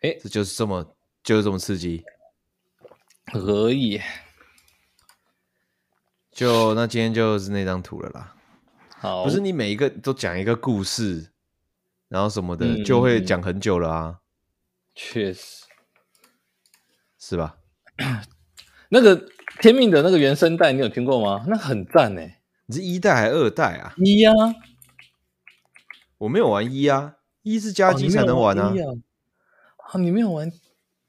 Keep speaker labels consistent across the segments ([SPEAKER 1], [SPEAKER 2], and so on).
[SPEAKER 1] 哎
[SPEAKER 2] 这就是这么就是这么刺激。
[SPEAKER 1] 可以，
[SPEAKER 2] 就那今天就是那张图了啦，
[SPEAKER 1] 好，
[SPEAKER 2] 不是你每一个都讲一个故事，然后什么的，
[SPEAKER 1] 嗯
[SPEAKER 2] 就会讲很久了啊，
[SPEAKER 1] 确实，
[SPEAKER 2] 是吧？
[SPEAKER 1] 那个《天命》的那个原声带，你有听过吗？那很赞欸呢、
[SPEAKER 2] 你是一代还是二代啊？
[SPEAKER 1] 一呀、
[SPEAKER 2] 我没有玩一啊，一是加
[SPEAKER 1] 哦
[SPEAKER 2] 机
[SPEAKER 1] 你没
[SPEAKER 2] 才
[SPEAKER 1] 有
[SPEAKER 2] 能玩啊
[SPEAKER 1] 一，啊啊你没有玩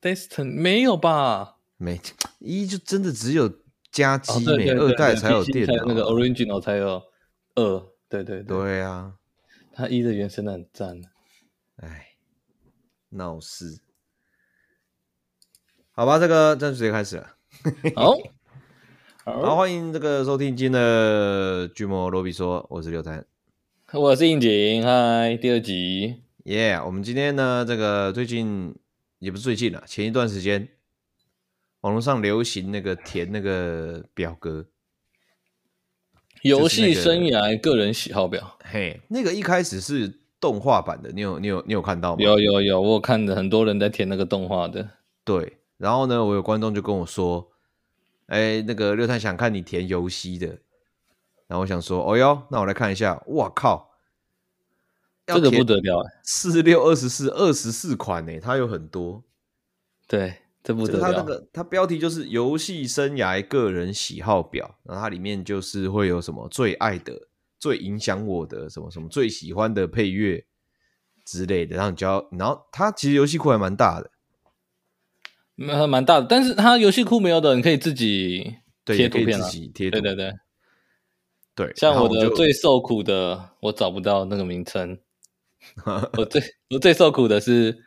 [SPEAKER 1] Destin 没有吧？
[SPEAKER 2] 没一就真的只有加
[SPEAKER 1] 哦
[SPEAKER 2] 机，
[SPEAKER 1] 对
[SPEAKER 2] 没
[SPEAKER 1] 对
[SPEAKER 2] 二
[SPEAKER 1] 对
[SPEAKER 2] 代
[SPEAKER 1] 对
[SPEAKER 2] 才有
[SPEAKER 1] PC
[SPEAKER 2] 电
[SPEAKER 1] 才有那个
[SPEAKER 2] 脑啊。
[SPEAKER 1] Original 才有二，对对，
[SPEAKER 2] 对啊，
[SPEAKER 1] 它一的原声带 很赞。啊
[SPEAKER 2] 哎，闹事。好吧，这个正式开始了。
[SPEAKER 1] 好，
[SPEAKER 2] 好，，欢迎这个收听今天的巨魔罗比说，我是刘丹。
[SPEAKER 1] 我是应景，嗨，第二集，
[SPEAKER 2] 耶、我们今天呢，这个最近也不是最近了、前一段时间网络上流行那个填那个表 格，
[SPEAKER 1] 游戏
[SPEAKER 2] 就是那
[SPEAKER 1] 生
[SPEAKER 2] 个
[SPEAKER 1] 涯个人喜好表，
[SPEAKER 2] 嘿，那个一开始是动画版的，你有你有你有看到吗？
[SPEAKER 1] 有有有，我有看的很多人在填那个动画的，
[SPEAKER 2] 对，然后呢，我有观众就跟我说，哎，那个六探想看你填游戏的，然后我想说，哦哟，那我来看一下，哇靠，
[SPEAKER 1] 这个不得了哎，
[SPEAKER 2] 四六二十四二十四款呢，它有很多，
[SPEAKER 1] 对，这不
[SPEAKER 2] 这个
[SPEAKER 1] 得
[SPEAKER 2] 它那
[SPEAKER 1] 了，
[SPEAKER 2] 个它标题就是游戏生涯个人喜好表，然后它里面就是会有什么最爱的、最影响我的什么什么最喜欢的配乐之类的，然后你就要，然后它其实游戏库还蛮大的，
[SPEAKER 1] 蛮蛮大的，但是它游戏库没有的，你可以自己
[SPEAKER 2] 对，
[SPEAKER 1] 贴
[SPEAKER 2] 也可
[SPEAKER 1] 图
[SPEAKER 2] 以
[SPEAKER 1] 片
[SPEAKER 2] 自
[SPEAKER 1] 啊，
[SPEAKER 2] 己贴
[SPEAKER 1] 对
[SPEAKER 2] 图，
[SPEAKER 1] 对对，
[SPEAKER 2] 对，
[SPEAKER 1] 像
[SPEAKER 2] 然后
[SPEAKER 1] 我
[SPEAKER 2] 就
[SPEAKER 1] 的最受苦的，我找不到那个名 称，我最我最受苦的是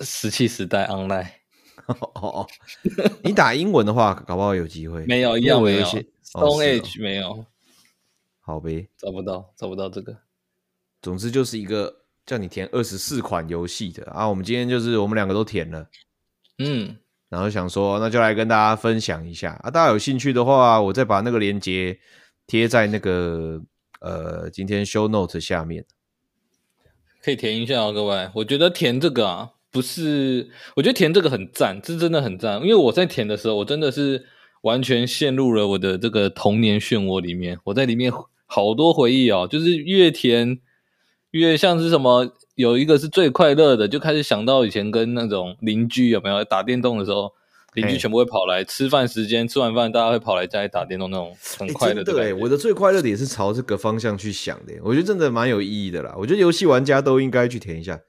[SPEAKER 1] 石器时代 online，
[SPEAKER 2] 哦哦，哦，你打英文的话，搞不好有机会。
[SPEAKER 1] 没有一
[SPEAKER 2] 因为
[SPEAKER 1] 样
[SPEAKER 2] 我
[SPEAKER 1] 没
[SPEAKER 2] 有
[SPEAKER 1] 有
[SPEAKER 2] 一些哦
[SPEAKER 1] Stone
[SPEAKER 2] 是哦
[SPEAKER 1] Age 没有，
[SPEAKER 2] 好呗。
[SPEAKER 1] 找不到找不到这个，
[SPEAKER 2] 总之就是一个叫你填二十四款游戏的啊。我们今天就是我们两个都填了，
[SPEAKER 1] 嗯。
[SPEAKER 2] 然后想说那就来跟大家分享一下啊。大家有兴趣的话，我再把那个链接贴在那个呃今天 show note 下面。
[SPEAKER 1] 可以填一下哦，各位。我觉得填这个啊，不是，我觉得填这个很赞，这真的很赞。因为我在填的时候，我真的是完全陷入了我的这个童年漩涡里面，我在里面好多回忆哦，就是越填越像是什么。有一个是最快乐的，就开始想到以前跟那种邻居有没有打电动的时候，邻居
[SPEAKER 2] 嘿
[SPEAKER 1] 全部会跑来吃饭时间，吃完饭大家会跑来家里打电动那种很
[SPEAKER 2] 诶
[SPEAKER 1] 快乐
[SPEAKER 2] 真
[SPEAKER 1] 的
[SPEAKER 2] 的
[SPEAKER 1] 感
[SPEAKER 2] 诶
[SPEAKER 1] 觉。
[SPEAKER 2] 我的最快乐的也是朝这个方向去想的耶，我觉得真的蛮有意义的啦。我觉得游戏玩家都应该去填一下，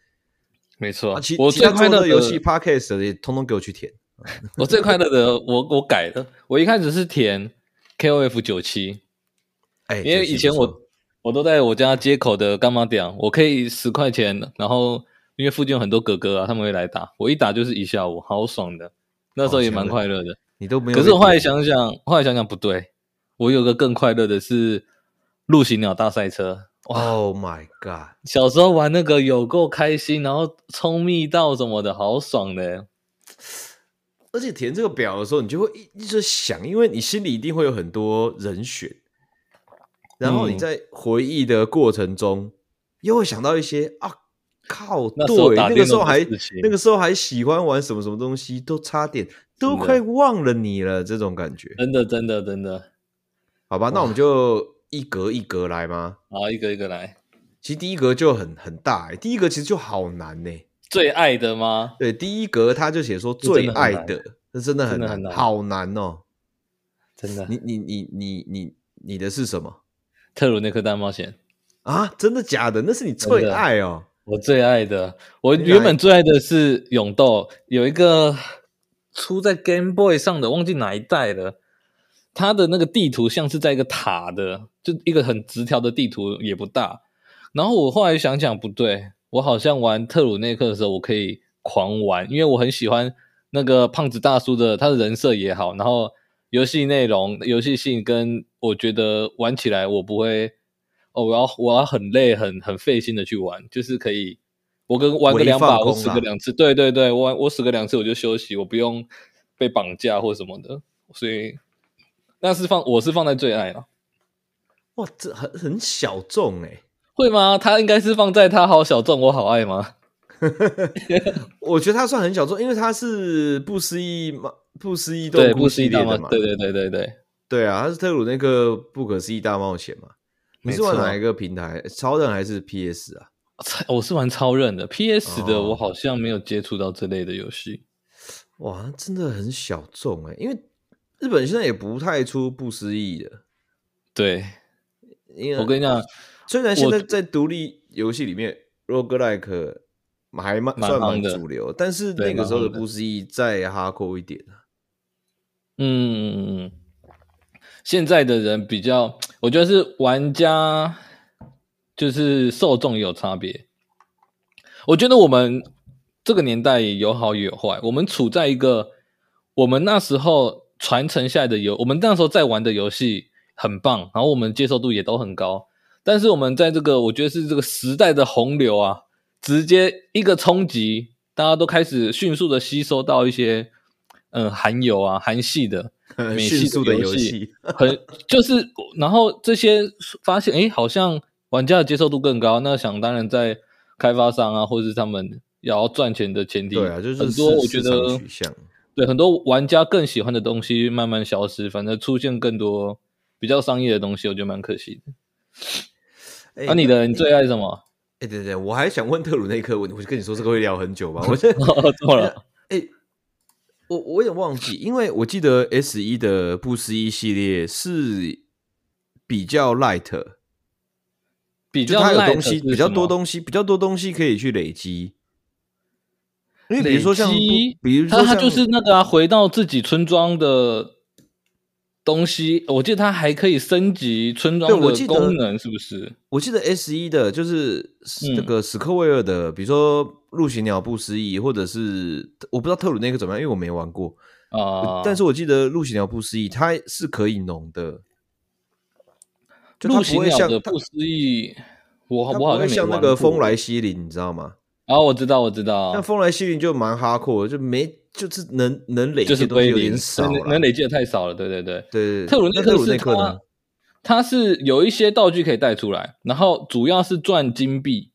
[SPEAKER 1] 没错，
[SPEAKER 2] 啊，其
[SPEAKER 1] 我
[SPEAKER 2] 其
[SPEAKER 1] 最
[SPEAKER 2] 他
[SPEAKER 1] 快
[SPEAKER 2] 做
[SPEAKER 1] 乐
[SPEAKER 2] 的
[SPEAKER 1] 的
[SPEAKER 2] 游戏 podcast 的也通通给我去填。
[SPEAKER 1] 我最快乐的，我我改了，我一开始是填 KOF 九七，
[SPEAKER 2] 哎，
[SPEAKER 1] 因为
[SPEAKER 2] 这是
[SPEAKER 1] 以前
[SPEAKER 2] 不错
[SPEAKER 1] 我我都在我家街口的干妈店，我可以十块钱，然后因为附近有很多哥哥啊，他们会来打，我一打就是一下午，好爽的，那时候也蛮快乐的。
[SPEAKER 2] 你都没有被点名。
[SPEAKER 1] 可是我后来想想，后来想想不对，我有个更快乐的是陆行鸟大赛车，
[SPEAKER 2] ，Oh my god！
[SPEAKER 1] 小时候玩那个有够开心，然后冲密道什么的，好爽的。
[SPEAKER 2] 而且填这个表的时候，你就会一一直想，因为你心里一定会有很多人选，然后你
[SPEAKER 1] 嗯
[SPEAKER 2] 在回忆的过程中，又会想到一些啊，靠，
[SPEAKER 1] 那时候
[SPEAKER 2] 对，
[SPEAKER 1] 打
[SPEAKER 2] 那个
[SPEAKER 1] 电
[SPEAKER 2] 时候
[SPEAKER 1] 动的
[SPEAKER 2] 还
[SPEAKER 1] 事情
[SPEAKER 2] 那个时候还喜欢玩什么什么东西，都差点都
[SPEAKER 1] 真的
[SPEAKER 2] 快忘了你了，这种感觉。
[SPEAKER 1] 真的，真的，真的，
[SPEAKER 2] 好吧，那我们就一格一格来吗？
[SPEAKER 1] 好，一个一个来。
[SPEAKER 2] 其实第一格就很很大、欸，第一格其实就好难呢、
[SPEAKER 1] 最爱的吗？
[SPEAKER 2] 对，第一格他就写说
[SPEAKER 1] 这真
[SPEAKER 2] 最
[SPEAKER 1] 的很
[SPEAKER 2] 爱
[SPEAKER 1] 难
[SPEAKER 2] 的，这真的很
[SPEAKER 1] 真的
[SPEAKER 2] 难，
[SPEAKER 1] 很难
[SPEAKER 2] 好难哦。
[SPEAKER 1] 真的，
[SPEAKER 2] 你你你你你你的是什么
[SPEAKER 1] 特鲁内克大冒险，
[SPEAKER 2] 啊？真的假的？那是你
[SPEAKER 1] 真的
[SPEAKER 2] 最爱哦。
[SPEAKER 1] 我最爱的。我
[SPEAKER 2] 你
[SPEAKER 1] 原
[SPEAKER 2] 哪一
[SPEAKER 1] 本最爱的是勇斗，有一个出在 Game Boy 上的，忘记哪一代了。它的那个地图像是在一个塔的，就一个很直条的地图，也不大。然后我后来想想不对，我好像玩特鲁内克的时候，我可以狂玩，因为我很喜欢那个胖子大叔的他的人设也好，然后游戏内容、游戏性跟我觉得玩起来我不会哦，我要我要很累、很很费心的去玩，就是可以我跟玩个
[SPEAKER 2] 微
[SPEAKER 1] 两
[SPEAKER 2] 放
[SPEAKER 1] 把，我
[SPEAKER 2] 空
[SPEAKER 1] 死
[SPEAKER 2] 啦
[SPEAKER 1] 个两次，对对对，我玩我死个两次我就休息，我不用被绑架或什么的，所以那是放我是放在最爱了。
[SPEAKER 2] 哇，这很很小众哎、
[SPEAKER 1] 会吗？他应该是放在他好小众，我好爱吗？
[SPEAKER 2] 我觉得它算很小众，因为它是不思议嘛，不思议动
[SPEAKER 1] 对，
[SPEAKER 2] 窟
[SPEAKER 1] 不是
[SPEAKER 2] 系
[SPEAKER 1] 一
[SPEAKER 2] 列
[SPEAKER 1] 大
[SPEAKER 2] 的
[SPEAKER 1] 冒
[SPEAKER 2] 嘛，
[SPEAKER 1] 对对对对对，
[SPEAKER 2] 对啊，它是特鲁那个不可思议大冒险嘛。你是玩
[SPEAKER 1] 没错
[SPEAKER 2] 哪一个平台？超人还是 PS 啊？
[SPEAKER 1] 超我是玩超任的，PS 的
[SPEAKER 2] 哦
[SPEAKER 1] 我好像没有接触到这类的游戏。
[SPEAKER 2] 哇，那真的很小众哎、因为日本现在也不太出不思议的。
[SPEAKER 1] 对
[SPEAKER 2] 因为
[SPEAKER 1] 我跟你讲，
[SPEAKER 2] 虽然现在在独立游戏里面，roguelike 还蛮
[SPEAKER 1] 蛮
[SPEAKER 2] 算蛮
[SPEAKER 1] 夯的
[SPEAKER 2] 主流，但是
[SPEAKER 1] 对
[SPEAKER 2] 那个时候的
[SPEAKER 1] 蛮夯的
[SPEAKER 2] 不思议再 hardcore 一点啊
[SPEAKER 1] 嗯，嗯嗯现在的人比较，我觉得是玩家就是受众也有差别。我觉得我们这个年代有好也有坏，我们处在一个我们那时候传承下来的游，我们那时候在玩的游戏很棒，然后我们接受度也都很高，但是我们在这个我觉得是这个时代的洪流啊，直接一个冲击，大家都开始迅速的吸收到一些嗯韩游啊、韩系的美
[SPEAKER 2] 迅
[SPEAKER 1] 系
[SPEAKER 2] 速的游
[SPEAKER 1] 游戏，
[SPEAKER 2] 戏
[SPEAKER 1] 很就是，然后这些发现，诶，好像玩家的接受度更高。那想当然，在开发商啊，或是他们也要赚钱的前提，
[SPEAKER 2] 对啊，就是
[SPEAKER 1] 很多
[SPEAKER 2] 市
[SPEAKER 1] 我觉
[SPEAKER 2] 市场
[SPEAKER 1] 得
[SPEAKER 2] 取向
[SPEAKER 1] 对很多玩家更喜欢的东西慢慢消失，反正出现更多比较商业的东西，我觉得蛮可惜的。
[SPEAKER 2] 哎
[SPEAKER 1] 啊那、你的你最爱什么？
[SPEAKER 2] 哎、对对，我还想问特鲁那一刻，我我就跟你说这个会聊很久吧。 我现在
[SPEAKER 1] 错了，
[SPEAKER 2] 哎、我我有点忘记，因为我记得 S 一的不思议系列是比较 light，
[SPEAKER 1] 比
[SPEAKER 2] 就
[SPEAKER 1] 较
[SPEAKER 2] 它
[SPEAKER 1] light
[SPEAKER 2] 有东西
[SPEAKER 1] 是
[SPEAKER 2] 比较
[SPEAKER 1] 什么
[SPEAKER 2] 多东西，比较多东西可以去累积。因为比如说像不
[SPEAKER 1] 累积，
[SPEAKER 2] 比如说
[SPEAKER 1] 他他
[SPEAKER 2] 像
[SPEAKER 1] 就是那个啊，回到自己村庄的东西，我记得他还可以升级村庄
[SPEAKER 2] 对我记
[SPEAKER 1] 的
[SPEAKER 2] 得
[SPEAKER 1] 功能，是不是？
[SPEAKER 2] 我记得 S 一的，就是
[SPEAKER 1] 嗯
[SPEAKER 2] 这个史克威尔的，比如说陆行鸟不思议，或者是我不知道特鲁那个怎么样，因为我没玩过。
[SPEAKER 1] 啊、
[SPEAKER 2] 呃但是我记得陆行鸟不思议，它是可以浓的，就它
[SPEAKER 1] 陆
[SPEAKER 2] 不
[SPEAKER 1] 行
[SPEAKER 2] 会
[SPEAKER 1] 鸟
[SPEAKER 2] 像
[SPEAKER 1] 的
[SPEAKER 2] 它
[SPEAKER 1] 不思议，我
[SPEAKER 2] 它
[SPEAKER 1] 我
[SPEAKER 2] 不
[SPEAKER 1] 好像
[SPEAKER 2] 会
[SPEAKER 1] 没
[SPEAKER 2] 像那
[SPEAKER 1] 玩
[SPEAKER 2] 个
[SPEAKER 1] 过欸
[SPEAKER 2] 风来西林，你知道吗？
[SPEAKER 1] 啊，我知道我知道
[SPEAKER 2] 像，风来西林就蛮哈阔，就没就是能能累积
[SPEAKER 1] 就是
[SPEAKER 2] 的东西
[SPEAKER 1] 归
[SPEAKER 2] 有
[SPEAKER 1] 零
[SPEAKER 2] 点，少
[SPEAKER 1] 能能
[SPEAKER 2] 了。
[SPEAKER 1] 累积的太少了，对对对。
[SPEAKER 2] 对对，对
[SPEAKER 1] 特鲁
[SPEAKER 2] 那
[SPEAKER 1] 内
[SPEAKER 2] 特
[SPEAKER 1] 克
[SPEAKER 2] 鲁
[SPEAKER 1] 是
[SPEAKER 2] 内克呢
[SPEAKER 1] 它？它是有一些道具可以带出来，然后主要是赚金币，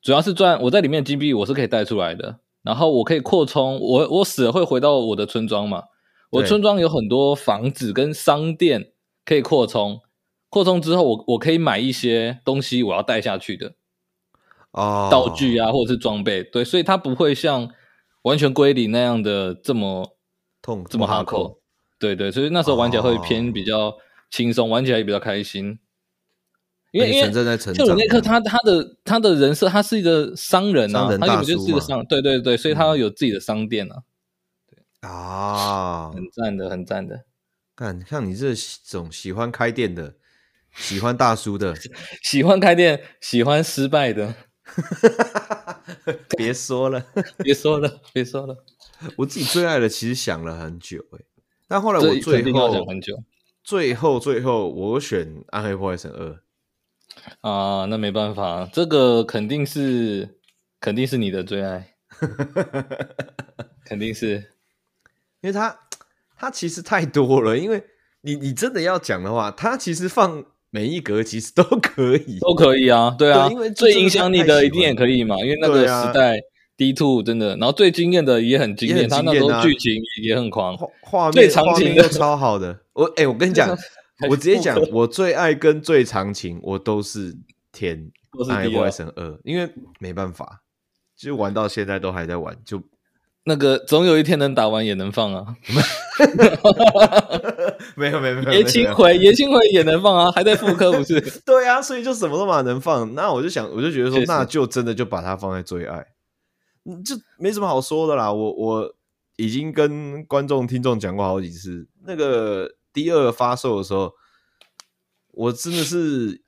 [SPEAKER 1] 主要是赚我在里面的金币我是可以带出来的，然后我可以扩充，我我死了会回到我的村庄嘛，我
[SPEAKER 2] 对
[SPEAKER 1] 村庄有很多房子跟商店可以扩充，扩充之后我我可以买一些东西我要带下去的
[SPEAKER 2] 哦，
[SPEAKER 1] 道具啊、或者是装备，对，所以它不会像完全归零那样的这么
[SPEAKER 2] 痛
[SPEAKER 1] 这么
[SPEAKER 2] 哈
[SPEAKER 1] 哈
[SPEAKER 2] 扣。
[SPEAKER 1] 扣，对对，所以那时候玩起来会偏
[SPEAKER 2] 哦
[SPEAKER 1] 比较轻松，玩起来也比较开心。
[SPEAKER 2] 因
[SPEAKER 1] 因为
[SPEAKER 2] 为
[SPEAKER 1] 因
[SPEAKER 2] 城
[SPEAKER 1] 为
[SPEAKER 2] 镇在成
[SPEAKER 1] 就
[SPEAKER 2] 长，啊
[SPEAKER 1] 鲁内克他他的他的人设，他是一个商人
[SPEAKER 2] 商
[SPEAKER 1] 啊，
[SPEAKER 2] 人
[SPEAKER 1] 他原
[SPEAKER 2] 大
[SPEAKER 1] 本就
[SPEAKER 2] 叔
[SPEAKER 1] 是一个
[SPEAKER 2] 嘛
[SPEAKER 1] 商，对对对，所以他
[SPEAKER 2] 嗯
[SPEAKER 1] 有自己的商店啊，
[SPEAKER 2] 啊，
[SPEAKER 1] 很赞的，很赞的。
[SPEAKER 2] 看像你这种喜欢开店的，喜欢大叔 的，
[SPEAKER 1] 喜欢开店，喜欢失败的，
[SPEAKER 2] 别说了，
[SPEAKER 1] 别说了，别说了，
[SPEAKER 2] 我自己最爱的其实想了很久哎、但后来我
[SPEAKER 1] 这肯
[SPEAKER 2] 最
[SPEAKER 1] 定要讲
[SPEAKER 2] 后
[SPEAKER 1] 很久
[SPEAKER 2] 最后最后我选《暗黑破坏神二》，
[SPEAKER 1] 啊，那没办法，这个肯定是肯定是你的最 爱，肯定是
[SPEAKER 2] 因为它它其实太多了，因为你你真的要讲的话，它其实放每一格其实都可以，
[SPEAKER 1] 都可以啊，对啊，
[SPEAKER 2] 对因为这
[SPEAKER 1] 最
[SPEAKER 2] 真的
[SPEAKER 1] 影响你
[SPEAKER 2] 太
[SPEAKER 1] 的
[SPEAKER 2] 喜
[SPEAKER 1] 一定
[SPEAKER 2] 欢
[SPEAKER 1] 也可以嘛，因为那
[SPEAKER 2] 对
[SPEAKER 1] 个
[SPEAKER 2] 啊
[SPEAKER 1] 时代 D two 真的，然后最惊艳的也很经
[SPEAKER 2] 也很
[SPEAKER 1] 典，他那
[SPEAKER 2] 惊
[SPEAKER 1] 时
[SPEAKER 2] 艳啊
[SPEAKER 1] 候
[SPEAKER 2] 哎
[SPEAKER 1] 剧情也很狂，
[SPEAKER 2] 画画面
[SPEAKER 1] 最长情
[SPEAKER 2] 画
[SPEAKER 1] 的
[SPEAKER 2] 面又超好的。我哎、我跟你 讲
[SPEAKER 1] 最长，
[SPEAKER 2] 我直接讲，我最爱跟最长情，我都是填
[SPEAKER 1] 都
[SPEAKER 2] 《
[SPEAKER 1] 是啊
[SPEAKER 2] 暗黑
[SPEAKER 1] D
[SPEAKER 2] 破坏
[SPEAKER 1] 二
[SPEAKER 2] 神二》，因为没办法，就玩到现在都还在玩，就
[SPEAKER 1] 那个总有一天能打完也能放啊，
[SPEAKER 2] 没有没有没有没有
[SPEAKER 1] 爷青回爷青回也能放啊，还在复刻 不是？
[SPEAKER 2] 对啊，所以就什么都嘛能放。那我就想，我就觉得说
[SPEAKER 1] 确，实
[SPEAKER 2] 那就真的就把它放在最爱，嗯就没什么好说的啦。我我已经跟观众听众讲过好几次，那个第二发售的时候，我真的是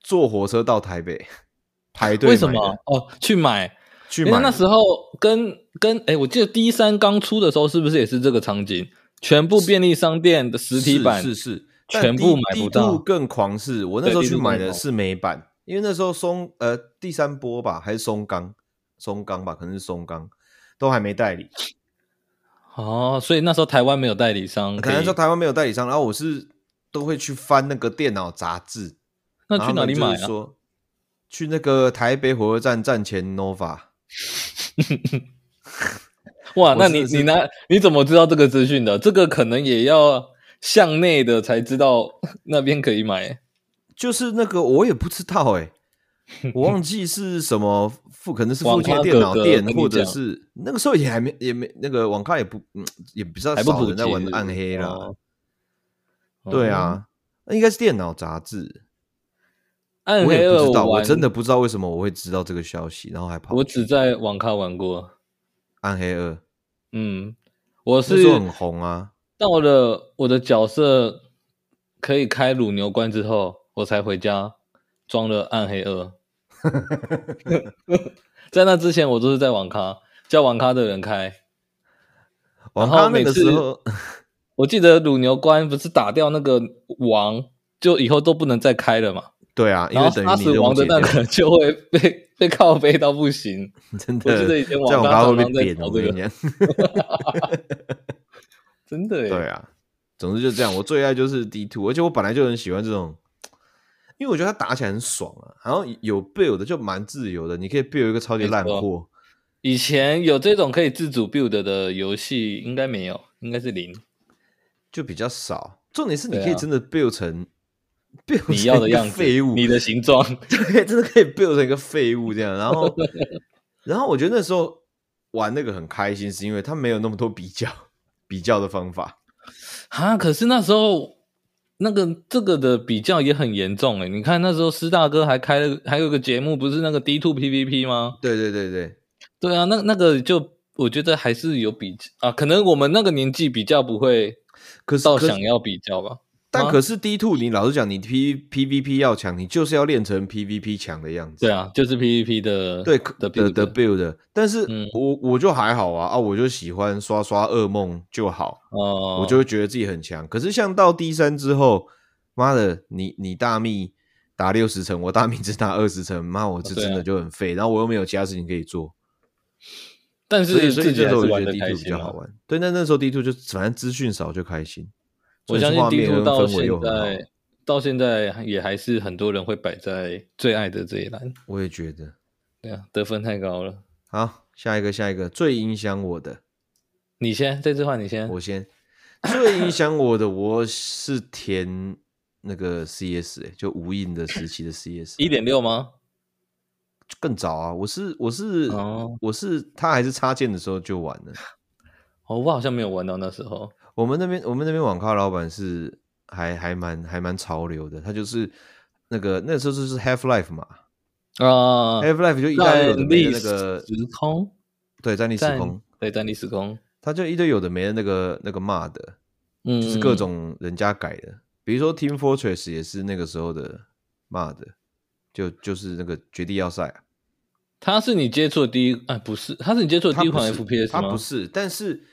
[SPEAKER 2] 坐火车到台北 排队，
[SPEAKER 1] 为什么？哦，去买，
[SPEAKER 2] 去
[SPEAKER 1] 因为
[SPEAKER 2] 买？
[SPEAKER 1] 那时候跟跟哎，我记得 D 三刚出的时候是不是也是这个场景？全部便利商店的实体版
[SPEAKER 2] 是是是，
[SPEAKER 1] 全部买不到
[SPEAKER 2] 但 D- D2 更狂是，我那时候
[SPEAKER 1] 对
[SPEAKER 2] 去
[SPEAKER 1] ，D2
[SPEAKER 2] 买
[SPEAKER 1] 更
[SPEAKER 2] 的
[SPEAKER 1] 狂
[SPEAKER 2] 是美版，因为那时候松呃第三波吧，还是松冈，松冈吧，可能是松冈，都还没代理，
[SPEAKER 1] 哦，所以那时候台湾没有代理商
[SPEAKER 2] 可
[SPEAKER 1] 可
[SPEAKER 2] 能
[SPEAKER 1] 以
[SPEAKER 2] 说，台湾没有代理商，然后我是都会去翻那个电脑杂志，
[SPEAKER 1] 那去哪
[SPEAKER 2] 然后
[SPEAKER 1] 里
[SPEAKER 2] 他
[SPEAKER 1] 买
[SPEAKER 2] 们就是
[SPEAKER 1] 啊？
[SPEAKER 2] 说去那个台北火车站站前 nova，
[SPEAKER 1] 哇，那
[SPEAKER 2] 我真
[SPEAKER 1] 你
[SPEAKER 2] 的是
[SPEAKER 1] 你拿你怎么知道这个资讯的？这个可能也要向内的才知道 那边可以买。
[SPEAKER 2] 就是那个我也不知道 哎、我忘记是什么附，可能是附近的
[SPEAKER 1] 网咖
[SPEAKER 2] 电脑
[SPEAKER 1] 哥哥
[SPEAKER 2] 店，
[SPEAKER 1] 跟你
[SPEAKER 2] 或者
[SPEAKER 1] 讲
[SPEAKER 2] 是那个时候也还没也没那个网咖也不嗯也比较
[SPEAKER 1] 还不
[SPEAKER 2] 少
[SPEAKER 1] 普
[SPEAKER 2] 人
[SPEAKER 1] 及
[SPEAKER 2] 在玩暗黑啦，
[SPEAKER 1] 哦
[SPEAKER 2] 对，啊，那应该是电脑杂志，
[SPEAKER 1] 暗
[SPEAKER 2] 我
[SPEAKER 1] 黑
[SPEAKER 2] 也
[SPEAKER 1] 二
[SPEAKER 2] 不知道，我
[SPEAKER 1] 玩
[SPEAKER 2] 真的不知道为什么我会知道这个消息，然后还跑
[SPEAKER 1] 我
[SPEAKER 2] 去
[SPEAKER 1] 只在网咖玩过。
[SPEAKER 2] 暗黑二，
[SPEAKER 1] 嗯，我
[SPEAKER 2] 那
[SPEAKER 1] 是
[SPEAKER 2] 时候很红啊，
[SPEAKER 1] 到了我的角色可以开乳牛关之后，我才回家装了暗黑 二。 在那之前，我都是在网咖叫网咖的人开。
[SPEAKER 2] 网
[SPEAKER 1] 然
[SPEAKER 2] 咖
[SPEAKER 1] 后每
[SPEAKER 2] 那个
[SPEAKER 1] 次
[SPEAKER 2] 时候
[SPEAKER 1] 我记得乳牛关不是打掉那个王，就以后都不能再开了嘛。
[SPEAKER 2] 对啊，因
[SPEAKER 1] 然
[SPEAKER 2] 为
[SPEAKER 1] 后
[SPEAKER 2] 等
[SPEAKER 1] 杀
[SPEAKER 2] 于你
[SPEAKER 1] 死
[SPEAKER 2] 任务
[SPEAKER 1] 王的
[SPEAKER 2] 解
[SPEAKER 1] 那
[SPEAKER 2] 掉，
[SPEAKER 1] 个就会被被靠背到不行。
[SPEAKER 2] 真
[SPEAKER 1] 我记得
[SPEAKER 2] 的
[SPEAKER 1] 以前
[SPEAKER 2] 在
[SPEAKER 1] 网
[SPEAKER 2] 网
[SPEAKER 1] 咖
[SPEAKER 2] 咖会被
[SPEAKER 1] 常常在
[SPEAKER 2] 扁，
[SPEAKER 1] 搞
[SPEAKER 2] 我
[SPEAKER 1] 这
[SPEAKER 2] 跟
[SPEAKER 1] 个
[SPEAKER 2] 你，讲。
[SPEAKER 1] 真的耶
[SPEAKER 2] 对啊，总之就这样。我最爱就是 D two，而且我本来就很喜欢这种，因为我觉得它打起来很爽啊。然后有 build 的就蛮自由的，你可以 build 一个超级烂
[SPEAKER 1] 没
[SPEAKER 2] 货。
[SPEAKER 1] 以前有这种可以自主 build 的游戏，应该没有，应该是零。
[SPEAKER 2] 就比较少。重点是你
[SPEAKER 1] 对啊
[SPEAKER 2] 可以真的 build 成、build 成
[SPEAKER 1] 你要的
[SPEAKER 2] 一个
[SPEAKER 1] 样子，
[SPEAKER 2] 废物，
[SPEAKER 1] 你的形状，
[SPEAKER 2] 对，真的可以 build 成一个废物这样。然 后，然后我觉得那时候玩那个很开心，是因为它没有那么多比较比较的方法。
[SPEAKER 1] 啊，可是那时候那个这个的比较也很严重诶。你看那时候师大哥还开了，还有个节目，不是那个 D two PVP 吗？
[SPEAKER 2] 对对对对，
[SPEAKER 1] 对啊，那那个就我觉得还是有比啊，可能我们那个年纪比较不会
[SPEAKER 2] 可是
[SPEAKER 1] 到
[SPEAKER 2] 可是
[SPEAKER 1] 想要比较吧。
[SPEAKER 2] 但
[SPEAKER 1] 啊
[SPEAKER 2] 可是 D two，你老实讲，你 P P V P 要强，你就是要练成 P V P 强的样子。
[SPEAKER 1] 对啊，就是 PVP 的
[SPEAKER 2] 对
[SPEAKER 1] 的
[SPEAKER 2] 的
[SPEAKER 1] build
[SPEAKER 2] 的 build，但是
[SPEAKER 1] 嗯
[SPEAKER 2] 我我就还好啊啊，我就喜欢刷刷噩梦就好，
[SPEAKER 1] 哦，
[SPEAKER 2] 我就会觉得自己很强。可是像到 D 三之后，妈的，你你大秘打六十层，我大秘只打二十层，妈我这
[SPEAKER 1] 对啊
[SPEAKER 2] 真的就很废，然后我又没有其他事情可以做，
[SPEAKER 1] 但
[SPEAKER 2] 所以
[SPEAKER 1] 是
[SPEAKER 2] 所以
[SPEAKER 1] 自己
[SPEAKER 2] 那时
[SPEAKER 1] 还是
[SPEAKER 2] 候我觉
[SPEAKER 1] 玩
[SPEAKER 2] 得
[SPEAKER 1] 的
[SPEAKER 2] D
[SPEAKER 1] 开
[SPEAKER 2] two 比
[SPEAKER 1] 心
[SPEAKER 2] 较
[SPEAKER 1] 啊
[SPEAKER 2] 好玩。对，那那时候 D two 就反正资讯少就开心，
[SPEAKER 1] 我相信
[SPEAKER 2] 画
[SPEAKER 1] D
[SPEAKER 2] 面
[SPEAKER 1] two
[SPEAKER 2] 跟
[SPEAKER 1] 到
[SPEAKER 2] 氛围
[SPEAKER 1] 现
[SPEAKER 2] 又很好
[SPEAKER 1] 在到现在也还是很多人会摆在最爱的这一栏，
[SPEAKER 2] 我也觉得。
[SPEAKER 1] 对啊，得分太高了。
[SPEAKER 2] 好，下一个，下一个，最影响我的，
[SPEAKER 1] 你先，这次换你先。
[SPEAKER 2] 我先。最影响我的，我是填那个 CS，、欸、就无印的时期的 CS，
[SPEAKER 1] 一点六吗？
[SPEAKER 2] 更早啊。我是我是、
[SPEAKER 1] 哦
[SPEAKER 2] 我是他还是插件的时候就玩了。
[SPEAKER 1] 哦，我好像没有玩到那时候。
[SPEAKER 2] 我们那边我们那边网咖老板是还还蛮还蛮潮流的，他就是那个那时候就是 Half Life 嘛、
[SPEAKER 1] 啊、
[SPEAKER 2] h a l 呃 f Life 就一大堆
[SPEAKER 1] 在
[SPEAKER 2] 有的没的
[SPEAKER 1] 历
[SPEAKER 2] 那个
[SPEAKER 1] 史时空，
[SPEAKER 2] 对战力时
[SPEAKER 1] 在
[SPEAKER 2] 空，
[SPEAKER 1] 对，在历史空，
[SPEAKER 2] 他就一堆有的没的那个那个骂的，
[SPEAKER 1] 嗯，
[SPEAKER 2] 就是各种人家改的，比如说 Team Fortress 也是那个时候的骂的，就就是那个绝地要塞啊、
[SPEAKER 1] 它是你接触的第一，哎，不是，它是你接触的
[SPEAKER 2] 它
[SPEAKER 1] 第一
[SPEAKER 2] 不
[SPEAKER 1] 款
[SPEAKER 2] 是
[SPEAKER 1] FPS
[SPEAKER 2] 它
[SPEAKER 1] 吗？
[SPEAKER 2] 不是，但是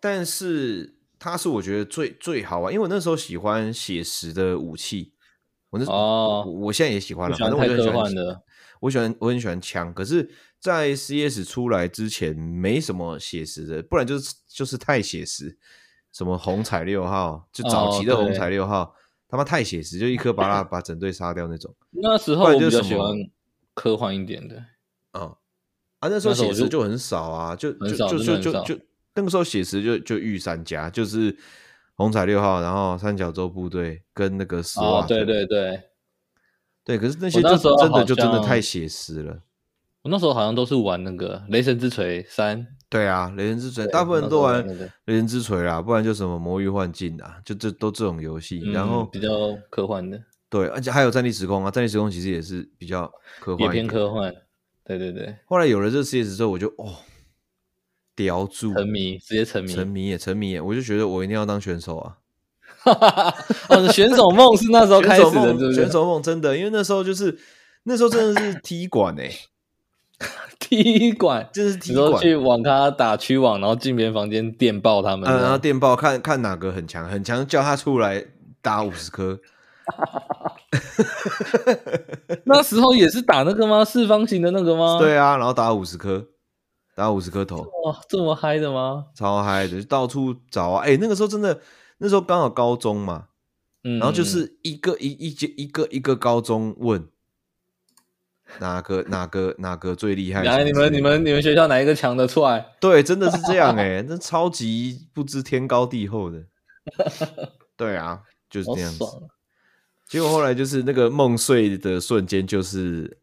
[SPEAKER 2] 但是它是我觉得最最好玩，因为我那时候喜欢写实的武器，我那时候
[SPEAKER 1] 哦
[SPEAKER 2] 我我现在也喜欢了，
[SPEAKER 1] 不喜
[SPEAKER 2] 啊反
[SPEAKER 1] 欢
[SPEAKER 2] 正我就
[SPEAKER 1] 太
[SPEAKER 2] 很喜
[SPEAKER 1] 科
[SPEAKER 2] 欢
[SPEAKER 1] 幻，的。
[SPEAKER 2] 我喜欢我很喜欢枪，可是，在 CS 出来之前没什么写实的，不然就是就是太写实，什么红彩六号，就早期的
[SPEAKER 1] 哦对
[SPEAKER 2] 红彩六号，他妈太写实，就一颗 巴拉把整队杀掉那种
[SPEAKER 1] 那时候
[SPEAKER 2] 不
[SPEAKER 1] 我
[SPEAKER 2] 然就
[SPEAKER 1] 比
[SPEAKER 2] 是
[SPEAKER 1] 较喜
[SPEAKER 2] 什么
[SPEAKER 1] 欢科幻一点的。
[SPEAKER 2] 啊、啊！那时候
[SPEAKER 1] 那时候
[SPEAKER 2] 写
[SPEAKER 1] 我
[SPEAKER 2] 实
[SPEAKER 1] 就
[SPEAKER 2] 就很少啊，就就
[SPEAKER 1] 很少
[SPEAKER 2] 就
[SPEAKER 1] 真
[SPEAKER 2] 就
[SPEAKER 1] 的很
[SPEAKER 2] 就
[SPEAKER 1] 少
[SPEAKER 2] 就那个时候写实就就御三家，就是红彩六号，然后三角洲部队跟那个斯
[SPEAKER 1] 哦
[SPEAKER 2] 瓦，特，
[SPEAKER 1] 对对对，
[SPEAKER 2] 对，可是那些
[SPEAKER 1] 那
[SPEAKER 2] 就
[SPEAKER 1] 时候
[SPEAKER 2] 真的
[SPEAKER 1] 好
[SPEAKER 2] 就真的
[SPEAKER 1] 像
[SPEAKER 2] 太写实了。
[SPEAKER 1] 我那时候好像都是玩那个《雷神之锤三》，
[SPEAKER 2] 对啊，雷神之锤，
[SPEAKER 1] 对
[SPEAKER 2] 大部分都玩
[SPEAKER 1] 那时候玩那个
[SPEAKER 2] 雷神之锤啦，不然就什么魔域幻境啊，就这都这种游戏。
[SPEAKER 1] 嗯
[SPEAKER 2] 然后
[SPEAKER 1] 比较科幻的，
[SPEAKER 2] 对，而且还有战地时空啊，战地时空其实也是比较科
[SPEAKER 1] 也
[SPEAKER 2] 幻一点。
[SPEAKER 1] 偏科幻。对对对，
[SPEAKER 2] 后来有了这 CS 之后，我就哦，叼住，
[SPEAKER 1] 沉迷，直接沉迷。
[SPEAKER 2] 嗯沉迷也沉迷也，我就觉得我一定要当选手啊！
[SPEAKER 1] 哈哈哈！ 哦，选手梦是那时候
[SPEAKER 2] 选
[SPEAKER 1] 开始
[SPEAKER 2] 手
[SPEAKER 1] 的，
[SPEAKER 2] 梦，
[SPEAKER 1] 对不对
[SPEAKER 2] 选？手梦真的，因为那时候就是那时候真的是踢馆哎、
[SPEAKER 1] 第一馆，
[SPEAKER 2] 真的是
[SPEAKER 1] 你
[SPEAKER 2] 踢
[SPEAKER 1] 说
[SPEAKER 2] 馆。
[SPEAKER 1] 去网咖打区网，然后进别人房间电爆他们。啊
[SPEAKER 2] 嗯，然后电报看看哪个很强，很强叫他出来打五十颗，
[SPEAKER 1] 那时候也是打那个吗？四方形的那个吗？
[SPEAKER 2] 对啊，然后打五十颗，打五十颗头，
[SPEAKER 1] 哇，这么嗨的吗？
[SPEAKER 2] 超嗨的，就到处找啊！哎、那个时候真的，那时候刚好高中嘛，
[SPEAKER 1] 嗯，
[SPEAKER 2] 然后就是一个一一节一个一个高中问，哪个哪个哪个最厉害什么
[SPEAKER 1] 嗯来，
[SPEAKER 2] 之
[SPEAKER 1] 你
[SPEAKER 2] 类的？
[SPEAKER 1] 们你们你们学校哪一个强的出来？
[SPEAKER 2] 对，真的是这样哎、那超级不知天高地厚 的。对啊，就是
[SPEAKER 1] 好
[SPEAKER 2] 这样子。
[SPEAKER 1] 爽啊！
[SPEAKER 2] 结果后来就是那个梦碎的瞬间，就是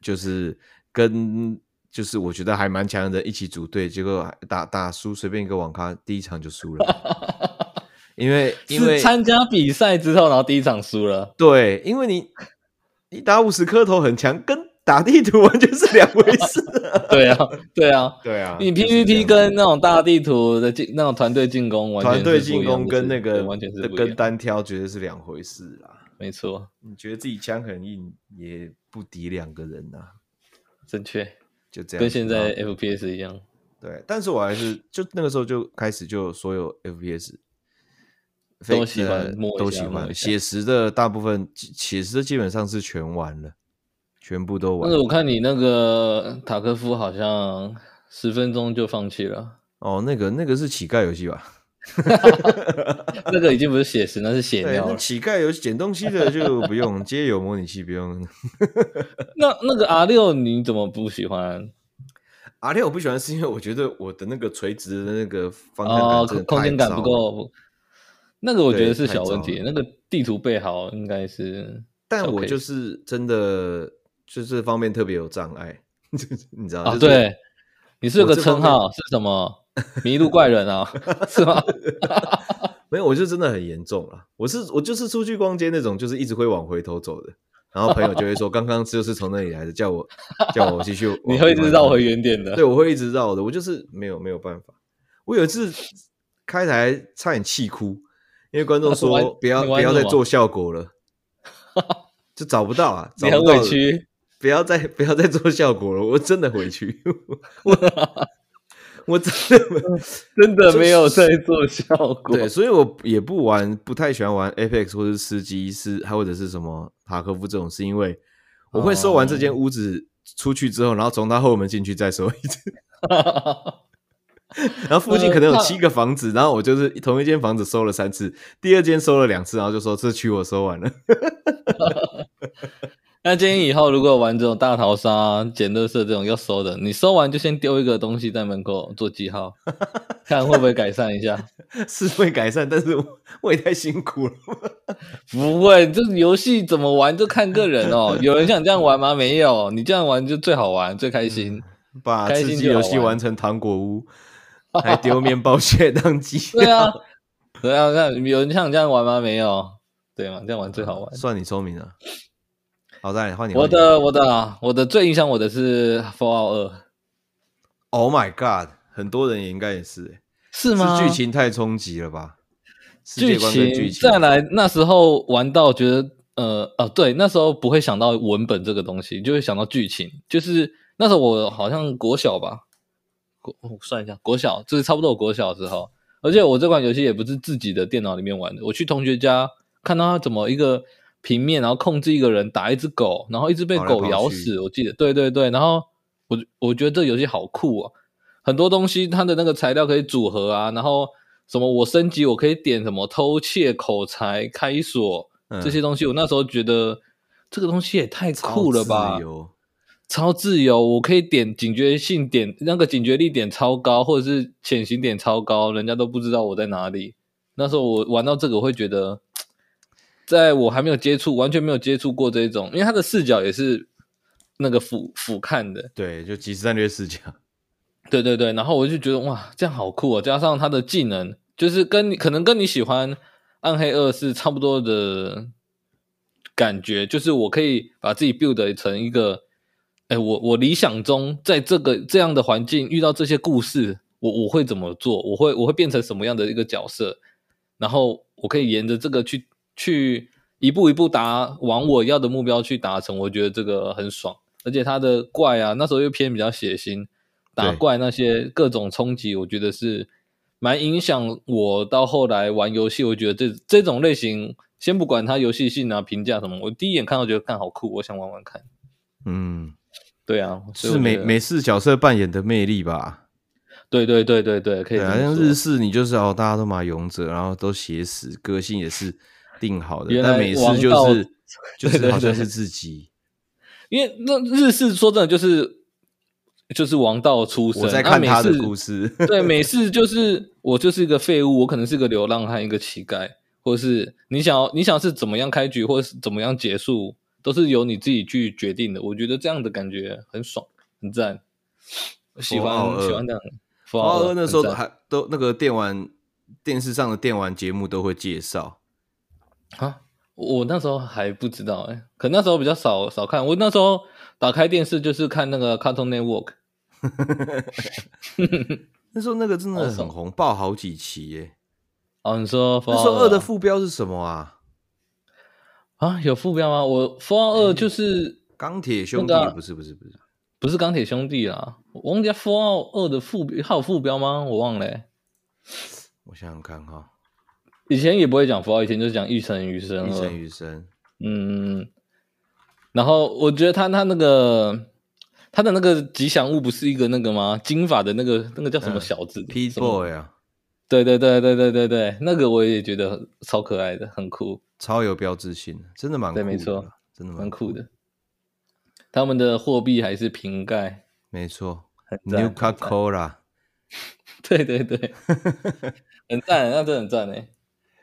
[SPEAKER 2] 就是跟就是我觉得还蛮强的人一起组队，结果打打输，随便一个网咖第一场就输了， 因为因为
[SPEAKER 1] 是参加比赛之后，然后第一场输了。
[SPEAKER 2] 对，因为你你打五十颗头很强，跟打地图完全是两回事。
[SPEAKER 1] 对啊，对啊，
[SPEAKER 2] 对 啊，
[SPEAKER 1] 你
[SPEAKER 2] 就是这样
[SPEAKER 1] PPT 跟那种大地图的进那种团队进攻完全
[SPEAKER 2] 团
[SPEAKER 1] 是
[SPEAKER 2] 队进
[SPEAKER 1] 不一样
[SPEAKER 2] 攻
[SPEAKER 1] 的
[SPEAKER 2] 跟
[SPEAKER 1] 事
[SPEAKER 2] 那
[SPEAKER 1] 对
[SPEAKER 2] 个
[SPEAKER 1] 完全是不一
[SPEAKER 2] 跟
[SPEAKER 1] 样，
[SPEAKER 2] 单挑绝对是两回事啦。
[SPEAKER 1] 没错，
[SPEAKER 2] 你觉得自己枪很硬，也不敌两个人呐、
[SPEAKER 1] 正确，
[SPEAKER 2] 就这样子。啊
[SPEAKER 1] 跟现在
[SPEAKER 2] 然后
[SPEAKER 1] FPS 一样。
[SPEAKER 2] 对，但是我还是就那个时候就开始就所有 FPS
[SPEAKER 1] 都
[SPEAKER 2] 非
[SPEAKER 1] 喜欢
[SPEAKER 2] 呃
[SPEAKER 1] 摸一
[SPEAKER 2] 都
[SPEAKER 1] 下
[SPEAKER 2] 喜
[SPEAKER 1] 摸
[SPEAKER 2] 欢
[SPEAKER 1] 一下
[SPEAKER 2] 写实的大部分写实的基本上是全玩了，全部都玩
[SPEAKER 1] 但是。我看你那个塔科夫好像十分钟就放弃了，
[SPEAKER 2] 哦，那个那个是乞丐游戏吧？
[SPEAKER 1] 那个已经不是写实，那是血
[SPEAKER 2] 对，
[SPEAKER 1] 尿
[SPEAKER 2] 那
[SPEAKER 1] 了。
[SPEAKER 2] 乞丐游戏捡东西的就不用，街友模拟器不用。
[SPEAKER 1] 那那个 R 六你怎么不喜欢？
[SPEAKER 2] 阿六我不喜欢是因为我觉得我的那个垂直的那个方向感
[SPEAKER 1] 哦
[SPEAKER 2] 真的，
[SPEAKER 1] 空间感
[SPEAKER 2] 太糟
[SPEAKER 1] 不
[SPEAKER 2] 了。
[SPEAKER 1] 够。那个我觉
[SPEAKER 2] 对
[SPEAKER 1] 得是
[SPEAKER 2] 太
[SPEAKER 1] 小问
[SPEAKER 2] 糟
[SPEAKER 1] 题，
[SPEAKER 2] 了
[SPEAKER 1] 那个地图备好应该是。
[SPEAKER 2] 但我
[SPEAKER 1] OK
[SPEAKER 2] 就是真的就这方面特别有障碍， 就是你知道
[SPEAKER 1] 啊，，
[SPEAKER 2] 就是
[SPEAKER 1] 对，你是有
[SPEAKER 2] 我
[SPEAKER 1] 个
[SPEAKER 2] 这方
[SPEAKER 1] 称号是什么？迷路怪人啊， 是 吗？
[SPEAKER 2] 没有，我就真的很严重了。我是我就是出去逛街那种，就是一直会往回头走的。然后朋友就会说，刚刚就是从那里来的，叫我叫 我继续往。
[SPEAKER 1] 你会一直绕回
[SPEAKER 2] 原。
[SPEAKER 1] 原点的。
[SPEAKER 2] 对，我会一直绕的。我就是没有没有办法。我有一次开台差点气哭，因为观众
[SPEAKER 1] 你 玩
[SPEAKER 2] 说不要
[SPEAKER 1] 你啊
[SPEAKER 2] 不
[SPEAKER 1] 玩
[SPEAKER 2] 要
[SPEAKER 1] 什
[SPEAKER 2] 再
[SPEAKER 1] 么
[SPEAKER 2] 做效果 了，就找不到啊，找
[SPEAKER 1] 你
[SPEAKER 2] 不
[SPEAKER 1] 很
[SPEAKER 2] 到
[SPEAKER 1] 委
[SPEAKER 2] 了
[SPEAKER 1] 屈，
[SPEAKER 2] 不要再不要再做效果了，我真的回去， 我我真的没
[SPEAKER 1] 真的没有在做效果。
[SPEAKER 2] 对，所以我也不玩，不太喜欢玩 Apex 或者是吃鸡，是还或者是什么塔科夫这种，是因为我会收完这
[SPEAKER 1] 哦
[SPEAKER 2] 间屋子出去之后，然后从它后门进去再收一 次，然后附
[SPEAKER 1] 呃
[SPEAKER 2] 近可能有七个房子，然后我就是同一间房子收了三次，第二间收了两次，然后就说这区我收完了，
[SPEAKER 1] 那建议以后如果玩这种大逃杀、捡垃圾这种要收的，你收完就先丢一个东西在门口做 记号，看会不会改善一下。
[SPEAKER 2] 是会改善，但是我我也太辛苦了。
[SPEAKER 1] 不会，这游戏怎么玩就看个人哦。有人想这样玩吗？没有，你这样玩就最好玩、最开
[SPEAKER 2] 嗯
[SPEAKER 1] 心。
[SPEAKER 2] 把
[SPEAKER 1] 开
[SPEAKER 2] 吃
[SPEAKER 1] 心
[SPEAKER 2] 鸡
[SPEAKER 1] 就好
[SPEAKER 2] 游戏
[SPEAKER 1] 玩
[SPEAKER 2] 完成糖果屋， 还丢面包屑当鸡
[SPEAKER 1] 对啊，对啊，那有人像这样玩吗？没有，对嘛，这样玩最好玩。
[SPEAKER 2] 算你聪明了。啊好，再来换你。
[SPEAKER 1] 我
[SPEAKER 2] 换你
[SPEAKER 1] 的我的啊，我的最影响我的是 Fallout 二，
[SPEAKER 2] ，Oh my God，很多人也应该也是欸，
[SPEAKER 1] 是吗？
[SPEAKER 2] 是剧情太冲击了吧？世
[SPEAKER 1] 剧
[SPEAKER 2] 界观跟
[SPEAKER 1] 情
[SPEAKER 2] 剧情
[SPEAKER 1] 再来，那时候玩到觉得呃啊，对，那时候不会想到文本这个东西，就会想到剧情。就是那时候我好像国小吧，国我算一下，国小就是差不多我国小的时候。而且我这款游戏也不是自己的电脑里面玩的，我去同学家看到他怎么一个平面，然后控制一个人打一只狗，然后一直被
[SPEAKER 2] 跑来
[SPEAKER 1] 狗
[SPEAKER 2] 跑
[SPEAKER 1] 咬
[SPEAKER 2] 去
[SPEAKER 1] 死。我记得，对对对。然后我我觉得这游戏好酷哦，很多东西它的那个材料可以组合啊，然后什么我升级我可以点什么偷窃、口才、开锁
[SPEAKER 2] 嗯
[SPEAKER 1] 这些东西，我那时候觉得这个东西也太
[SPEAKER 2] 超
[SPEAKER 1] 酷了吧
[SPEAKER 2] 自，由
[SPEAKER 1] 超自由，我可以点警觉性点那个警觉力点超高，或者是潜行点超高，人家都不知道我在哪里。那时候我玩到这个，我会觉得，在我还没有接触，完全没有接触过这一种，因为它的视角也是那个俯俯瞰的，
[SPEAKER 2] 对，就即时战略视角。
[SPEAKER 1] 对对对，然后我就觉得哇，这样好酷哦！加上他的技能，就是跟你可能跟你喜欢《暗黑二》是差不多的感觉，就是我可以把自己 build 成一个，哎，我我理想中在这个这样的环境遇到这些故事，我我会怎么做？我会我会变成什么样的一个角色？然后我可以沿着这个去去一步一步达往我要的目标去达成，我觉得这个很爽。而且它的怪啊，那时候又偏比较血腥，打
[SPEAKER 2] 对
[SPEAKER 1] 怪那些各种冲击，我觉得是蛮影响我到后来玩游戏。我觉得这这种类型，先不管它游戏性啊、评价什么，我第一眼看到觉得看好酷，我想玩玩看。
[SPEAKER 2] 嗯，
[SPEAKER 1] 对啊，所以
[SPEAKER 2] 是
[SPEAKER 1] 我觉
[SPEAKER 2] 美
[SPEAKER 1] 得
[SPEAKER 2] 美式角色扮演的魅力吧？
[SPEAKER 1] 对对对对对，可以
[SPEAKER 2] 对
[SPEAKER 1] 这
[SPEAKER 2] 啊，
[SPEAKER 1] 么
[SPEAKER 2] 像
[SPEAKER 1] 说
[SPEAKER 2] 日式你就是哦，大家都嘛勇者，然后都写死，个性也是定好的。
[SPEAKER 1] 原来
[SPEAKER 2] 但美式
[SPEAKER 1] 王
[SPEAKER 2] 就
[SPEAKER 1] 道
[SPEAKER 2] 是就
[SPEAKER 1] 对对
[SPEAKER 2] 是好像
[SPEAKER 1] 对
[SPEAKER 2] 是自己。
[SPEAKER 1] 因为那日式说真的就是就是王道出身，啊
[SPEAKER 2] 我在
[SPEAKER 1] 那
[SPEAKER 2] 看
[SPEAKER 1] 美
[SPEAKER 2] 他的
[SPEAKER 1] 式
[SPEAKER 2] 故事，
[SPEAKER 1] 对，美式就是我就是一个废物，我可能是个流浪汉，一个乞丐，或是你想要你想是怎么样开局，或是怎么样结束，都是由你自己去决定的。我觉得这样的感觉很爽，很赞，喜
[SPEAKER 2] 奥
[SPEAKER 1] 欢
[SPEAKER 2] 二
[SPEAKER 1] 喜欢这样。 福
[SPEAKER 2] 华哦尔那时候
[SPEAKER 1] 很赞
[SPEAKER 2] 还都那个电玩电视上的电玩节目都会介绍，
[SPEAKER 1] 啊，我那时候还不知道哎、可那时候比较少少看，我那时候打开电视就是看那个 Cartoon Network，
[SPEAKER 2] 那时候那个真的
[SPEAKER 1] 好
[SPEAKER 2] 很
[SPEAKER 1] 爽
[SPEAKER 2] 红，爆好几期耶。
[SPEAKER 1] 哦，你说
[SPEAKER 2] 那时候二的
[SPEAKER 1] Fallout
[SPEAKER 2] 副标是什么啊？
[SPEAKER 1] 啊有副标吗？我 Fallout
[SPEAKER 2] 嗯
[SPEAKER 1] 二就是。
[SPEAKER 2] 钢铁兄弟
[SPEAKER 1] 那个啊
[SPEAKER 2] 不是不是不是，
[SPEAKER 1] 不是钢铁兄弟啦，我忘记 Fallout 二的副还有副标吗？我忘了欸、
[SPEAKER 2] 我想想看哈，
[SPEAKER 1] 以前也不会讲 Fallout，以前就是讲一城余生
[SPEAKER 2] 一
[SPEAKER 1] 了
[SPEAKER 2] 生。余生，
[SPEAKER 1] 嗯，然后我觉得他他那个他的那个吉祥物不是一个那个吗？金发的那个那个叫什么
[SPEAKER 2] 嗯
[SPEAKER 1] 小子、
[SPEAKER 2] P
[SPEAKER 1] 什么
[SPEAKER 2] Boy 啊，
[SPEAKER 1] 对对对对对对对，那个我也觉得很超可爱的，很酷，
[SPEAKER 2] 超有标志性的，真的蛮酷
[SPEAKER 1] 对
[SPEAKER 2] 的啦，
[SPEAKER 1] 没错
[SPEAKER 2] 真的
[SPEAKER 1] 蛮
[SPEAKER 2] 蛮
[SPEAKER 1] 酷的。他们的货币还是瓶盖，
[SPEAKER 2] 没错
[SPEAKER 1] 很赞
[SPEAKER 2] ，New Coca-Cola。
[SPEAKER 1] 对 对对，很赞，那真的很赞哎。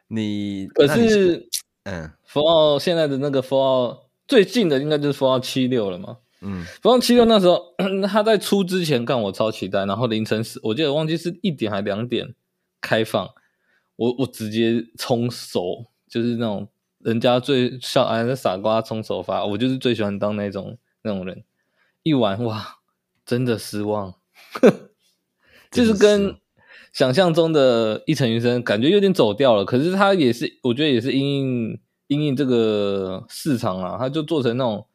[SPEAKER 2] 你
[SPEAKER 1] 可
[SPEAKER 2] 那你
[SPEAKER 1] 是
[SPEAKER 2] 嗯
[SPEAKER 1] Fallout 现在的那个 Fallout 最近的应该就是 Fallout 七六了嘛。
[SPEAKER 2] 嗯，
[SPEAKER 1] Fallout 七六那时候 它在出之前，干我超期待，然后凌晨四，我记得忘记是一点还两点开放，我我直接冲手，就是那种人家最像哎那傻瓜冲首发，我就是最喜欢当那种那种人。一玩哇，真的失望， 就
[SPEAKER 2] 真的失
[SPEAKER 1] 是
[SPEAKER 2] 啊
[SPEAKER 1] 跟
[SPEAKER 2] 望
[SPEAKER 1] 想象中的一城余生感觉有点走掉了。可是它也是，我觉得也是因应因应这个市场啊，它就做成那种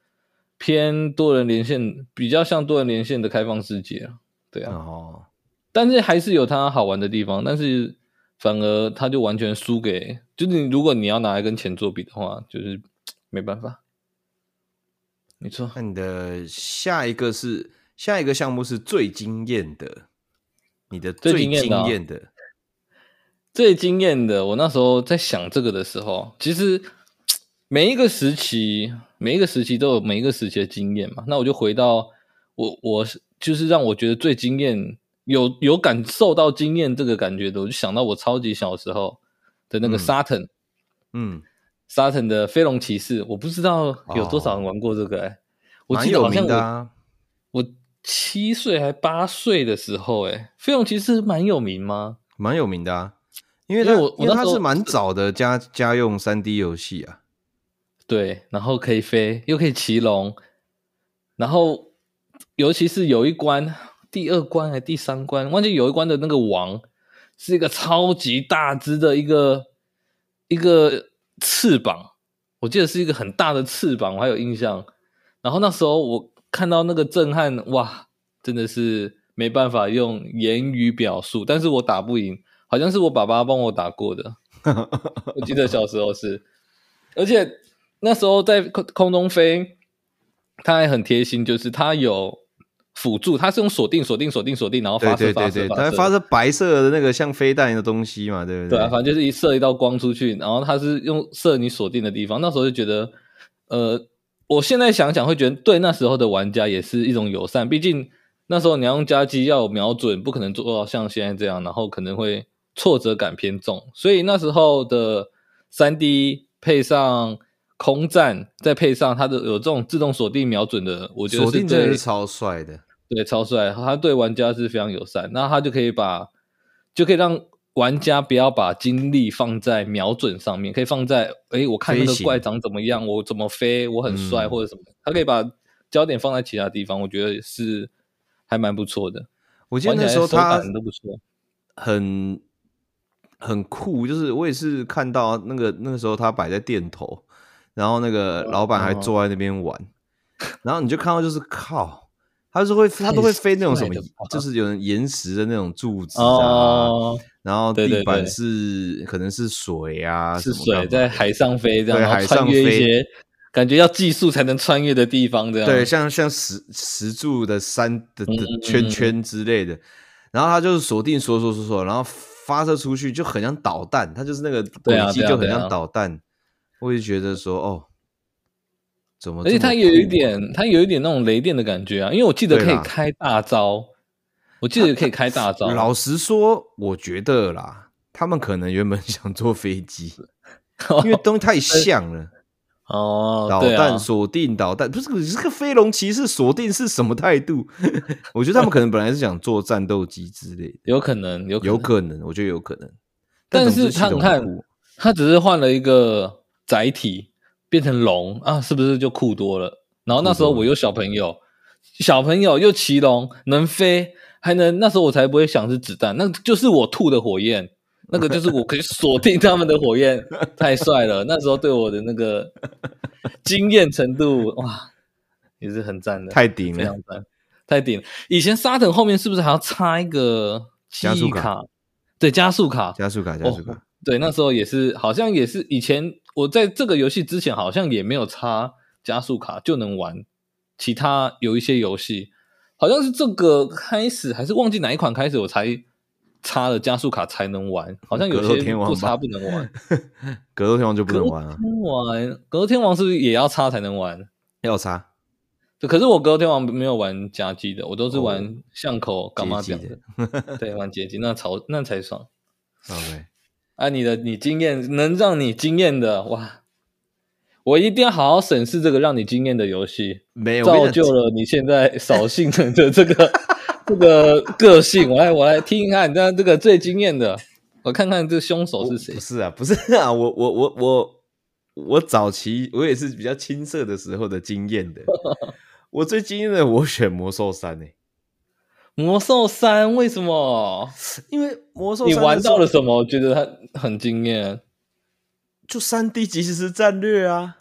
[SPEAKER 1] 偏多人连线，比较像多人连线的开放世界啊。对啊，
[SPEAKER 2] 哦，
[SPEAKER 1] 但是还是有它好玩的地方，但是反而它就完全输给，就是你如果你要拿来跟钱做比的话，就是没办法。没错，
[SPEAKER 2] 那你的下一个是下一个项目是最惊艳的，你的
[SPEAKER 1] 最
[SPEAKER 2] 最
[SPEAKER 1] 惊艳的啊
[SPEAKER 2] 惊艳的，
[SPEAKER 1] 最惊艳的，我那时候在想这个的时候，其实每一个时期，每一个时期都有每一个时期的经验嘛。那我就回到我，我是就是让我觉得最惊艳，有有感受到惊艳这个感觉的，我就想到我超级小时候的那个
[SPEAKER 2] 嗯
[SPEAKER 1] Saturn、
[SPEAKER 2] 嗯，
[SPEAKER 1] 沙腾的飞龙骑士，我不知道有多少人玩过这个、欸。我
[SPEAKER 2] 哦蛮
[SPEAKER 1] 记得
[SPEAKER 2] 有
[SPEAKER 1] 好
[SPEAKER 2] 名
[SPEAKER 1] 像我、
[SPEAKER 2] 的啊，
[SPEAKER 1] 我七岁还八岁的时候、欸，飞龙骑士蛮有名吗？
[SPEAKER 2] 蛮有名的啊，因为
[SPEAKER 1] 因
[SPEAKER 2] 它
[SPEAKER 1] 为我我
[SPEAKER 2] 因为
[SPEAKER 1] 那
[SPEAKER 2] 它
[SPEAKER 1] 时候
[SPEAKER 2] 是蛮早的家家用三 D 游戏啊，
[SPEAKER 1] 对，然后可以飞，又可以骑龙，然后尤其是有一关，第二关还是第三关，忘记有一关的那个王是一个超级大只的一个一个翅膀，我记得是一个很大的翅膀，我还有印象。然后那时候我看到那个震撼，哇，真的是没办法用言语表述，但是我打不赢，好像是我爸爸帮我打 过的。我记得小时候是，而且那时候在空空中飞，他还很贴心，就是他有辅助，他是用锁定、锁定、锁定、锁定，然后
[SPEAKER 2] 对
[SPEAKER 1] 发射、
[SPEAKER 2] 对
[SPEAKER 1] 哦
[SPEAKER 2] 对
[SPEAKER 1] 发
[SPEAKER 2] 对，
[SPEAKER 1] 射、发
[SPEAKER 2] 它
[SPEAKER 1] 射、
[SPEAKER 2] 发射白色的那个像飞弹的东西嘛，对不
[SPEAKER 1] 对啊，
[SPEAKER 2] 对？
[SPEAKER 1] 反正就是一射一道光出去，然后它是用射你锁定的地方。那时候就觉得，呃，我现在想想会觉得对那时候的玩家也是一种友善，毕竟那时候你要用加机要有瞄准，不可能做到像现在这样，然后可能会挫折感偏重。所以那时候的三 D 配上空战，再配上它的有这种自动锁定瞄准的，我觉得
[SPEAKER 2] 锁
[SPEAKER 1] 是
[SPEAKER 2] 定真的
[SPEAKER 1] 对
[SPEAKER 2] 是超帅的，
[SPEAKER 1] 对，超帅，他对玩家是非常友善，那他就可以把就可以让玩家不要把精力放在瞄准上面，可以放在诶，我看那
[SPEAKER 2] 飞
[SPEAKER 1] 个
[SPEAKER 2] 行
[SPEAKER 1] 怪长怎么样，我怎么飞，我很帅、
[SPEAKER 2] 嗯
[SPEAKER 1] 或者什么，他可以把焦点放在其他地方，我觉得是还蛮不错的。
[SPEAKER 2] 我记得
[SPEAKER 1] 玩起
[SPEAKER 2] 那
[SPEAKER 1] 来
[SPEAKER 2] 时候
[SPEAKER 1] 手
[SPEAKER 2] 它
[SPEAKER 1] 感都不错，
[SPEAKER 2] 很很酷，就是我也是看到那个那个时候他摆在店头，然后那
[SPEAKER 1] 哦
[SPEAKER 2] 个老板还坐在那边玩，然后你就看到就是靠，他是会他都会飞那种什么
[SPEAKER 1] 太帅了吧，
[SPEAKER 2] 就是有人岩石的那种柱子啊，
[SPEAKER 1] 哦，
[SPEAKER 2] 然后
[SPEAKER 1] 对
[SPEAKER 2] 地
[SPEAKER 1] 对
[SPEAKER 2] 板
[SPEAKER 1] 对
[SPEAKER 2] 是可能是水啊，
[SPEAKER 1] 是
[SPEAKER 2] 什么干
[SPEAKER 1] 水
[SPEAKER 2] 嘛
[SPEAKER 1] 在海上飞这样，
[SPEAKER 2] 对
[SPEAKER 1] 然
[SPEAKER 2] 海
[SPEAKER 1] 后穿
[SPEAKER 2] 上
[SPEAKER 1] 越一
[SPEAKER 2] 飞
[SPEAKER 1] 些感觉要技术才能穿越的地方，这样
[SPEAKER 2] 对，像像石石柱的山的的
[SPEAKER 1] 嗯
[SPEAKER 2] 圈圈之类的，然后它就是锁定锁锁锁锁，然后发射出去就很像导弹，它就是那个
[SPEAKER 1] 对
[SPEAKER 2] 轨
[SPEAKER 1] 啊
[SPEAKER 2] 迹
[SPEAKER 1] 对啊
[SPEAKER 2] 就很
[SPEAKER 1] 对啊
[SPEAKER 2] 像导弹。我就觉得说，哦，怎么这
[SPEAKER 1] 而
[SPEAKER 2] 么酷啊？
[SPEAKER 1] 且它有一点，它有一点那种雷电的感觉啊，因为我记得
[SPEAKER 2] 对
[SPEAKER 1] 可以
[SPEAKER 2] 啦
[SPEAKER 1] 开大招，我记得可以开大 招。
[SPEAKER 2] 老实说，我觉得啦，他们可能原本 想坐飞 机，因为东西太像了。
[SPEAKER 1] 哦，
[SPEAKER 2] 导
[SPEAKER 1] 对啊
[SPEAKER 2] 弹，锁定导弹，不是这个飞龙骑士锁定是什么态度？ 我觉得他们可能本来是想做战斗机之类的，
[SPEAKER 1] 有可能，有可
[SPEAKER 2] 有
[SPEAKER 1] 能，
[SPEAKER 2] 可能，我觉得有可能。
[SPEAKER 1] 但
[SPEAKER 2] 总之
[SPEAKER 1] 是
[SPEAKER 2] 系
[SPEAKER 1] 他
[SPEAKER 2] 统
[SPEAKER 1] 看
[SPEAKER 2] 很酷
[SPEAKER 1] 它只是换了一个载体，变成龙啊，是不是就酷多了？然后那时候
[SPEAKER 2] 酷多
[SPEAKER 1] 我
[SPEAKER 2] 了
[SPEAKER 1] 有小朋友，小朋友又骑龙，能飞，还能那时候我才不会想是子弹，那就是我吐的火焰，那个就是我可以锁定他们的火 焰，太帅了！那时候对我的那个惊艳程度，哇，也是很赞的，
[SPEAKER 2] 太顶
[SPEAKER 1] 非
[SPEAKER 2] 了
[SPEAKER 1] 常，赞，太顶了！以前沙腾后面是不是还要插一个记
[SPEAKER 2] 加速
[SPEAKER 1] 忆
[SPEAKER 2] 卡
[SPEAKER 1] 卡？对，加速卡，
[SPEAKER 2] 加速卡，
[SPEAKER 1] 哦
[SPEAKER 2] 加速卡，
[SPEAKER 1] 对，那时候也是，好像也是以前我在这个游戏之前好像也没有插加速卡就能玩，其他有一些游戏好像是这个开始还是忘记哪一款开始我才插了加速卡才能玩，好像有
[SPEAKER 2] 格斗
[SPEAKER 1] 些
[SPEAKER 2] 天王
[SPEAKER 1] 不
[SPEAKER 2] 吧
[SPEAKER 1] 插不能玩。
[SPEAKER 2] 格斗天王就 不
[SPEAKER 1] 格
[SPEAKER 2] 能
[SPEAKER 1] 斗
[SPEAKER 2] 玩啊，
[SPEAKER 1] 天王，格斗天王是不是也要插才能玩？
[SPEAKER 2] 要插
[SPEAKER 1] 对，可是我格斗天王没有玩夹击的，我都是
[SPEAKER 2] 哦
[SPEAKER 1] 玩巷口干嘛
[SPEAKER 2] 街
[SPEAKER 1] 讲
[SPEAKER 2] 机的
[SPEAKER 1] 的，对，玩街机那超那才爽。
[SPEAKER 2] OK，
[SPEAKER 1] 啊，你的你经验能让你惊艳的哇！我一定要好好审视这个让你惊艳的游戏，
[SPEAKER 2] 没有
[SPEAKER 1] 造就了你现在扫兴的这这个这个个性。我来我来听一下你的这个最惊艳的，我看看这凶手
[SPEAKER 2] 我
[SPEAKER 1] 是谁
[SPEAKER 2] 不。是啊，不是啊，我我我我我早期我也是比较青涩的时候的经验 的。我最惊艳的，我选魔兽三欸诶、
[SPEAKER 1] 魔兽三为什么？
[SPEAKER 2] 因为魔兽
[SPEAKER 1] 你
[SPEAKER 2] 三
[SPEAKER 1] 玩到了
[SPEAKER 2] 的时
[SPEAKER 1] 什么？我觉得它很惊艳。
[SPEAKER 2] 候就三 D 即时战略啊，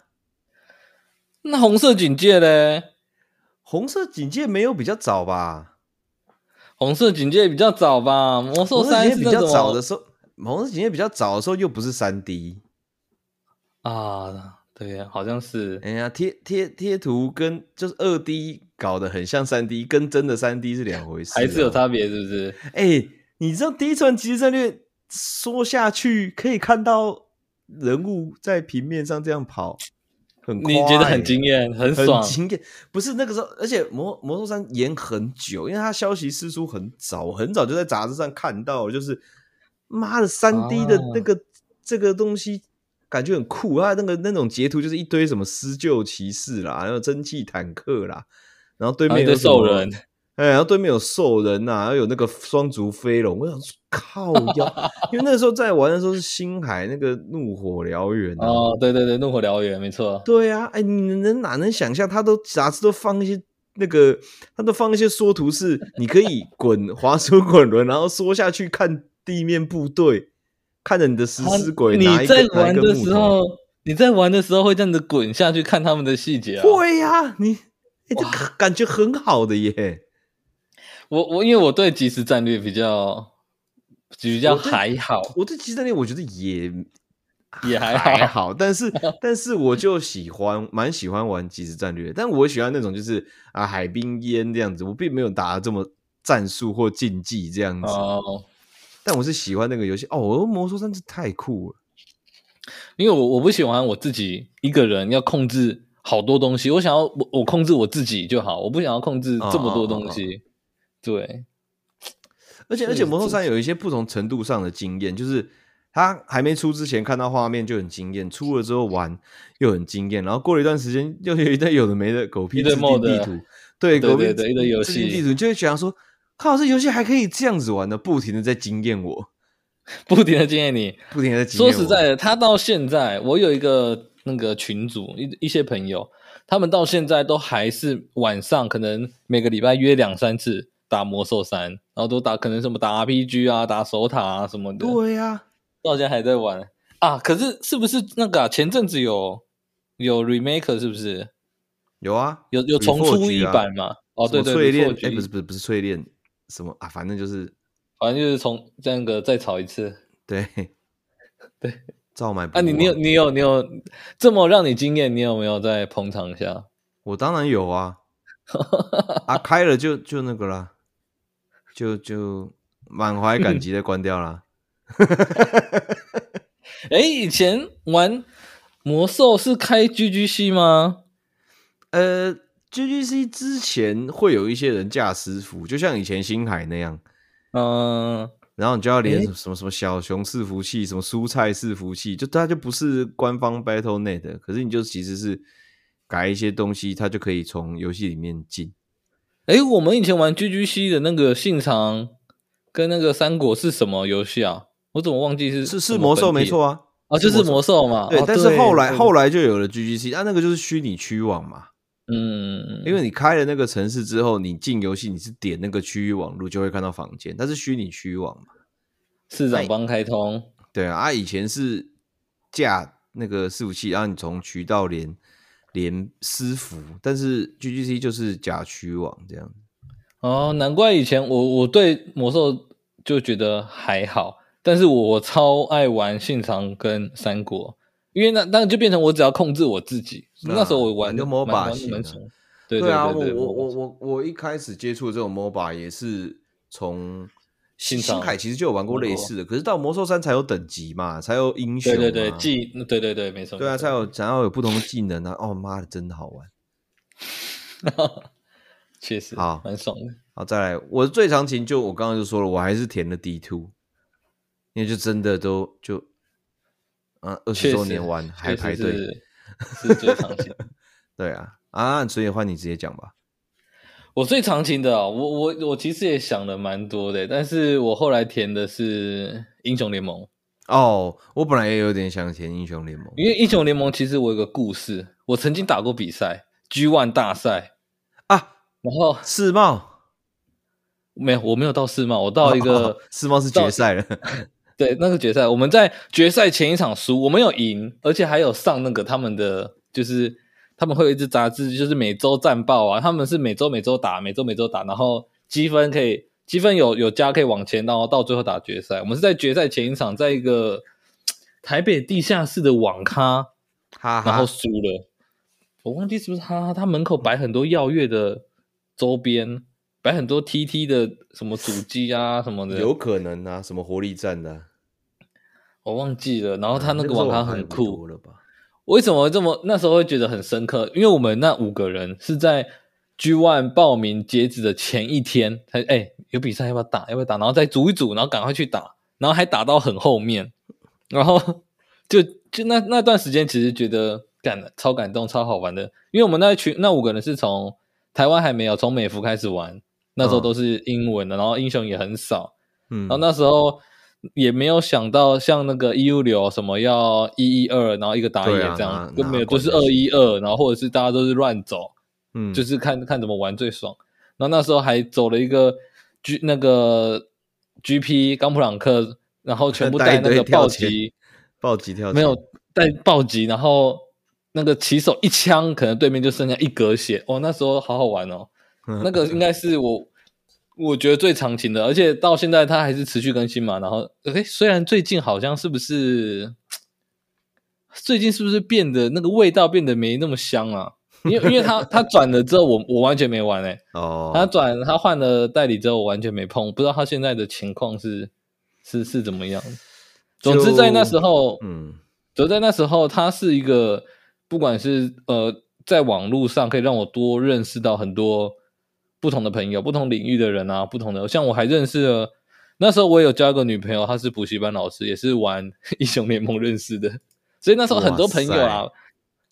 [SPEAKER 1] 那红色警戒嘞？
[SPEAKER 2] 红色警戒没有比较早吧？
[SPEAKER 1] 红色警戒比较早吧？魔兽
[SPEAKER 2] 红色
[SPEAKER 1] 三
[SPEAKER 2] 警戒
[SPEAKER 1] 是
[SPEAKER 2] 比
[SPEAKER 1] 那
[SPEAKER 2] 较
[SPEAKER 1] 种
[SPEAKER 2] 早的时候，红色警戒比较早的时候又不是三 D，
[SPEAKER 1] 啊，对呀，好像是。
[SPEAKER 2] 哎呀，贴贴贴图跟就是二 D 搞得很像三 D，跟真的三 D 是两回事、啊，
[SPEAKER 1] 还是有差别，是不是？
[SPEAKER 2] 哎、你知道第一层即时战略说下去，可以看到人物在平面上这样跑，很
[SPEAKER 1] 你觉得很
[SPEAKER 2] 惊
[SPEAKER 1] 惊艳，很
[SPEAKER 2] 很
[SPEAKER 1] 爽，
[SPEAKER 2] 惊艳？不是那个时候，而且魔魔兽三延很久，因为它消息释出很早，我很早就在杂志上看到，就是妈的三 D 的
[SPEAKER 1] 啊
[SPEAKER 2] 那个、这个东西。感觉很酷啊！它那个那种截图就是一堆什么施救骑士啦，然后蒸汽坦克啦，然后对
[SPEAKER 1] 然后
[SPEAKER 2] 面
[SPEAKER 1] 一
[SPEAKER 2] 有
[SPEAKER 1] 堆
[SPEAKER 2] 什么
[SPEAKER 1] 兽人，
[SPEAKER 2] 哎，然后对面有兽人呐、然后有那个双足飞龙，我想说靠 腰，因为那时候在玩的时候是星海那个怒火燎原啊，
[SPEAKER 1] 哦，对对对，怒火燎原，没错，
[SPEAKER 2] 对啊，哎，你能哪能想象，他都杂志都放一些那个，他都放一些缩图是你可 以滚滑鼠滚轮，然后缩下去看地面部队，看着你的食尸鬼
[SPEAKER 1] 哦你
[SPEAKER 2] 拿一
[SPEAKER 1] 在
[SPEAKER 2] 个拿
[SPEAKER 1] 玩
[SPEAKER 2] 一个
[SPEAKER 1] 的
[SPEAKER 2] 木
[SPEAKER 1] 时
[SPEAKER 2] 头，
[SPEAKER 1] 候，你在玩的时候会这样子滚下去看他们的细节啊。
[SPEAKER 2] 会呀、你哎，这个感觉很好的耶。
[SPEAKER 1] 我我因为我对即时战略比较比较
[SPEAKER 2] 我对
[SPEAKER 1] 还好，
[SPEAKER 2] 我对激战力我觉得也
[SPEAKER 1] 也还好
[SPEAKER 2] 还好，但 是但是我就喜欢蛮喜欢玩即时战略，但我喜欢那种就是啊海滨烟这样子，我并没有打得这么战术或竞技这样子，
[SPEAKER 1] 哦，
[SPEAKER 2] 但我是喜欢那个游戏哦，我魔兽三是太酷了，
[SPEAKER 1] 因为我我不喜欢我自己一个人要控制好多东西，我想要我我控制我自己就好，我不想要控制这
[SPEAKER 2] 哦
[SPEAKER 1] 么多东西。对，
[SPEAKER 2] 而且
[SPEAKER 1] 是
[SPEAKER 2] 而且魔兽三有一些不同程度上的惊艳，就是。它还没出之前看到画面就很惊艳，出了之后玩又很惊艳，然后过了一段时间又有一堆有的没的狗屁
[SPEAKER 1] 一堆
[SPEAKER 2] 自定
[SPEAKER 1] mod
[SPEAKER 2] 地图，对
[SPEAKER 1] 对
[SPEAKER 2] 狗屁
[SPEAKER 1] 对对一堆游
[SPEAKER 2] 自定
[SPEAKER 1] 戏
[SPEAKER 2] 地图，就会想说，靠，这游戏还可以这样子玩的，不停的在惊艳我。
[SPEAKER 1] 不停的建议你，
[SPEAKER 2] 不停的在
[SPEAKER 1] 说实在的，他到现在，我有一个那个群组，一一些朋友，他们到现在都还是晚上可能每个礼拜约两三次打魔兽三，然后都打可能什么打 RPG 啊、打守塔啊什么的，
[SPEAKER 2] 对呀、
[SPEAKER 1] 到现在还在玩啊。可是是不是那个啊、前阵子有有 remake 是不是
[SPEAKER 2] 有啊，
[SPEAKER 1] 有有重出一版嘛？哦，
[SPEAKER 2] 什么
[SPEAKER 1] 对对，
[SPEAKER 2] 淬炼，
[SPEAKER 1] reforge
[SPEAKER 2] 哎、不是不是不是淬炼，什么啊，反正就是
[SPEAKER 1] 反正就是从这样个再炒一次。
[SPEAKER 2] 对
[SPEAKER 1] 对，
[SPEAKER 2] 照买不误
[SPEAKER 1] 啊，你你有你有你有这么让你惊艳，你有没有再捧场一下？
[SPEAKER 2] 我当然有 啊，啊开了就就那个啦，就就满怀
[SPEAKER 1] 嗯
[SPEAKER 2] 感激的关掉啦。
[SPEAKER 1] 哎，以前玩魔兽是开 GGC 吗？
[SPEAKER 2] 呃，GGC 之前会有一些人架师傅，就像以前星海那样，
[SPEAKER 1] 嗯、
[SPEAKER 2] 然后你就要连
[SPEAKER 1] 诶
[SPEAKER 2] 什么什么什么小熊伺服器、什么蔬菜伺服器，就它就不是官方 BattleNet，的可是你就其实是改一些东西，它就可以从游戏里面进。
[SPEAKER 1] 诶，哎我们以前玩 GGC 的那个信长跟那个三国是什么游戏啊？我怎么忘记是
[SPEAKER 2] 是
[SPEAKER 1] 什
[SPEAKER 2] 是
[SPEAKER 1] 么
[SPEAKER 2] 魔兽
[SPEAKER 1] 本
[SPEAKER 2] 没
[SPEAKER 1] 体
[SPEAKER 2] 错啊，
[SPEAKER 1] 啊，就是魔兽嘛。
[SPEAKER 2] 对
[SPEAKER 1] 哦，
[SPEAKER 2] 但是后来
[SPEAKER 1] 对
[SPEAKER 2] 后来就有了 GGC，那那啊个就是虚拟区网嘛，
[SPEAKER 1] 嗯，
[SPEAKER 2] 因为你开了那个城市之后，你进游戏你是点那个区域网络就会看到房间，它是虚拟区域网嘛。
[SPEAKER 1] 市
[SPEAKER 2] 哎
[SPEAKER 1] 长帮开通，
[SPEAKER 2] 对啊，啊以前是架那个伺服器，然后你从渠道连连私服，但是 GGC 就是假区网这样。
[SPEAKER 1] 哦，难怪以前我我对魔兽就觉得还好，但是我超爱玩信长跟三国，因为那那就变成我只要控制我自己。
[SPEAKER 2] 啊
[SPEAKER 1] 那时候我玩
[SPEAKER 2] 你就
[SPEAKER 1] 蛮
[SPEAKER 2] MOBA
[SPEAKER 1] 玩得
[SPEAKER 2] 型
[SPEAKER 1] 蛮
[SPEAKER 2] 的
[SPEAKER 1] 爽对
[SPEAKER 2] 啊，我
[SPEAKER 1] 对，
[SPEAKER 2] 我我
[SPEAKER 1] MOBA
[SPEAKER 2] 我我一开始接触的这种 MOBA 也是从
[SPEAKER 1] 信
[SPEAKER 2] 星
[SPEAKER 1] 长
[SPEAKER 2] 海其实就有玩过类似的，可是到魔兽三才有等级嘛，才有英雄、
[SPEAKER 1] 对
[SPEAKER 2] 啊，
[SPEAKER 1] 对对技对对对没错，
[SPEAKER 2] 对啊，
[SPEAKER 1] 没错
[SPEAKER 2] 才有才要有不同的技能啊！哦妈的，真的好玩。
[SPEAKER 1] 确实
[SPEAKER 2] 好
[SPEAKER 1] 蛮爽的。
[SPEAKER 2] 好，再来，我最长情就我刚刚就说了，我还是填了 D two，因为就真的都就，啊，二十
[SPEAKER 1] 确
[SPEAKER 2] 周
[SPEAKER 1] 实
[SPEAKER 2] 年完还
[SPEAKER 1] 确
[SPEAKER 2] 排
[SPEAKER 1] 实
[SPEAKER 2] 队，
[SPEAKER 1] 是是最 常情。
[SPEAKER 2] 对啊，啊，所以换你直接讲吧。
[SPEAKER 1] 我最常情的、啊，我我我其实也想了蛮多的，但是我后来填的是英雄联盟，
[SPEAKER 2] 哦，我本来也有点想填英雄联盟，
[SPEAKER 1] 因为英雄联盟其实我有个故事，我曾经打过比赛 G One 大赛，
[SPEAKER 2] 啊，
[SPEAKER 1] 然后
[SPEAKER 2] 世贸
[SPEAKER 1] 没有我没有到世贸，我到一个、
[SPEAKER 2] 哦世贸是决赛了，
[SPEAKER 1] 对那个决赛，我们在决赛前一场输，我们有赢，而且还有上那个他们的就是他们会有一支杂志，就是每周战报啊，他们是每周每周打，每周每周打，然后积分可以积分有有加可以往前，然后到最后打决赛。我们是在决赛前一场，在一个嘖台北地下室的网咖，
[SPEAKER 2] 哈
[SPEAKER 1] 然
[SPEAKER 2] 哈，
[SPEAKER 1] 后输了。我忘记是不是他，他门口摆很多耀月的周边，摆很多 TT 的什么主机啊什么的，
[SPEAKER 2] 有可能啊，什么活力战的啊，
[SPEAKER 1] 我忘记了。然后他那
[SPEAKER 2] 嗯
[SPEAKER 1] 个
[SPEAKER 2] 时候
[SPEAKER 1] 网咖
[SPEAKER 2] 我还
[SPEAKER 1] 很
[SPEAKER 2] 蛮
[SPEAKER 1] 酷，
[SPEAKER 2] 多了吧？
[SPEAKER 1] 为什么这么那时候会觉得很深刻？因为我们那五个人是在 G One 报名截止的前一天，才哎、有比赛要不要打？要不要打？然后再组一组，然后赶快去打，然后还打到很后面，然后 就就那那段时间其实觉得感超感动、超好玩的，因为我们那一群那五个人是从台湾还没有从美服开始玩，那时候
[SPEAKER 2] 嗯
[SPEAKER 1] 都是英文的，然后英雄也很少，
[SPEAKER 2] 嗯，
[SPEAKER 1] 然后那时候也没有想到像那个 EU 流什么要一一二，然后一个打野
[SPEAKER 2] 对啊
[SPEAKER 1] 这样，
[SPEAKER 2] 哪
[SPEAKER 1] 都没有，
[SPEAKER 2] 哪管
[SPEAKER 1] 就是
[SPEAKER 2] 这
[SPEAKER 1] 二
[SPEAKER 2] 些
[SPEAKER 1] 一二，然后或者是大家都是乱走，
[SPEAKER 2] 嗯
[SPEAKER 1] 就是看看怎么玩最爽。然后那时候还走了一个 G 那个 GP 冈普朗克，然后全部
[SPEAKER 2] 带一
[SPEAKER 1] 带那
[SPEAKER 2] 堆
[SPEAKER 1] 个
[SPEAKER 2] 跳
[SPEAKER 1] 暴
[SPEAKER 2] 钱
[SPEAKER 1] 击，
[SPEAKER 2] 暴击跳
[SPEAKER 1] 没有
[SPEAKER 2] 起
[SPEAKER 1] 带暴击，然后那个起手一枪，可能对面就剩下一格血。哦，那时候好好玩哦。
[SPEAKER 2] 来，
[SPEAKER 1] 那个应该是我我觉得最长情的，而且到现在它还是持续更新嘛。然后，诶，虽然最近好像是不是最近是不是变得那个味道变得没那么香啊？因为因 为它它转了之后我，我完全没玩诶、
[SPEAKER 2] 哦，
[SPEAKER 1] 它转它换了代理之后，我完全没碰，不知道它现在的情况是是是怎么样。总之，在那时候，
[SPEAKER 2] 嗯，
[SPEAKER 1] 就在那时候，它是一个不管是呃，在网络上可以让我多认识到很多不同的朋友、不同领域的人啊，不同的像我还认识了。那时候我有交一个女朋友，她是补习班老师，也是玩 英雄联盟认识的，所以那时候很多朋友
[SPEAKER 2] 哇
[SPEAKER 1] 啊，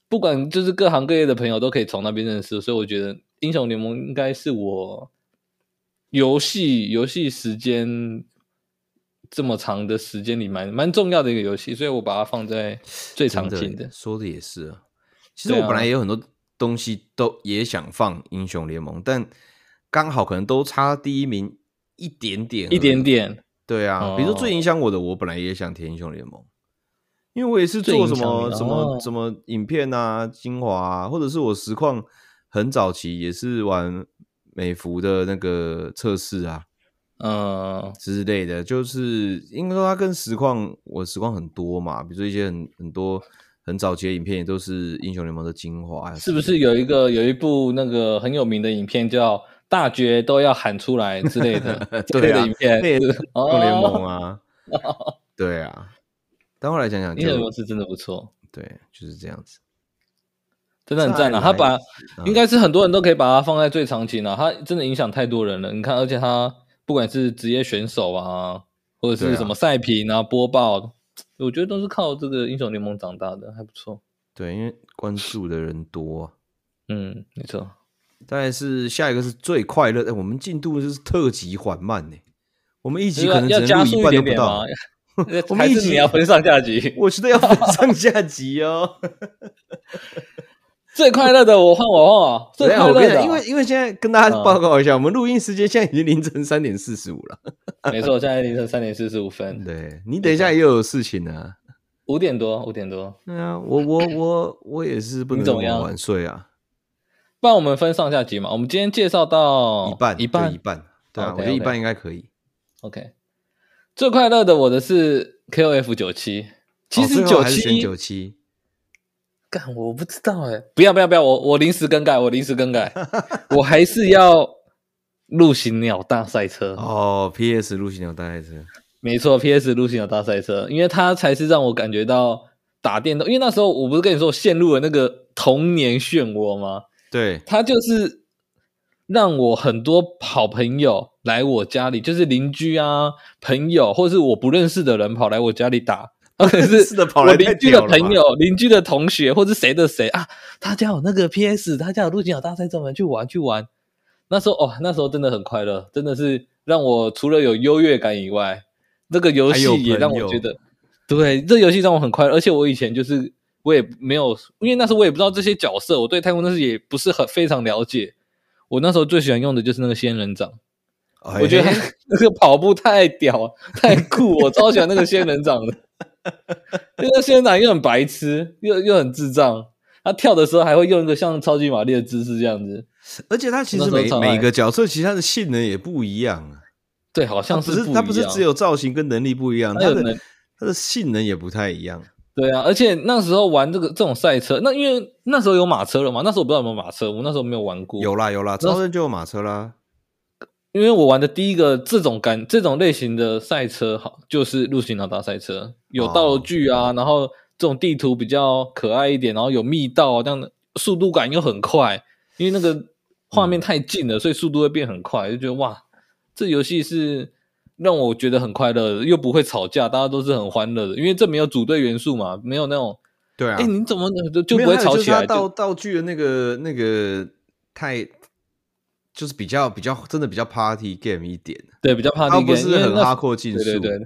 [SPEAKER 1] 不管就是各行各业的朋友都可以从那边认识，所以我觉得英雄联盟应该是我游戏游戏时间这么长的时间里蛮蛮重要的一个游戏，所以我把它放在最常
[SPEAKER 2] 真
[SPEAKER 1] 见
[SPEAKER 2] 的
[SPEAKER 1] 的
[SPEAKER 2] 耶。说的也是啊。其实
[SPEAKER 1] 对
[SPEAKER 2] 我
[SPEAKER 1] 啊
[SPEAKER 2] 本来也有很多东西都也想放英雄联盟，但刚好可能都差第一名一点点，
[SPEAKER 1] 一点。点，
[SPEAKER 2] 对啊，
[SPEAKER 1] 哦
[SPEAKER 2] 比如说最影响我的，我本来也想填英雄联盟，因为我也是做什
[SPEAKER 1] 最影响
[SPEAKER 2] 么
[SPEAKER 1] 你
[SPEAKER 2] 什么
[SPEAKER 1] 哦
[SPEAKER 2] 什么影片啊、精华啊，或者是我实况很早期也是玩美服的那个测试啊
[SPEAKER 1] 嗯
[SPEAKER 2] 之类的，就是应该说它跟实况，我实况很多嘛，比如说一些很很多很早期的影片也都是英雄联盟的精华啊，
[SPEAKER 1] 是不是有一个有一部那个很有名的影片叫《大绝都要喊出来》之类的之 类
[SPEAKER 2] 对啊
[SPEAKER 1] 的影片？
[SPEAKER 2] 那也是英雄联盟
[SPEAKER 1] 哦，
[SPEAKER 2] 啊？对 啊，但后来想想
[SPEAKER 1] 英雄联
[SPEAKER 2] 就
[SPEAKER 1] 盟是真的不错。
[SPEAKER 2] 对，就是这样子。
[SPEAKER 1] 真的很赞啊！
[SPEAKER 2] 再来
[SPEAKER 1] 他把、
[SPEAKER 2] 嗯
[SPEAKER 1] 应该是很多人都可以把它放在最长期啊，他真的影响太多人了。你看，而且他不管是职业选手啊，或者
[SPEAKER 2] 对
[SPEAKER 1] 是
[SPEAKER 2] 啊
[SPEAKER 1] 什么赛评啊、播报，我觉得都是靠这个英雄联盟长大的，还不错。
[SPEAKER 2] 对，因为关注的人多、啊。
[SPEAKER 1] 嗯，没错。
[SPEAKER 2] 当然是下一个是最快乐的、哎我们进度就是特级缓慢呢、我们一集
[SPEAKER 1] 就
[SPEAKER 2] 可
[SPEAKER 1] 是啊
[SPEAKER 2] 能
[SPEAKER 1] 要
[SPEAKER 2] 只能
[SPEAKER 1] 加
[SPEAKER 2] 录
[SPEAKER 1] 速
[SPEAKER 2] 一
[SPEAKER 1] 一
[SPEAKER 2] 半都
[SPEAKER 1] 点
[SPEAKER 2] 不
[SPEAKER 1] 点
[SPEAKER 2] 到
[SPEAKER 1] 嘛。，
[SPEAKER 2] 我们
[SPEAKER 1] 还
[SPEAKER 2] 一
[SPEAKER 1] 是
[SPEAKER 2] 集
[SPEAKER 1] 你要分上下集。
[SPEAKER 2] 我觉得要分上下集哦。
[SPEAKER 1] 最快乐的我换我换我，最
[SPEAKER 2] 对啊，
[SPEAKER 1] 快
[SPEAKER 2] 我跟
[SPEAKER 1] 乐
[SPEAKER 2] 你
[SPEAKER 1] 的哦
[SPEAKER 2] 讲，因为因为现在跟大家
[SPEAKER 1] 嗯
[SPEAKER 2] 报告一下，我们录音时间现在已经凌晨三点四十五 了。
[SPEAKER 1] 啊 没错，现在凌晨三点四十五分，
[SPEAKER 2] 对你等一下也有事情啊。
[SPEAKER 1] 五点多五点多，
[SPEAKER 2] 对啊，我我我我也是不能
[SPEAKER 1] 你怎
[SPEAKER 2] 那
[SPEAKER 1] 么样
[SPEAKER 2] 么晚睡啊，
[SPEAKER 1] 不然我们分上下集嘛。我们今天介绍到
[SPEAKER 2] 一半
[SPEAKER 1] 哦
[SPEAKER 2] 对
[SPEAKER 1] 一
[SPEAKER 2] 一
[SPEAKER 1] 半哦
[SPEAKER 2] 半，对啊，
[SPEAKER 1] OK，
[SPEAKER 2] 我觉得一
[SPEAKER 1] OK
[SPEAKER 2] 半应该可以。
[SPEAKER 1] ，OK。最快乐的我的是 KOF 九七，其
[SPEAKER 2] 哦
[SPEAKER 1] 实
[SPEAKER 2] 最后
[SPEAKER 1] 九
[SPEAKER 2] 还是选
[SPEAKER 1] 七、
[SPEAKER 2] 九七，
[SPEAKER 1] 干我不知道哎、不要不要不要，我我临时更改，我临时更 改，我还是要陆行鸟大赛车。
[SPEAKER 2] 哦，PS 陆行鸟大赛车，
[SPEAKER 1] 没错，PS 陆行有大赛车，因为它才是让我感觉到打电动。因为那时候我不是跟你说我陷入了那个童年漩涡吗？
[SPEAKER 2] 对，
[SPEAKER 1] 它就是让我很多好朋友来我家里，就是邻居啊、朋友，或是我不认识的人跑来我家里打。或者
[SPEAKER 2] 是
[SPEAKER 1] 是
[SPEAKER 2] 的跑来
[SPEAKER 1] 我邻
[SPEAKER 2] 太
[SPEAKER 1] 居的
[SPEAKER 2] 屌了吧
[SPEAKER 1] 朋友、邻居的同学，或是谁的谁啊，他家有那个 PS，他家有陆行鸟大赛车，我们去玩去玩。那时候哦，那时候真的很快乐，真的是让我除了有优越感以外，这个游
[SPEAKER 2] 还有
[SPEAKER 1] 戏也让
[SPEAKER 2] 朋友
[SPEAKER 1] 我觉得，对，这游戏让我很快乐。而且我以前就是我也没有，因为那时候我也不知道这些角色，我对太空战士也不是很非常了解。我那时候最喜欢用的就是那个仙人掌，
[SPEAKER 2] 哎
[SPEAKER 1] 我觉得 他那个跑步太屌太酷，我超喜欢那个仙 人掌的。因为那仙人掌又很白痴，又又很智障，他跳的时候还会用一个像超级玛丽的姿势这样子。
[SPEAKER 2] 而且他其
[SPEAKER 1] 那
[SPEAKER 2] 实
[SPEAKER 1] 时候
[SPEAKER 2] 每
[SPEAKER 1] 超爱
[SPEAKER 2] 每个角色其实他的性能也不一样啊，
[SPEAKER 1] 对，好像
[SPEAKER 2] 他不
[SPEAKER 1] 是
[SPEAKER 2] 他不是
[SPEAKER 1] 一样
[SPEAKER 2] 只有造型跟能力不一样，
[SPEAKER 1] 他
[SPEAKER 2] 他
[SPEAKER 1] 有
[SPEAKER 2] 的
[SPEAKER 1] 能
[SPEAKER 2] 他的性能也不太一样。
[SPEAKER 1] 对啊，而且那时候玩这个这种赛车，那因为那时候有马车了嘛，那时候我不知道有没有马车，我那时候没有玩过。
[SPEAKER 2] 有，啦有啦，超人就有马车啦，
[SPEAKER 1] 因为我玩的第一个这种感这种类型的赛车，好就是陆行鸟大赛车，有道具啊，然后这种地图比较可爱一点，然后有密道啊这样的，速度感又很快，因为那个画面太近了，所以速度会变很快，就觉得哇，这游戏是。让我觉得很快乐的，又不会吵架，大家都是很欢乐的，因为这没有组队元素嘛，没有那种
[SPEAKER 2] 对啊，
[SPEAKER 1] 哎、你怎么就就
[SPEAKER 2] 没
[SPEAKER 1] 不
[SPEAKER 2] 有还
[SPEAKER 1] 会
[SPEAKER 2] 有
[SPEAKER 1] 吵
[SPEAKER 2] 就是
[SPEAKER 1] 起
[SPEAKER 2] 他
[SPEAKER 1] 来？就
[SPEAKER 2] 道道具的那个那个太就是比较比较真的比较 party game 一点，
[SPEAKER 1] 对，比较怕
[SPEAKER 2] 他
[SPEAKER 1] 那
[SPEAKER 2] 不
[SPEAKER 1] 个，因
[SPEAKER 2] 是
[SPEAKER 1] 为
[SPEAKER 2] 很
[SPEAKER 1] 那
[SPEAKER 2] 哈阔
[SPEAKER 1] 对
[SPEAKER 2] 竞速，
[SPEAKER 1] 对对，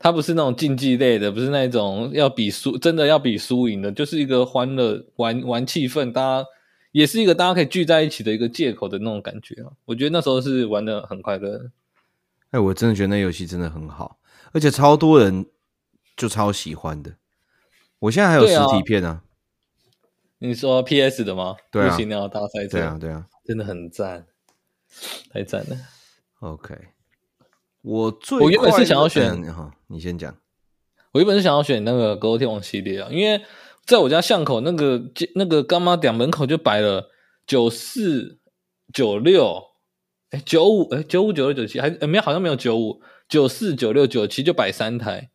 [SPEAKER 1] 他不是那种竞技类的，不是那种要比输，真的要比输赢的，就是一个欢乐玩玩气氛，大家也是一个大家可以聚在一起的一个借口的那种感觉啊。我觉得那时候是玩的很快乐的，
[SPEAKER 2] 哎，我真的觉得那游戏真的很好，而且超多人就超喜欢的。我现在还有
[SPEAKER 1] 对
[SPEAKER 2] 实
[SPEAKER 1] 啊
[SPEAKER 2] 体片啊，
[SPEAKER 1] 你说 PS 的吗？
[SPEAKER 2] 对啊
[SPEAKER 1] 陆行鸟大赛车，
[SPEAKER 2] 对啊，对啊。
[SPEAKER 1] 真的很赞，太赞了。
[SPEAKER 2] OK，我最
[SPEAKER 1] 我原本是
[SPEAKER 2] 快
[SPEAKER 1] 想要
[SPEAKER 2] 乐
[SPEAKER 1] 选
[SPEAKER 2] 嗯好，你先讲。
[SPEAKER 1] 我原本是想要选那个《格斗天王》系列啊，因为在我家巷口那个街那个干妈店门口就摆了九四、九六、哎九五、哎九五、九六、九七，还诶没有，好像没有九五、九四、九六、九七就摆三台。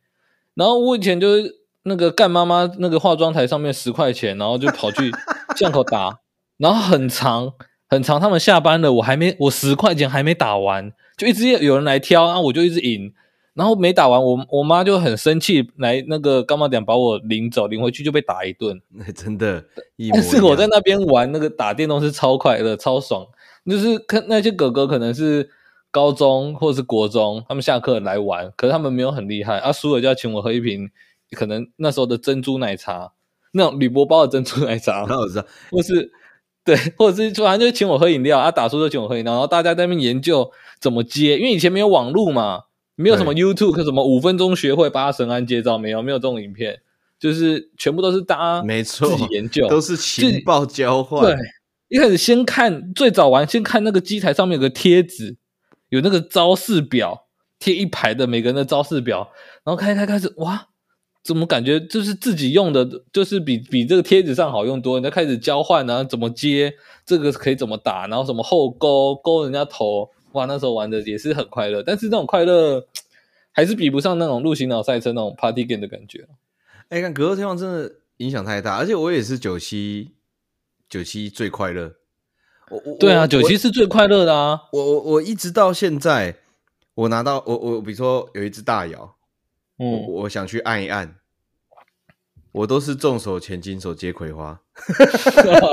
[SPEAKER 1] 然后我以前就是那个干妈妈那个化妆台上面十块钱，然后就跑去巷口打，然后很长很长，他们下班了，我还没我十块钱还没打完，就一直有人来挑啊，我就一直赢。然后没打完，我我妈就很生气，来那个干妈点把我领走，领回去就被打一顿。
[SPEAKER 2] 那真的，一模
[SPEAKER 1] 但是我
[SPEAKER 2] 一
[SPEAKER 1] 在
[SPEAKER 2] 样
[SPEAKER 1] 那边玩那个打电动是超快乐、超爽，就是看那些哥哥可能是高中或是国中，他们下课来玩，可是他们没有很厉害啊，输了就要请我喝一瓶可能那时候的珍珠奶茶，那种铝箔包的珍珠奶 茶，
[SPEAKER 2] 然后我知道，
[SPEAKER 1] 或是对，或者是反正就请我喝饮料啊，打输就请我喝饮料，然后大家在那边研究怎么接，因为以前没有网络嘛，没有什么 YouTube 什么五分钟学会八神庵接招，没有没有这种影片，就是全部都是大家
[SPEAKER 2] 没错
[SPEAKER 1] 自己研究，
[SPEAKER 2] 都是
[SPEAKER 1] 自
[SPEAKER 2] 情
[SPEAKER 1] 己
[SPEAKER 2] 报交换。
[SPEAKER 1] 对，一开始先看最早玩，先看那个机台上面有个贴纸，有那个招式表，贴一排的每个人的招式表，然后开开开始，哇，怎么感觉就是自己用的，就是比比这个贴纸上好用多？你就开始交换啊，怎么接这个可以怎么打，然后什么后勾勾人家头，哇，那时候玩的也是很快乐，但是那种快乐还是比不上那种陆行鸟赛车那种 party game 的感觉。
[SPEAKER 2] 哎，看《格斗天王》真的影响太大，而且我也是九七九七最快乐。我我
[SPEAKER 1] 对啊，
[SPEAKER 2] 我
[SPEAKER 1] 九七是最快乐的啊。
[SPEAKER 2] 我我我一直到现在，我拿到我我比如说有一只大摇，我
[SPEAKER 1] 嗯，
[SPEAKER 2] 我想去按一按，我都是重手前金手接葵花，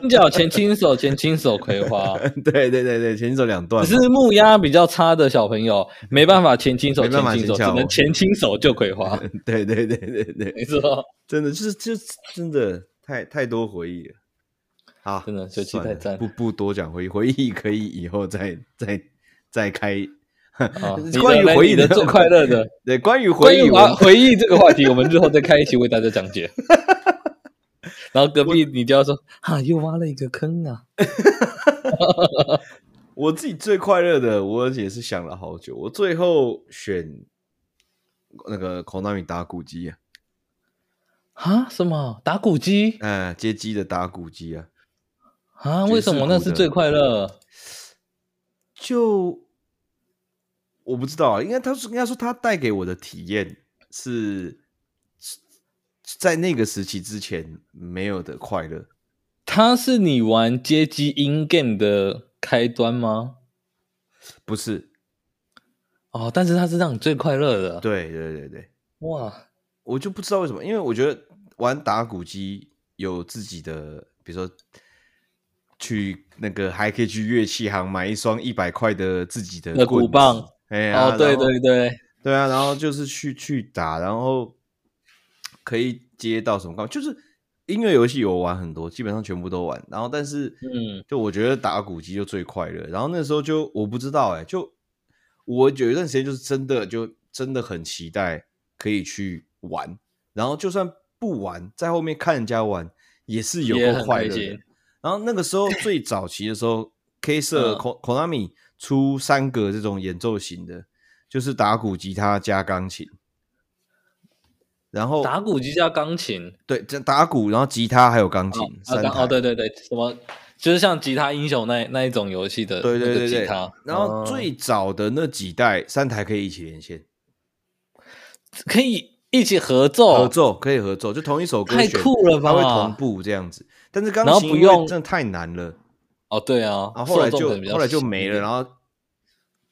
[SPEAKER 1] 金角哦前轻手，前轻手葵花。
[SPEAKER 2] 对对对对，前金手两段
[SPEAKER 1] 只
[SPEAKER 2] 嘛，
[SPEAKER 1] 是木鸭比较差的小朋友，没办法前轻手，
[SPEAKER 2] 没
[SPEAKER 1] 前
[SPEAKER 2] 办法
[SPEAKER 1] 轻手，
[SPEAKER 2] 前
[SPEAKER 1] 只
[SPEAKER 2] 翘
[SPEAKER 1] 能前轻手救葵 花。
[SPEAKER 2] 对对对对对，
[SPEAKER 1] 没错，
[SPEAKER 2] 真的就是就是真的太太多回忆了。好，
[SPEAKER 1] 真的九七
[SPEAKER 2] 算了
[SPEAKER 1] 太赞
[SPEAKER 2] 不不多讲回忆，回忆可以以后再再再开。，
[SPEAKER 1] 啊你的
[SPEAKER 2] 关于
[SPEAKER 1] 嘞
[SPEAKER 2] 回忆
[SPEAKER 1] 你的最快乐的，
[SPEAKER 2] 对，关于
[SPEAKER 1] 关
[SPEAKER 2] 回忆
[SPEAKER 1] 于
[SPEAKER 2] 我
[SPEAKER 1] 啊
[SPEAKER 2] 们，
[SPEAKER 1] 回忆这个话题，我们日后再开一期为大家 讲解。然后隔壁你就要说啊，又挖了一个坑啊！
[SPEAKER 2] 我自己最快乐的，我也是想了好久，我最后选那个孔纳米打鼓机啊，
[SPEAKER 1] 啊，什么打鼓机
[SPEAKER 2] 呃，街机的打鼓机啊，
[SPEAKER 1] 啊？为什么那是最快乐？
[SPEAKER 2] 就我不知道啊，应该他说应该说他带给我的体验是是在那个时期之前没有的快乐，
[SPEAKER 1] 它是你玩街机 in game 的开端吗？
[SPEAKER 2] 不是？
[SPEAKER 1] 哦，但是它是让你最快乐的。，
[SPEAKER 2] 对对对对，
[SPEAKER 1] 哇，
[SPEAKER 2] 我就不知道为什么，因为我觉得玩打鼓机有自己的，比如说去那个还可以去乐器行买一双一百块的自己的
[SPEAKER 1] 那
[SPEAKER 2] 棍
[SPEAKER 1] 鼓
[SPEAKER 2] 子
[SPEAKER 1] 棒，
[SPEAKER 2] 哎呀、
[SPEAKER 1] 哦，对
[SPEAKER 2] 然后
[SPEAKER 1] 对对，
[SPEAKER 2] 对啊，然后就是去去打，然后可以接到什么高，就是音乐游戏我玩很多，基本上全部都玩，然后但是
[SPEAKER 1] 嗯，
[SPEAKER 2] 就我觉得打鼓机就最快乐，然后那时候就我不知道哎、就我有一段时间就是真的就真的很期待可以去玩，然后就算不玩，在后面看人家玩也是有
[SPEAKER 1] 也
[SPEAKER 2] 够
[SPEAKER 1] 很
[SPEAKER 2] 快乐
[SPEAKER 1] 开
[SPEAKER 2] 的
[SPEAKER 1] 心。
[SPEAKER 2] 然后那个时候最早期的时 候，K 社
[SPEAKER 1] 嗯
[SPEAKER 2] Ko- Konami 出三个这种演奏型的，就是打鼓、吉他加钢琴，然后
[SPEAKER 1] 打鼓机加钢琴，
[SPEAKER 2] 对这打鼓，然后吉他还有钢琴
[SPEAKER 1] 哦，啊，
[SPEAKER 2] 三
[SPEAKER 1] 钢
[SPEAKER 2] 台
[SPEAKER 1] 哦，对对对，什么就是像吉他英雄那那一种游戏的
[SPEAKER 2] 对对
[SPEAKER 1] 那个哦
[SPEAKER 2] 对
[SPEAKER 1] 吉
[SPEAKER 2] 对
[SPEAKER 1] 他，，
[SPEAKER 2] 然后最早的那几代三台可以一起连线
[SPEAKER 1] 哦可以一起合奏，
[SPEAKER 2] 合奏，可以合奏，就同一首歌
[SPEAKER 1] 哦太
[SPEAKER 2] 选
[SPEAKER 1] 酷了吧
[SPEAKER 2] 它会同步这样子。但是钢
[SPEAKER 1] 然后
[SPEAKER 2] 琴
[SPEAKER 1] 不
[SPEAKER 2] 因为
[SPEAKER 1] 用
[SPEAKER 2] 真的太难了，
[SPEAKER 1] 哦，对啊，
[SPEAKER 2] 然后后来
[SPEAKER 1] 受众可能比
[SPEAKER 2] 就
[SPEAKER 1] 较
[SPEAKER 2] 后来就
[SPEAKER 1] 小
[SPEAKER 2] 没
[SPEAKER 1] 一
[SPEAKER 2] 了，
[SPEAKER 1] 点
[SPEAKER 2] 然后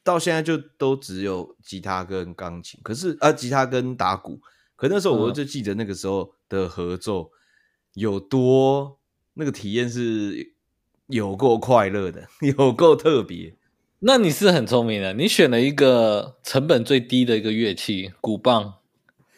[SPEAKER 2] 到现在就都只有吉他跟钢琴，可是啊，吉他跟打鼓，可那时候我
[SPEAKER 1] 嗯
[SPEAKER 2] 就记得那个时候的合奏有多那个体验是有够快乐的， 有够特别。
[SPEAKER 1] 那你是很聪明的，你选了一个成本最低的一个乐器——鼓棒。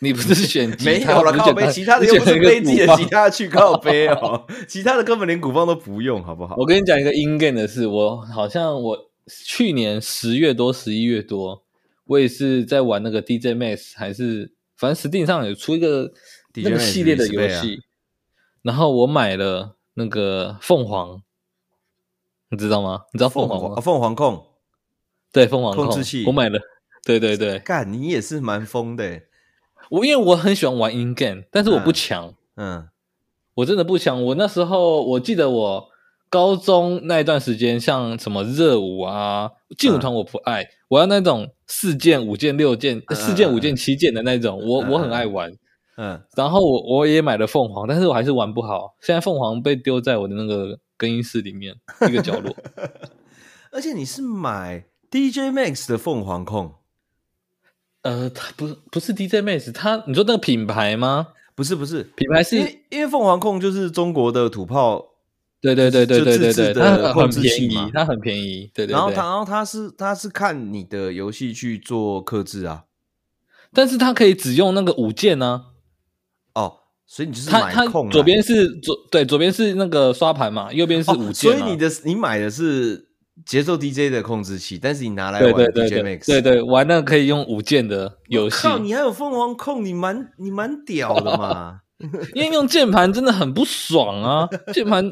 [SPEAKER 1] 你不是选吉他，
[SPEAKER 2] 没有了，
[SPEAKER 1] 不是
[SPEAKER 2] 靠
[SPEAKER 1] 选
[SPEAKER 2] 背，
[SPEAKER 1] 它
[SPEAKER 2] 其他的
[SPEAKER 1] 你
[SPEAKER 2] 又
[SPEAKER 1] 选
[SPEAKER 2] 不是
[SPEAKER 1] 了一个
[SPEAKER 2] 背自己
[SPEAKER 1] 鼓
[SPEAKER 2] 的
[SPEAKER 1] 棒
[SPEAKER 2] 吉他去靠背哦， 其他的根本连鼓棒都不用，好不好？
[SPEAKER 1] 我跟你讲一个 in game 的事，我好像我去年十月多、十一月多，我也是在玩那个 DJ Max，还是反正 Steam 上有出一个
[SPEAKER 2] DJ
[SPEAKER 1] 那个
[SPEAKER 2] Max
[SPEAKER 1] 系列的
[SPEAKER 2] 里
[SPEAKER 1] 游
[SPEAKER 2] 是啊
[SPEAKER 1] 戏，然后我买了那个凤凰，你知道吗？你知道凤凰吗？
[SPEAKER 2] 啊凤凰控，
[SPEAKER 1] 对，凤凰
[SPEAKER 2] 控制
[SPEAKER 1] 控
[SPEAKER 2] 器
[SPEAKER 1] 我买了。对对对，
[SPEAKER 2] 干你也是蛮疯的欸，
[SPEAKER 1] 我因为我很喜欢玩 in game，但是我不
[SPEAKER 2] 嗯
[SPEAKER 1] 强，
[SPEAKER 2] 嗯
[SPEAKER 1] 我真的不强。我那时候我记得我高中那一段时间，像什么热舞啊、劲舞团我不爱，我要那种四件、五件、六件、
[SPEAKER 2] 嗯嗯
[SPEAKER 1] 呃四件、五件、七件的那种，我我很爱玩。
[SPEAKER 2] 嗯，
[SPEAKER 1] 然后我我也买了凤凰，但是我还是玩不好。现在凤凰被丢在我的那个更衣室里面一个角 落。
[SPEAKER 2] 而且你是买 DJ Max 的凤凰控，
[SPEAKER 1] 呃，它不不是 DJ Max，它你说那个品牌吗？
[SPEAKER 2] 不是不是，
[SPEAKER 1] 品牌
[SPEAKER 2] 因
[SPEAKER 1] 是，
[SPEAKER 2] 为因为凤凰控就是中国的土炮，
[SPEAKER 1] 对对对对
[SPEAKER 2] 就
[SPEAKER 1] 对
[SPEAKER 2] 自
[SPEAKER 1] 对
[SPEAKER 2] 制
[SPEAKER 1] 对，
[SPEAKER 2] 的
[SPEAKER 1] 它
[SPEAKER 2] 控
[SPEAKER 1] 很
[SPEAKER 2] 制
[SPEAKER 1] 便
[SPEAKER 2] 器
[SPEAKER 1] 宜
[SPEAKER 2] 嘛，
[SPEAKER 1] 它很便宜，对对对。
[SPEAKER 2] 然后它然后它是它是看你的游戏去做克制啊，
[SPEAKER 1] 但是它可以只用那个五件啊呢、
[SPEAKER 2] 哦，所以你就是
[SPEAKER 1] 它
[SPEAKER 2] 买
[SPEAKER 1] 它
[SPEAKER 2] 控啊来，
[SPEAKER 1] 左边是左对，左边是那个刷盘嘛，右边是
[SPEAKER 2] 哦
[SPEAKER 1] 五啊键
[SPEAKER 2] 所
[SPEAKER 1] 嘛、
[SPEAKER 2] 以你的你买的是节奏 DJ 的控制器，但是你拿来
[SPEAKER 1] 对
[SPEAKER 2] 玩
[SPEAKER 1] 对
[SPEAKER 2] DJ
[SPEAKER 1] 对
[SPEAKER 2] Max，
[SPEAKER 1] 对对对，玩那个可以用五键的游戏，
[SPEAKER 2] 靠，你还有凤凰控，你蛮你蛮屌的 嘛！
[SPEAKER 1] 因为用键盘真的很不 爽啊，键盘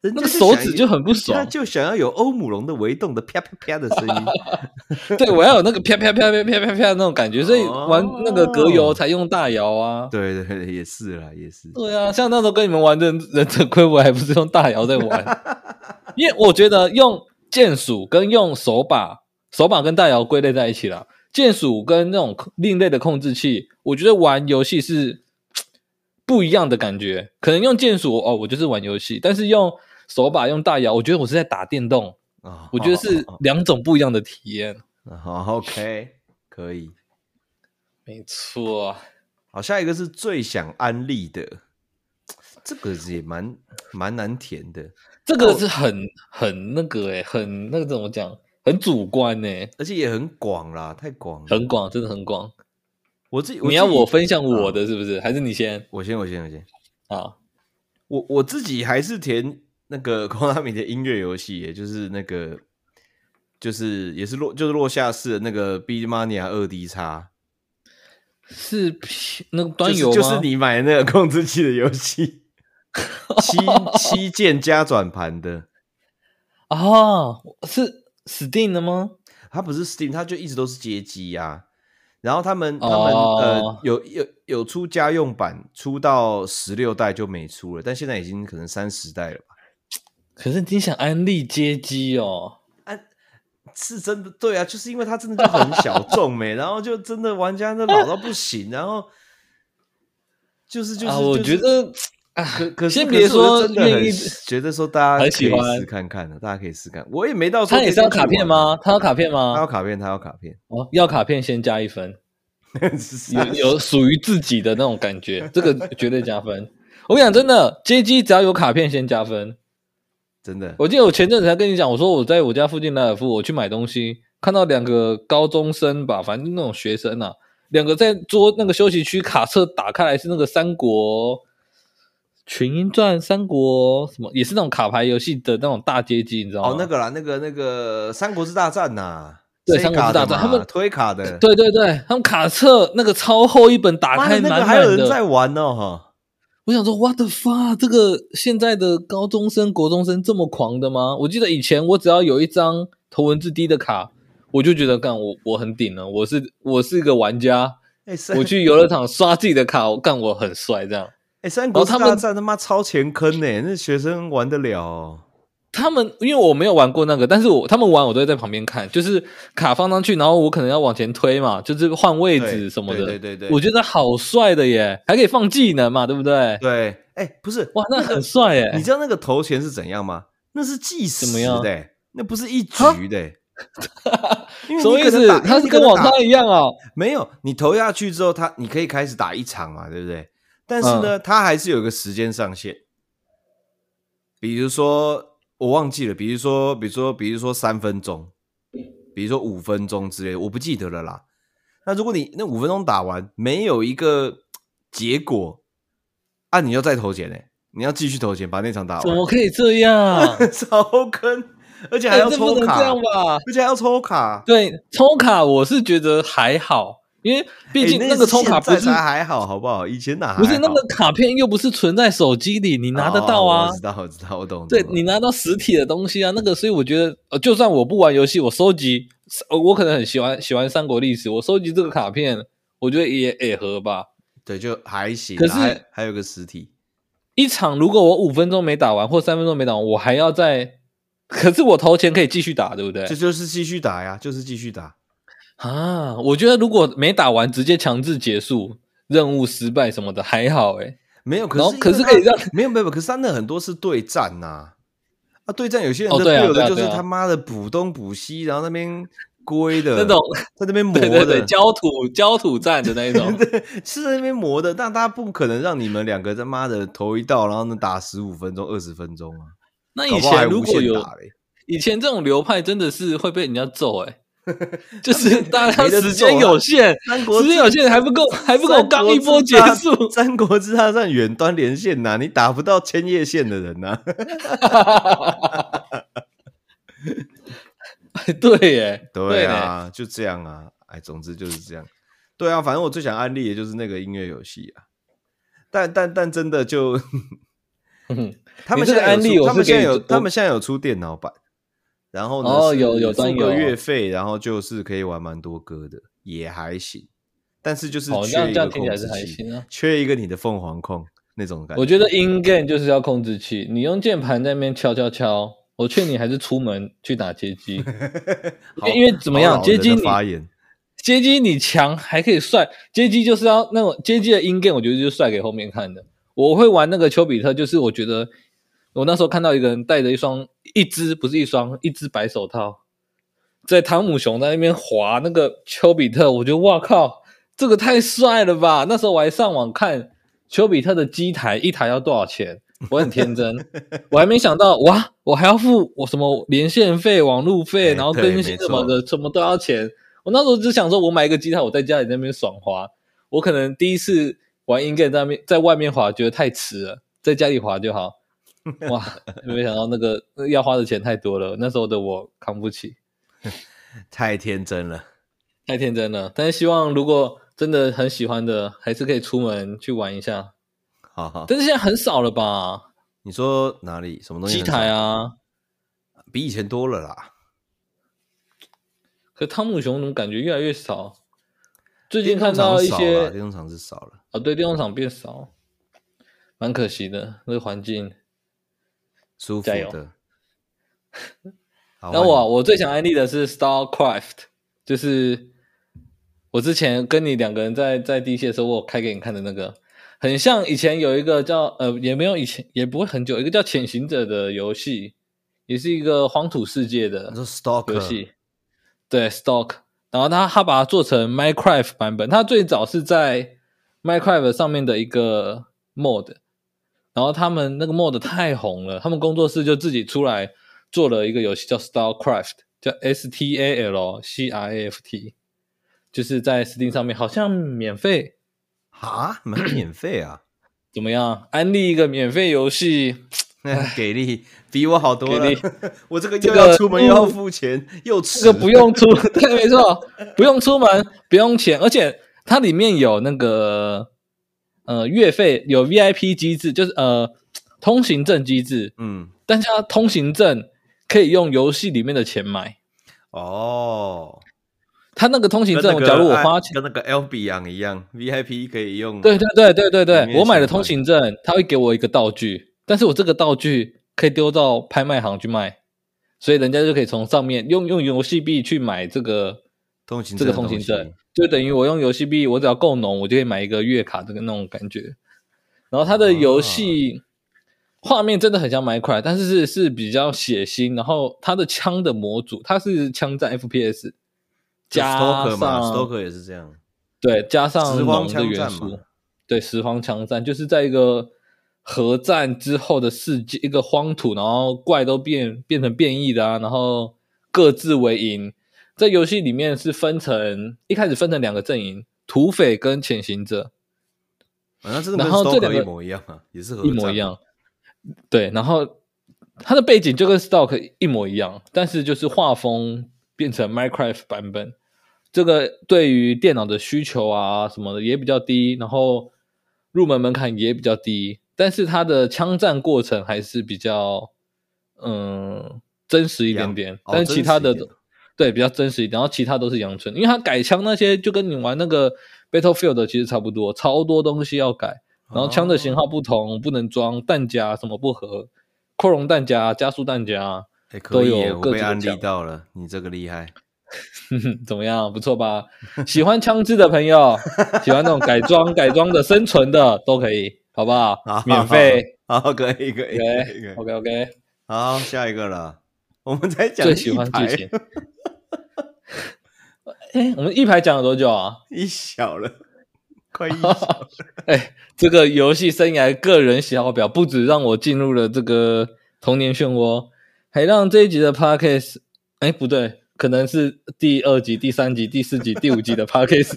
[SPEAKER 2] 人家
[SPEAKER 1] 那个
[SPEAKER 2] 就想
[SPEAKER 1] 手指就很不
[SPEAKER 2] 他
[SPEAKER 1] 爽。
[SPEAKER 2] 就想要有欧姆龙的微动的啪啪啪的声 音，
[SPEAKER 1] 对我要有那个啪啪啪啪啪啪啪那种感觉，所以玩那
[SPEAKER 2] 哦
[SPEAKER 1] 个格游才用大摇啊。
[SPEAKER 2] 对对对，也是啦，也是。
[SPEAKER 1] 对啊，像那时候跟你们玩忍忍者龟，我还不是用大摇在玩， 因为我觉得用键鼠跟用手把，手把跟大摇归类在一起了。键鼠跟那种控另类的控制器，我觉得玩游戏是不一样的感觉。可能用键鼠哦，我就是玩游戏，但是用手把用大摇，我觉得我是在打电动，
[SPEAKER 2] 啊
[SPEAKER 1] 我觉得是两种不一样的体验。
[SPEAKER 2] 好 OK，可以。
[SPEAKER 1] 没错，
[SPEAKER 2] 好，下一个是最想安利的，这个也蛮蛮难填的，
[SPEAKER 1] 这个是很很那个诶、欸很那个怎么讲？很主观欸诶、
[SPEAKER 2] 而且也很广啦，太广了。
[SPEAKER 1] 很广，真的很广。
[SPEAKER 2] 我自己
[SPEAKER 1] 你要
[SPEAKER 2] 自己
[SPEAKER 1] 我啊分享我的是不是？还是你先？啊
[SPEAKER 2] 我先，我先，我先。
[SPEAKER 1] 好，
[SPEAKER 2] 我我自己还是填那个 Konami 的音乐游戏耶，也就是那个，就是也是落就是落下式的那个 B Mania 二 D 叉，
[SPEAKER 1] 是 P- 那个
[SPEAKER 2] 就
[SPEAKER 1] 端
[SPEAKER 2] 是
[SPEAKER 1] 游吗？
[SPEAKER 2] 就是你买的那个控制器的游戏， 七七键加转盘的，
[SPEAKER 1] 啊，是 Steam 的吗？
[SPEAKER 2] 它不是 Steam，它就一直都是街机啊。然后他们他
[SPEAKER 1] 哦
[SPEAKER 2] 们、呃有有有出家用版，出到十六代就没出了，但现在已经可能三十代了吧。
[SPEAKER 1] 可是你想安利街机哦，
[SPEAKER 2] 是真的，对啊，就是因为它真的就很小众 没、然后就真的玩家都老到不行，然后就是就是，
[SPEAKER 1] 啊，我
[SPEAKER 2] 就
[SPEAKER 1] 觉
[SPEAKER 2] 是
[SPEAKER 1] 得啊，
[SPEAKER 2] 可可是
[SPEAKER 1] 先
[SPEAKER 2] 可
[SPEAKER 1] 别
[SPEAKER 2] 是我
[SPEAKER 1] 说
[SPEAKER 2] 真的很
[SPEAKER 1] 愿意，
[SPEAKER 2] 觉得说大家
[SPEAKER 1] 很
[SPEAKER 2] 可
[SPEAKER 1] 喜
[SPEAKER 2] 以
[SPEAKER 1] 欢
[SPEAKER 2] 试看看的，大家可以试看。我也没到说
[SPEAKER 1] 他也是要
[SPEAKER 2] 可以
[SPEAKER 1] 卡
[SPEAKER 2] 去
[SPEAKER 1] 片
[SPEAKER 2] 玩
[SPEAKER 1] 吗
[SPEAKER 2] 啊？
[SPEAKER 1] 他要卡片
[SPEAKER 2] 他要
[SPEAKER 1] 吗？
[SPEAKER 2] 卡片，他要卡片，
[SPEAKER 1] 哦，要卡片先加一分，
[SPEAKER 2] 是
[SPEAKER 1] 有 有属于自己的那种感觉，这个绝对加分。我跟你讲，真的，街机只要有卡片先加分。
[SPEAKER 2] 真的。
[SPEAKER 1] 我记得我前阵子才跟你讲，我说我在我家附近莱尔富，我去买东西，看到两个高中生吧，反正那种学生啊，两个在桌那个休息区卡车打开来是那个三国群英传、三国什么，也是那种卡牌游戏的那种大街机，你知道吗？
[SPEAKER 2] 哦，那个啦，那个那个《三国志大战》呐，
[SPEAKER 1] 对
[SPEAKER 2] 推
[SPEAKER 1] 三国
[SPEAKER 2] 卡
[SPEAKER 1] 志
[SPEAKER 2] 的
[SPEAKER 1] 大战
[SPEAKER 2] 嘛
[SPEAKER 1] 他们
[SPEAKER 2] 推卡的，
[SPEAKER 1] 对对对，他们卡册那个超厚一本打
[SPEAKER 2] 妈
[SPEAKER 1] 开
[SPEAKER 2] 的，那
[SPEAKER 1] 满
[SPEAKER 2] 个
[SPEAKER 1] 满
[SPEAKER 2] 还有人
[SPEAKER 1] 的，
[SPEAKER 2] 在玩哦，哈，
[SPEAKER 1] 我想说，what the fuck？这个现在的高中生、国中生这么狂的吗？我记得以前我只要有一张头文字 D 的卡，我就觉得干我我很顶了，我是我是一个 玩家，
[SPEAKER 2] 哎，三
[SPEAKER 1] 我去游乐场刷自己的卡，我干我很帅这样。
[SPEAKER 2] 哎，《三国
[SPEAKER 1] 哦
[SPEAKER 2] 志
[SPEAKER 1] 他
[SPEAKER 2] 大
[SPEAKER 1] 们
[SPEAKER 2] 战》他妈超前坑呢，那学生玩得了哦。
[SPEAKER 1] 他们因为我没有玩过那个，但是我他们玩我都会在旁边看，就是卡放上去，然后我可能要往前推嘛，就是换位
[SPEAKER 2] 对
[SPEAKER 1] 置什么的。
[SPEAKER 2] 对对对对
[SPEAKER 1] 我觉得好帅的耶，还可以放技能嘛，对不对？
[SPEAKER 2] 对，哎、不是，
[SPEAKER 1] 哇，那
[SPEAKER 2] 个
[SPEAKER 1] 很帅耶！
[SPEAKER 2] 你知道那个头衔是怎样吗？那是计时
[SPEAKER 1] 怎么样
[SPEAKER 2] 的、那不是一
[SPEAKER 1] 哈
[SPEAKER 2] 局的、因为
[SPEAKER 1] 什么
[SPEAKER 2] 你
[SPEAKER 1] 意
[SPEAKER 2] 可能
[SPEAKER 1] 思
[SPEAKER 2] 打？
[SPEAKER 1] 他
[SPEAKER 2] 因为
[SPEAKER 1] 是
[SPEAKER 2] 你可
[SPEAKER 1] 跟
[SPEAKER 2] 能
[SPEAKER 1] 网
[SPEAKER 2] 打
[SPEAKER 1] 咖一样哦。
[SPEAKER 2] 没有，你投下去之后，他你可以开始打一场嘛，对不对？但是
[SPEAKER 1] 嗯
[SPEAKER 2] 呢，它还是有一个时间上限。比如说，我忘记了，比如说，比如说，比如说三分钟，比如说五分钟之类的，我不记得了啦。那如果你那五分钟打完没有一个结果，啊，你要再投钱嘞、你要继续投钱把那场打
[SPEAKER 1] 怎么
[SPEAKER 2] 完，
[SPEAKER 1] 可以这样？
[SPEAKER 2] 超坑，而 且还
[SPEAKER 1] 哎，
[SPEAKER 2] 要
[SPEAKER 1] 这不
[SPEAKER 2] 抽
[SPEAKER 1] 能
[SPEAKER 2] 卡，
[SPEAKER 1] 这样吧？
[SPEAKER 2] 而且还要抽卡。
[SPEAKER 1] 对，抽卡我是觉得还好，因为毕竟
[SPEAKER 2] 哎
[SPEAKER 1] 那个抽卡不
[SPEAKER 2] 现
[SPEAKER 1] 是、
[SPEAKER 2] 在才还好，好不好？以前哪还
[SPEAKER 1] 不是那
[SPEAKER 2] 好
[SPEAKER 1] 个卡片又不是存在手机里，你拿得到啊
[SPEAKER 2] 哦我。知道，我知道，我懂。
[SPEAKER 1] 对
[SPEAKER 2] 懂
[SPEAKER 1] 你
[SPEAKER 2] 懂
[SPEAKER 1] 拿到实体的东西啊，那个，所以我觉得，呃，就算我不玩游戏，我收集，呃我可能很喜欢喜欢三国历史，我收集这个卡片，我觉得也也合吧。
[SPEAKER 2] 对就还行啦。
[SPEAKER 1] 可是
[SPEAKER 2] 还还有个实体，
[SPEAKER 1] 一场如果我五分钟没打完或三分钟没打完，我还要再，可是我投钱可以继续打，对不对？
[SPEAKER 2] 这就是继续打呀，就是继续打。
[SPEAKER 1] 啊，我觉得如果没打完直接强制结束任务失败什么的还好诶、
[SPEAKER 2] 没有，可
[SPEAKER 1] 然后
[SPEAKER 2] 是
[SPEAKER 1] 可是
[SPEAKER 2] 因为
[SPEAKER 1] 可以
[SPEAKER 2] 它
[SPEAKER 1] 让
[SPEAKER 2] 没有没有，可是他那很多是对战呐。啊，对战有些人
[SPEAKER 1] 哦
[SPEAKER 2] 的
[SPEAKER 1] 对啊
[SPEAKER 2] 队友
[SPEAKER 1] 对
[SPEAKER 2] 的
[SPEAKER 1] 啊
[SPEAKER 2] 就是
[SPEAKER 1] 对啊
[SPEAKER 2] 他妈的补东补西，然后那边龟的
[SPEAKER 1] 那种
[SPEAKER 2] 在那边磨
[SPEAKER 1] 对对对
[SPEAKER 2] 的，，
[SPEAKER 1] 焦土焦土战的那一 种
[SPEAKER 2] 对，是在那边磨的，但他不可能让你们两个他妈的头一道，然后呢打十五分钟、二十分钟啊。
[SPEAKER 1] 那
[SPEAKER 2] 搞
[SPEAKER 1] 以
[SPEAKER 2] 不好还
[SPEAKER 1] 前
[SPEAKER 2] 无
[SPEAKER 1] 如果
[SPEAKER 2] 限
[SPEAKER 1] 有
[SPEAKER 2] 打嘞，
[SPEAKER 1] 以前这种流派真的是会被人家揍 诶、就是 大家
[SPEAKER 2] 没得
[SPEAKER 1] 时间
[SPEAKER 2] 揍啊
[SPEAKER 1] 有限，
[SPEAKER 2] 三国
[SPEAKER 1] 时
[SPEAKER 2] 志
[SPEAKER 1] 间有限还 不够还不够
[SPEAKER 2] 啊
[SPEAKER 1] 刚一波结束，
[SPEAKER 2] 三国志大战远端连线呐、你打不到千叶县的人呐、
[SPEAKER 1] 对欸耶，
[SPEAKER 2] 对
[SPEAKER 1] 呢
[SPEAKER 2] 啊，就这样啊。哎，总之就是这样。对啊，反正我最想安利的就是那个音乐游戏啊。但但但真的 就
[SPEAKER 1] 嗯
[SPEAKER 2] 他们
[SPEAKER 1] 你
[SPEAKER 2] 现
[SPEAKER 1] 这个
[SPEAKER 2] 在有
[SPEAKER 1] 安利
[SPEAKER 2] 出
[SPEAKER 1] 我
[SPEAKER 2] 他
[SPEAKER 1] 是
[SPEAKER 2] 们现在
[SPEAKER 1] 给你
[SPEAKER 2] 有
[SPEAKER 1] 我
[SPEAKER 2] 他们现在有出电脑版，然后呢
[SPEAKER 1] 哦
[SPEAKER 2] 是
[SPEAKER 1] 有有端
[SPEAKER 2] 付个
[SPEAKER 1] 游
[SPEAKER 2] 月费，然后就是可以玩蛮多歌的，也还行。但是就是
[SPEAKER 1] 哦，那
[SPEAKER 2] 缺
[SPEAKER 1] 这
[SPEAKER 2] 一
[SPEAKER 1] 样
[SPEAKER 2] 个
[SPEAKER 1] 听起
[SPEAKER 2] 控
[SPEAKER 1] 来是
[SPEAKER 2] 制
[SPEAKER 1] 还
[SPEAKER 2] 器，
[SPEAKER 1] 行啊。
[SPEAKER 2] 缺一个你的凤凰控那种感觉。
[SPEAKER 1] 我觉得 in game 就是要控制器，你用键盘在那边敲敲敲，我劝你还是出门去打 街机，
[SPEAKER 2] 好
[SPEAKER 1] 因为怎么
[SPEAKER 2] 好
[SPEAKER 1] 样，
[SPEAKER 2] 老
[SPEAKER 1] 街
[SPEAKER 2] 人
[SPEAKER 1] 机
[SPEAKER 2] 的
[SPEAKER 1] 你
[SPEAKER 2] 发言
[SPEAKER 1] 街机你强还可以帅，街机就是要那种街机的 in game，我觉得就是帅给后面看的。我会玩那个丘比特，就是我觉得我那时候看到一个人戴着一双一只不是一双一只白手套，在汤姆熊在那边滑那个丘比特，我觉得哇靠，这个太帅了吧！那时候我还上网看丘比特的机台一台要多少钱，我很 天真，我还没想到哇，我还要付我什么连线费、网路费，
[SPEAKER 2] 哎
[SPEAKER 1] 然后
[SPEAKER 2] 对
[SPEAKER 1] 更新
[SPEAKER 2] 没
[SPEAKER 1] 什么
[SPEAKER 2] 错
[SPEAKER 1] 的，什么都要钱。我那时候只想说，我买一个机台，我在家里那边爽滑。我可能第一次玩 in game 在面在外面滑，觉得太迟了，在家里滑就好。哇，没想到那个要花的钱太多了，那时候的我扛不起，
[SPEAKER 2] 太天真了。
[SPEAKER 1] 太天真了。但是希望如果真的很喜欢的，还是可以出门去玩一下。
[SPEAKER 2] 好好，
[SPEAKER 1] 但是现在很少了吧？
[SPEAKER 2] 你说哪里什么东西
[SPEAKER 1] 机
[SPEAKER 2] 很少？
[SPEAKER 1] 台啊，
[SPEAKER 2] 比以前多了啦。
[SPEAKER 1] 可汤姆熊怎么感觉越来越少？最近
[SPEAKER 2] 电
[SPEAKER 1] 看
[SPEAKER 2] 动
[SPEAKER 1] 到
[SPEAKER 2] 场
[SPEAKER 1] 一
[SPEAKER 2] 少了，
[SPEAKER 1] 些
[SPEAKER 2] 电动场是少了。
[SPEAKER 1] 啊，对，电动场变少，蛮可惜的，那个环境。
[SPEAKER 2] 舒服
[SPEAKER 1] 加油
[SPEAKER 2] 的。好
[SPEAKER 1] 那我我最想安利的是 StarCraft，就是我之前跟你两个人在在地铁的时候，我有开给你看的那个，很像以前有一个叫呃，也没有以前也不会很久，一个叫《潜行者》的游戏，也是一个黄土世界的
[SPEAKER 2] 你说
[SPEAKER 1] 游
[SPEAKER 2] stalker
[SPEAKER 1] 戏，对 Stalk，然后他他把它做成 Minecraft 版本，它最早是在 Minecraft 上面的一个 mod，然后他们那个 mod 太红了，他们工作室就自己出来做了一个游戏叫 Starcraft，叫 S T A L C R A F T，就是在 Steam 上面好像免费，
[SPEAKER 2] 啊，蛮免费 啊，
[SPEAKER 1] 怎么样？安利一个免费游戏，
[SPEAKER 2] 给力，比我好多了
[SPEAKER 1] 给力。
[SPEAKER 2] 我这个
[SPEAKER 1] 这
[SPEAKER 2] 又
[SPEAKER 1] 个嗯
[SPEAKER 2] 要出门又要付钱，又吃
[SPEAKER 1] 这个不用出， 对，没错，不用出门，不用钱，而且它里面有那个呃月费，有 VIP 机制，就是呃通行证机制，
[SPEAKER 2] 嗯
[SPEAKER 1] 但是它通行证可以用游戏里面的钱买。
[SPEAKER 2] 哦，
[SPEAKER 1] 它那个通行
[SPEAKER 2] 跟
[SPEAKER 1] 证，
[SPEAKER 2] 那个
[SPEAKER 1] 假如我
[SPEAKER 2] 哎
[SPEAKER 1] 花钱，
[SPEAKER 2] 跟那个 L B 一样，VIP 可以用。
[SPEAKER 1] 对对对对对
[SPEAKER 2] 里面
[SPEAKER 1] 对，我买
[SPEAKER 2] 钱
[SPEAKER 1] 了通
[SPEAKER 2] 买
[SPEAKER 1] 行证，它会给我一个道具，但是我这个道具可以丢到拍卖行去卖，所以人家就可以从上面用用游戏币去买这个
[SPEAKER 2] 通行
[SPEAKER 1] 这
[SPEAKER 2] 证
[SPEAKER 1] 个
[SPEAKER 2] 的
[SPEAKER 1] 通
[SPEAKER 2] 东
[SPEAKER 1] 行
[SPEAKER 2] 西，
[SPEAKER 1] 证，就等于我用游戏币，我只要够浓，我就可以买一个月卡，这个那种感觉。然后它的
[SPEAKER 2] 啊
[SPEAKER 1] 游戏画面真的很像 Minecraft，但是是是比较血腥。然后它的枪的模组，它是枪战 FPS，
[SPEAKER 2] 就
[SPEAKER 1] 加
[SPEAKER 2] Stalker 嘛
[SPEAKER 1] 上
[SPEAKER 2] ，Stalker 也是这样，啊
[SPEAKER 1] 对加上
[SPEAKER 2] 拾荒
[SPEAKER 1] 龙的
[SPEAKER 2] 枪
[SPEAKER 1] 元
[SPEAKER 2] 战
[SPEAKER 1] 素
[SPEAKER 2] 嘛，，
[SPEAKER 1] 对拾荒枪战，就是在一个核战之后的世界，一个荒土，然后怪都变变成变异的啊，然后各自为营。在游戏里面是分成一开始分成两个阵营，土匪跟潜行者
[SPEAKER 2] 反正真的跟
[SPEAKER 1] 然后这两
[SPEAKER 2] Stalker
[SPEAKER 1] 个
[SPEAKER 2] 一模一样啊，也是合
[SPEAKER 1] 一模
[SPEAKER 2] 战
[SPEAKER 1] 一样。对，然后它的背景就跟 Stalk 一模一样，但是就是画风变成 Minecraft 版本。这个对于电脑的需求啊什么的也比较低，然后入门门槛也比较低，但是它的枪战过程还是比较嗯真实一点点，
[SPEAKER 2] 哦
[SPEAKER 1] 但是其他的
[SPEAKER 2] 真实一点
[SPEAKER 1] 对比较真实一点，然后其他都是阳春，因为它改枪那些就跟你玩那个 Battlefield 其实差不多，超多东西要改，然后枪
[SPEAKER 2] 哦
[SPEAKER 1] 的型号不同，不能装弹夹什么不合，扩容弹夹、加速弹夹，
[SPEAKER 2] 哎，可以
[SPEAKER 1] 都有
[SPEAKER 2] 耶，我
[SPEAKER 1] 各
[SPEAKER 2] 被
[SPEAKER 1] 自的
[SPEAKER 2] 安利
[SPEAKER 1] 奖
[SPEAKER 2] 到了，你这个厉害。
[SPEAKER 1] 哼哼，怎么样？不错吧？喜欢枪支的朋友，喜欢那种改装、改装的、生存的都可以，好不好？
[SPEAKER 2] 啊好
[SPEAKER 1] 免费。
[SPEAKER 2] 好，好可以可以可以可以。
[SPEAKER 1] ，OK OK，
[SPEAKER 2] 好，下一个了，我们再讲
[SPEAKER 1] 最喜欢
[SPEAKER 2] 一
[SPEAKER 1] 剧
[SPEAKER 2] 排
[SPEAKER 1] 情。 哎，我们一排讲了多久啊？
[SPEAKER 2] 一小了，快一小
[SPEAKER 1] 哎，这个游戏生涯个人喜好表不止让我进入了这个童年漩涡，还让这一集的 podcast，哎，不对，可能是第二集、第三集、第四集、第五集的 podcast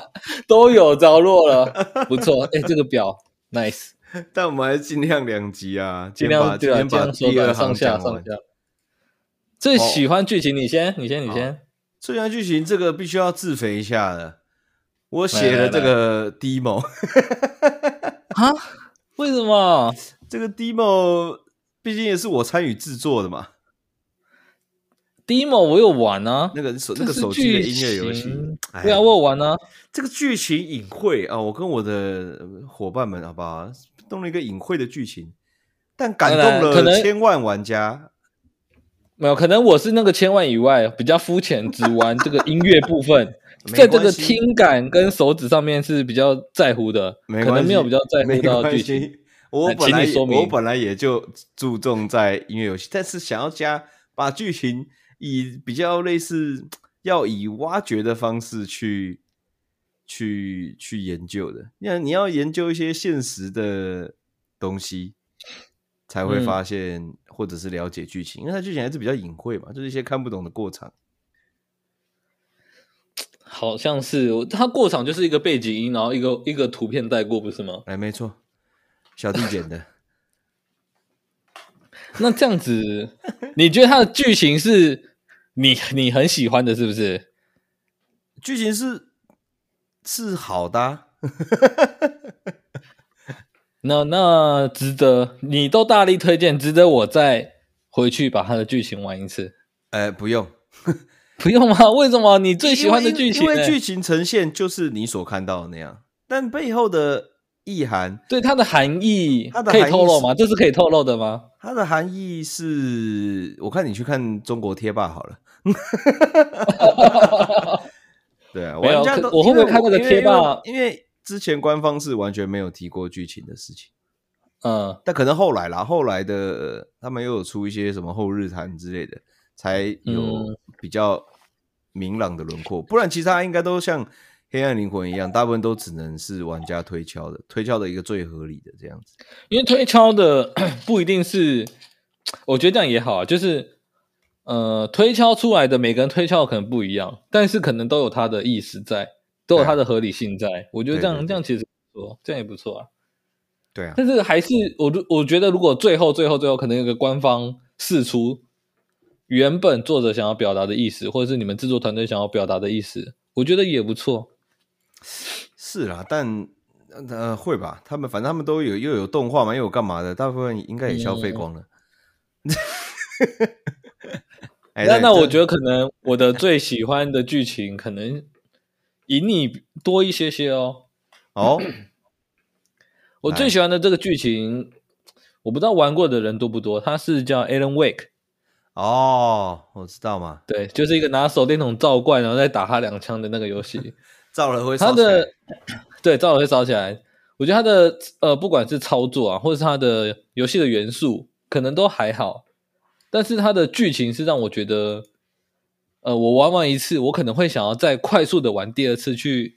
[SPEAKER 1] 都有着落了。不错，哎，这个表 nice，
[SPEAKER 2] 但我们还是尽量两集啊，
[SPEAKER 1] 尽
[SPEAKER 2] 今天把
[SPEAKER 1] 量
[SPEAKER 2] 今
[SPEAKER 1] 对啊，
[SPEAKER 2] 天
[SPEAKER 1] 尽
[SPEAKER 2] 把
[SPEAKER 1] 量缩
[SPEAKER 2] 第二
[SPEAKER 1] 短
[SPEAKER 2] 行
[SPEAKER 1] 上下
[SPEAKER 2] 讲
[SPEAKER 1] 上
[SPEAKER 2] 完。
[SPEAKER 1] 下。最喜欢剧情，你先，你先，你
[SPEAKER 2] 哦
[SPEAKER 1] 先。
[SPEAKER 2] 最佳剧情这个必须要自肥一下的，我写
[SPEAKER 1] 来来
[SPEAKER 2] 了这个 demo，
[SPEAKER 1] 为什么？
[SPEAKER 2] 这个 demo 毕竟也是我参与制作的嘛，
[SPEAKER 1] demo 我有玩啊，
[SPEAKER 2] 那个手
[SPEAKER 1] 这
[SPEAKER 2] 那个
[SPEAKER 1] 是
[SPEAKER 2] 手机的
[SPEAKER 1] 剧
[SPEAKER 2] 音乐游戏
[SPEAKER 1] 情，
[SPEAKER 2] 哎
[SPEAKER 1] 对啊，我有玩啊。
[SPEAKER 2] 这个剧情隐晦啊，我跟我的呃伙伴们好不好，弄了一个隐晦的剧情，但感
[SPEAKER 1] 当然
[SPEAKER 2] 动
[SPEAKER 1] 可能
[SPEAKER 2] 了千万玩家。
[SPEAKER 1] 没有，可能我是那个千万以外比较肤浅，只玩这个音乐部分，在
[SPEAKER 2] 没
[SPEAKER 1] 这
[SPEAKER 2] 关
[SPEAKER 1] 个
[SPEAKER 2] 系
[SPEAKER 1] 听感跟手指上面是比较在乎的，
[SPEAKER 2] 没
[SPEAKER 1] 可
[SPEAKER 2] 关
[SPEAKER 1] 能
[SPEAKER 2] 系，
[SPEAKER 1] 没有比较在
[SPEAKER 2] 没
[SPEAKER 1] 乎到
[SPEAKER 2] 关
[SPEAKER 1] 剧情。
[SPEAKER 2] 系。我
[SPEAKER 1] 那
[SPEAKER 2] 本
[SPEAKER 1] 请
[SPEAKER 2] 来
[SPEAKER 1] 你说明
[SPEAKER 2] 我本来也就注重在音乐游戏，但是想要加把剧情以比较类似要以挖掘的方式去去去研究的。那你要研究一些现实的东西，才会
[SPEAKER 1] 嗯
[SPEAKER 2] 发现、或者是了解剧情，因为它剧情还是比较隐晦嘛，就是一些看不懂的过场。
[SPEAKER 1] 好像是我它过场就是一个背景音，然后一个一个图片带过，不是吗？
[SPEAKER 2] 哎，没错，小弟剪的。
[SPEAKER 1] 那这样子，你觉得它的剧情是你你很喜欢的，是不是？
[SPEAKER 2] 剧情是是好的啊、
[SPEAKER 1] 那那值得，你都大力推荐，值得我再回去把它的剧情玩一次。
[SPEAKER 2] 呃，不用，
[SPEAKER 1] 不用吗？为什么你最喜欢的
[SPEAKER 2] 因为
[SPEAKER 1] 剧情哎
[SPEAKER 2] 因为
[SPEAKER 1] 呢？
[SPEAKER 2] 剧情呈现就是你所看到的那样，但背后的意涵，
[SPEAKER 1] 对它的含义
[SPEAKER 2] 它的
[SPEAKER 1] 可以
[SPEAKER 2] 含义
[SPEAKER 1] 透露
[SPEAKER 2] 是
[SPEAKER 1] 吗？这是可以透露的吗？
[SPEAKER 2] 它的含义是，我看你去看中国贴吧好了。 对啊，
[SPEAKER 1] 没有
[SPEAKER 2] 玩家
[SPEAKER 1] 可
[SPEAKER 2] 都
[SPEAKER 1] 我后面
[SPEAKER 2] 因为
[SPEAKER 1] 看那个贴吧
[SPEAKER 2] 因为因为因为之前官方是完全没有提过剧情的事情，
[SPEAKER 1] 嗯，
[SPEAKER 2] 但可能后来啦，后来的、呃他们又有出一些什么后日谈之类的，才有
[SPEAKER 1] 嗯
[SPEAKER 2] 比较明朗的轮廓。不然，其他应该都像黑暗灵魂一样，大部分都只能是玩家推敲的，推敲的一个最合理的这样子。
[SPEAKER 1] 因为推敲的 不一定是，我觉得这样也好啊，就是呃，推敲出来的每个人推敲的可能不一样，但是可能都有它的意思在，都有它的合理性在。我觉得这
[SPEAKER 2] 对
[SPEAKER 1] 样
[SPEAKER 2] 对对
[SPEAKER 1] 这样其实不错，这样也不错啊。
[SPEAKER 2] 对啊，
[SPEAKER 1] 但是还是我如我觉得，如果最后最后最后可能有个官方释出原本作者想要表达的意思，或者是你们制作团队想要表达的意思，我觉得也不错。
[SPEAKER 2] 是啦，但呃会吧，他们反正他们都有又有动画嘛，又有干嘛的，大部分应该也消费光了。哎
[SPEAKER 1] 嗯 那那我觉
[SPEAKER 2] 得
[SPEAKER 1] 得可能我的最喜欢的剧情可能赢你多一些些哦。
[SPEAKER 2] 哦，
[SPEAKER 1] 我最喜欢的这个剧情，我不知道玩过的人多不多。它是叫 Alan Wake，
[SPEAKER 2] 哦，我知道嘛，
[SPEAKER 1] 对，就是一个拿手电筒照怪，然后再打他两枪的那个游戏。
[SPEAKER 2] 照了会
[SPEAKER 1] 它
[SPEAKER 2] 烧起来
[SPEAKER 1] 的 对照了会烧起来，我觉得它的呃，不管是操作啊，或者是它的游戏的元素，可能都还好，但是它的剧情是让我觉得，呃，我玩完一次，我可能会想要再快速的玩第二次去，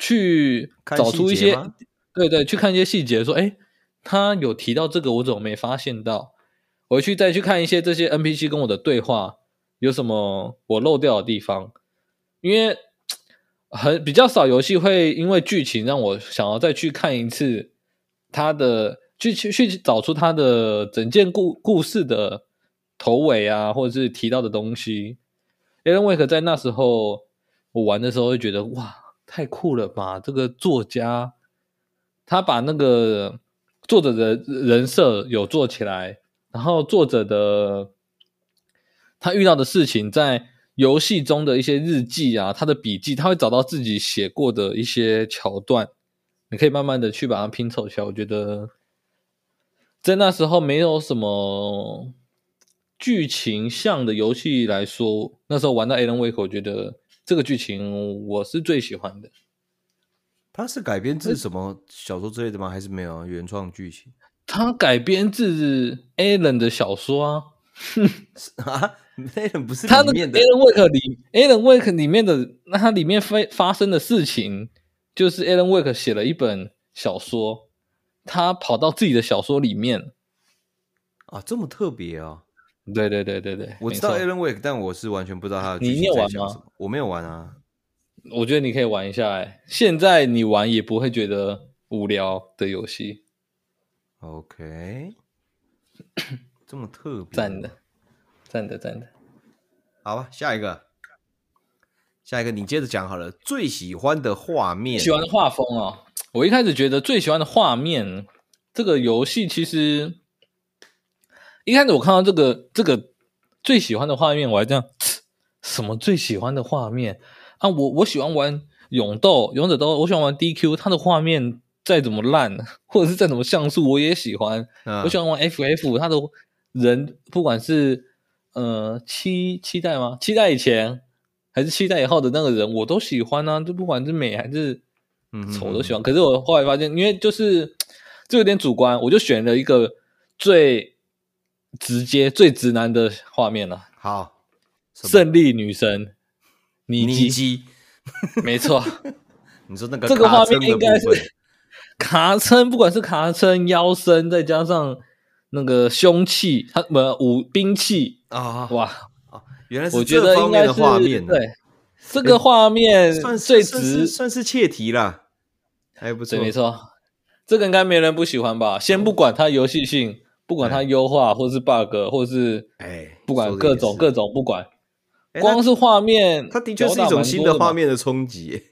[SPEAKER 1] 去
[SPEAKER 2] 看
[SPEAKER 1] 找
[SPEAKER 2] 细
[SPEAKER 1] 出一
[SPEAKER 2] 节
[SPEAKER 1] 些
[SPEAKER 2] 吗，
[SPEAKER 1] 对对，去看一些细节，说，哎，他有提到这个，我怎么没发现到？回去再去看一些这些 NPC 跟我的对话，有什么我漏掉的地方，因为很比较少游戏会因为剧情让我想要再去看一次它的去去去找出它的整件故故事的头尾啊，或者是提到的东西。Alan Wake 在那时候我玩的时候，会觉得哇，太酷了吧！这个作家他把那个作者的人设有做起来，然后作者的他遇到的事情，在游戏中的一些日记啊，他的笔记，他会找到自己写过的一些桥段，你可以慢慢的去把它拼凑起来。我觉得在那时候没有什么剧情向的游戏来说，那时候玩到 Alan Wake，我觉得这个剧情我是最喜欢的。
[SPEAKER 2] 它是改编
[SPEAKER 1] 呃
[SPEAKER 2] 自什么小说之类的吗？还是没有啊原创剧情
[SPEAKER 1] 它改编自 Alan 的小说啊，
[SPEAKER 2] 啊？那人不是
[SPEAKER 1] 他
[SPEAKER 2] 里
[SPEAKER 1] 那个
[SPEAKER 2] 面的
[SPEAKER 1] Alan Wake 里，Alan Wake 里面的那它里面发发生的事情，就是 Alan Wake 写了一本小说，他跑到自己的小说里面。
[SPEAKER 2] 啊，这么特别哦！
[SPEAKER 1] 对对对对对，
[SPEAKER 2] 我知道
[SPEAKER 1] 没错
[SPEAKER 2] Alan Wake，但我是完全不知道他的
[SPEAKER 1] 你
[SPEAKER 2] 剧
[SPEAKER 1] 你有
[SPEAKER 2] 情在
[SPEAKER 1] 玩
[SPEAKER 2] 想
[SPEAKER 1] 吗
[SPEAKER 2] 什么。我没有玩啊，
[SPEAKER 1] 我觉得你可以玩一下、哎，现在你玩也不会觉得无聊的游戏，
[SPEAKER 2] OK，这么特别，哦
[SPEAKER 1] 赞的，赞的，赞的。
[SPEAKER 2] 好吧，下一个，下一个你接着讲好了。最喜欢的画面，
[SPEAKER 1] 喜欢的画风哦，我一开始觉得最喜欢的画面，这个游戏其实一开始我看到这个这个最喜欢的画面，我还这样，什么最喜欢的画面啊？我我喜欢玩勇斗、勇者斗，我喜欢玩 DQ，它的画面再怎么烂， 或者是再怎么像素，我也喜欢。
[SPEAKER 2] 嗯
[SPEAKER 1] 我喜欢玩 FF，它的人不管是呃七七代吗？七代以前还是七代以后的那个人，我都喜欢啊，就不管是美还是
[SPEAKER 3] 嗯
[SPEAKER 1] 丑我都喜
[SPEAKER 3] 欢。
[SPEAKER 1] 欢。可是我后来发现，因为就是这有点主观，我就选了一个最直接、最直男的画面了、
[SPEAKER 2] 好，
[SPEAKER 3] 什么
[SPEAKER 1] 胜利女神尼
[SPEAKER 3] 尼
[SPEAKER 1] 基，
[SPEAKER 3] 基，
[SPEAKER 1] 没错，
[SPEAKER 3] 你说那个
[SPEAKER 1] 这个画
[SPEAKER 3] 咔嚓
[SPEAKER 1] 面
[SPEAKER 3] 的
[SPEAKER 1] 应
[SPEAKER 3] 部
[SPEAKER 1] 该是
[SPEAKER 3] 分，
[SPEAKER 1] 卡称，不管是卡称、腰身，再加上那个凶器，它不武兵器，
[SPEAKER 2] 哦
[SPEAKER 3] 啊，
[SPEAKER 1] 哇，
[SPEAKER 3] 原来是
[SPEAKER 1] 我觉
[SPEAKER 3] 这
[SPEAKER 1] 得
[SPEAKER 3] 方
[SPEAKER 1] 应该
[SPEAKER 3] 面
[SPEAKER 1] 是
[SPEAKER 3] 的画面啊，
[SPEAKER 1] 对这个画面
[SPEAKER 2] 算是
[SPEAKER 1] 最
[SPEAKER 2] 算是
[SPEAKER 1] 直，
[SPEAKER 2] 算是切题啦，还不错，
[SPEAKER 1] 对，没错，这个应该没人不喜欢吧？先
[SPEAKER 3] 嗯
[SPEAKER 1] 不管它游戏性，不管它优化或是 bug，或是
[SPEAKER 2] 哎，
[SPEAKER 1] 不管各种各种不管，
[SPEAKER 2] 哎那
[SPEAKER 1] 光是画面，
[SPEAKER 2] 它的确是一种新的 画。面的冲击。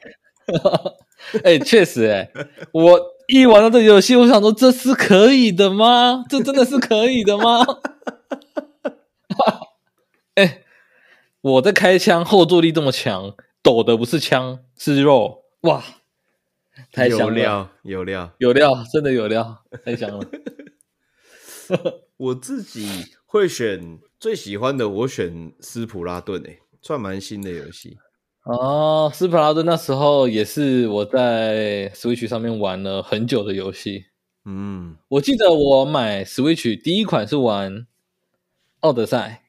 [SPEAKER 1] 哎，确实，哎，我一玩到这个游戏，我想说这是可以的吗？这真的是可以的吗？ 哎，我在开枪，后坐力这么强，抖的不是枪是肉，哇，太
[SPEAKER 2] 有
[SPEAKER 1] 香了，
[SPEAKER 2] 料有料，
[SPEAKER 1] 有料，真的有料，太香了。
[SPEAKER 2] 我自己会选最喜欢的，我选斯普拉顿诶、算蛮新的游戏。
[SPEAKER 1] 哦，斯普拉顿那时候也是我在 Switch 上面玩了很久的游戏。
[SPEAKER 2] 嗯，
[SPEAKER 1] 我记得我买 Switch 第一款是玩《奥德赛》，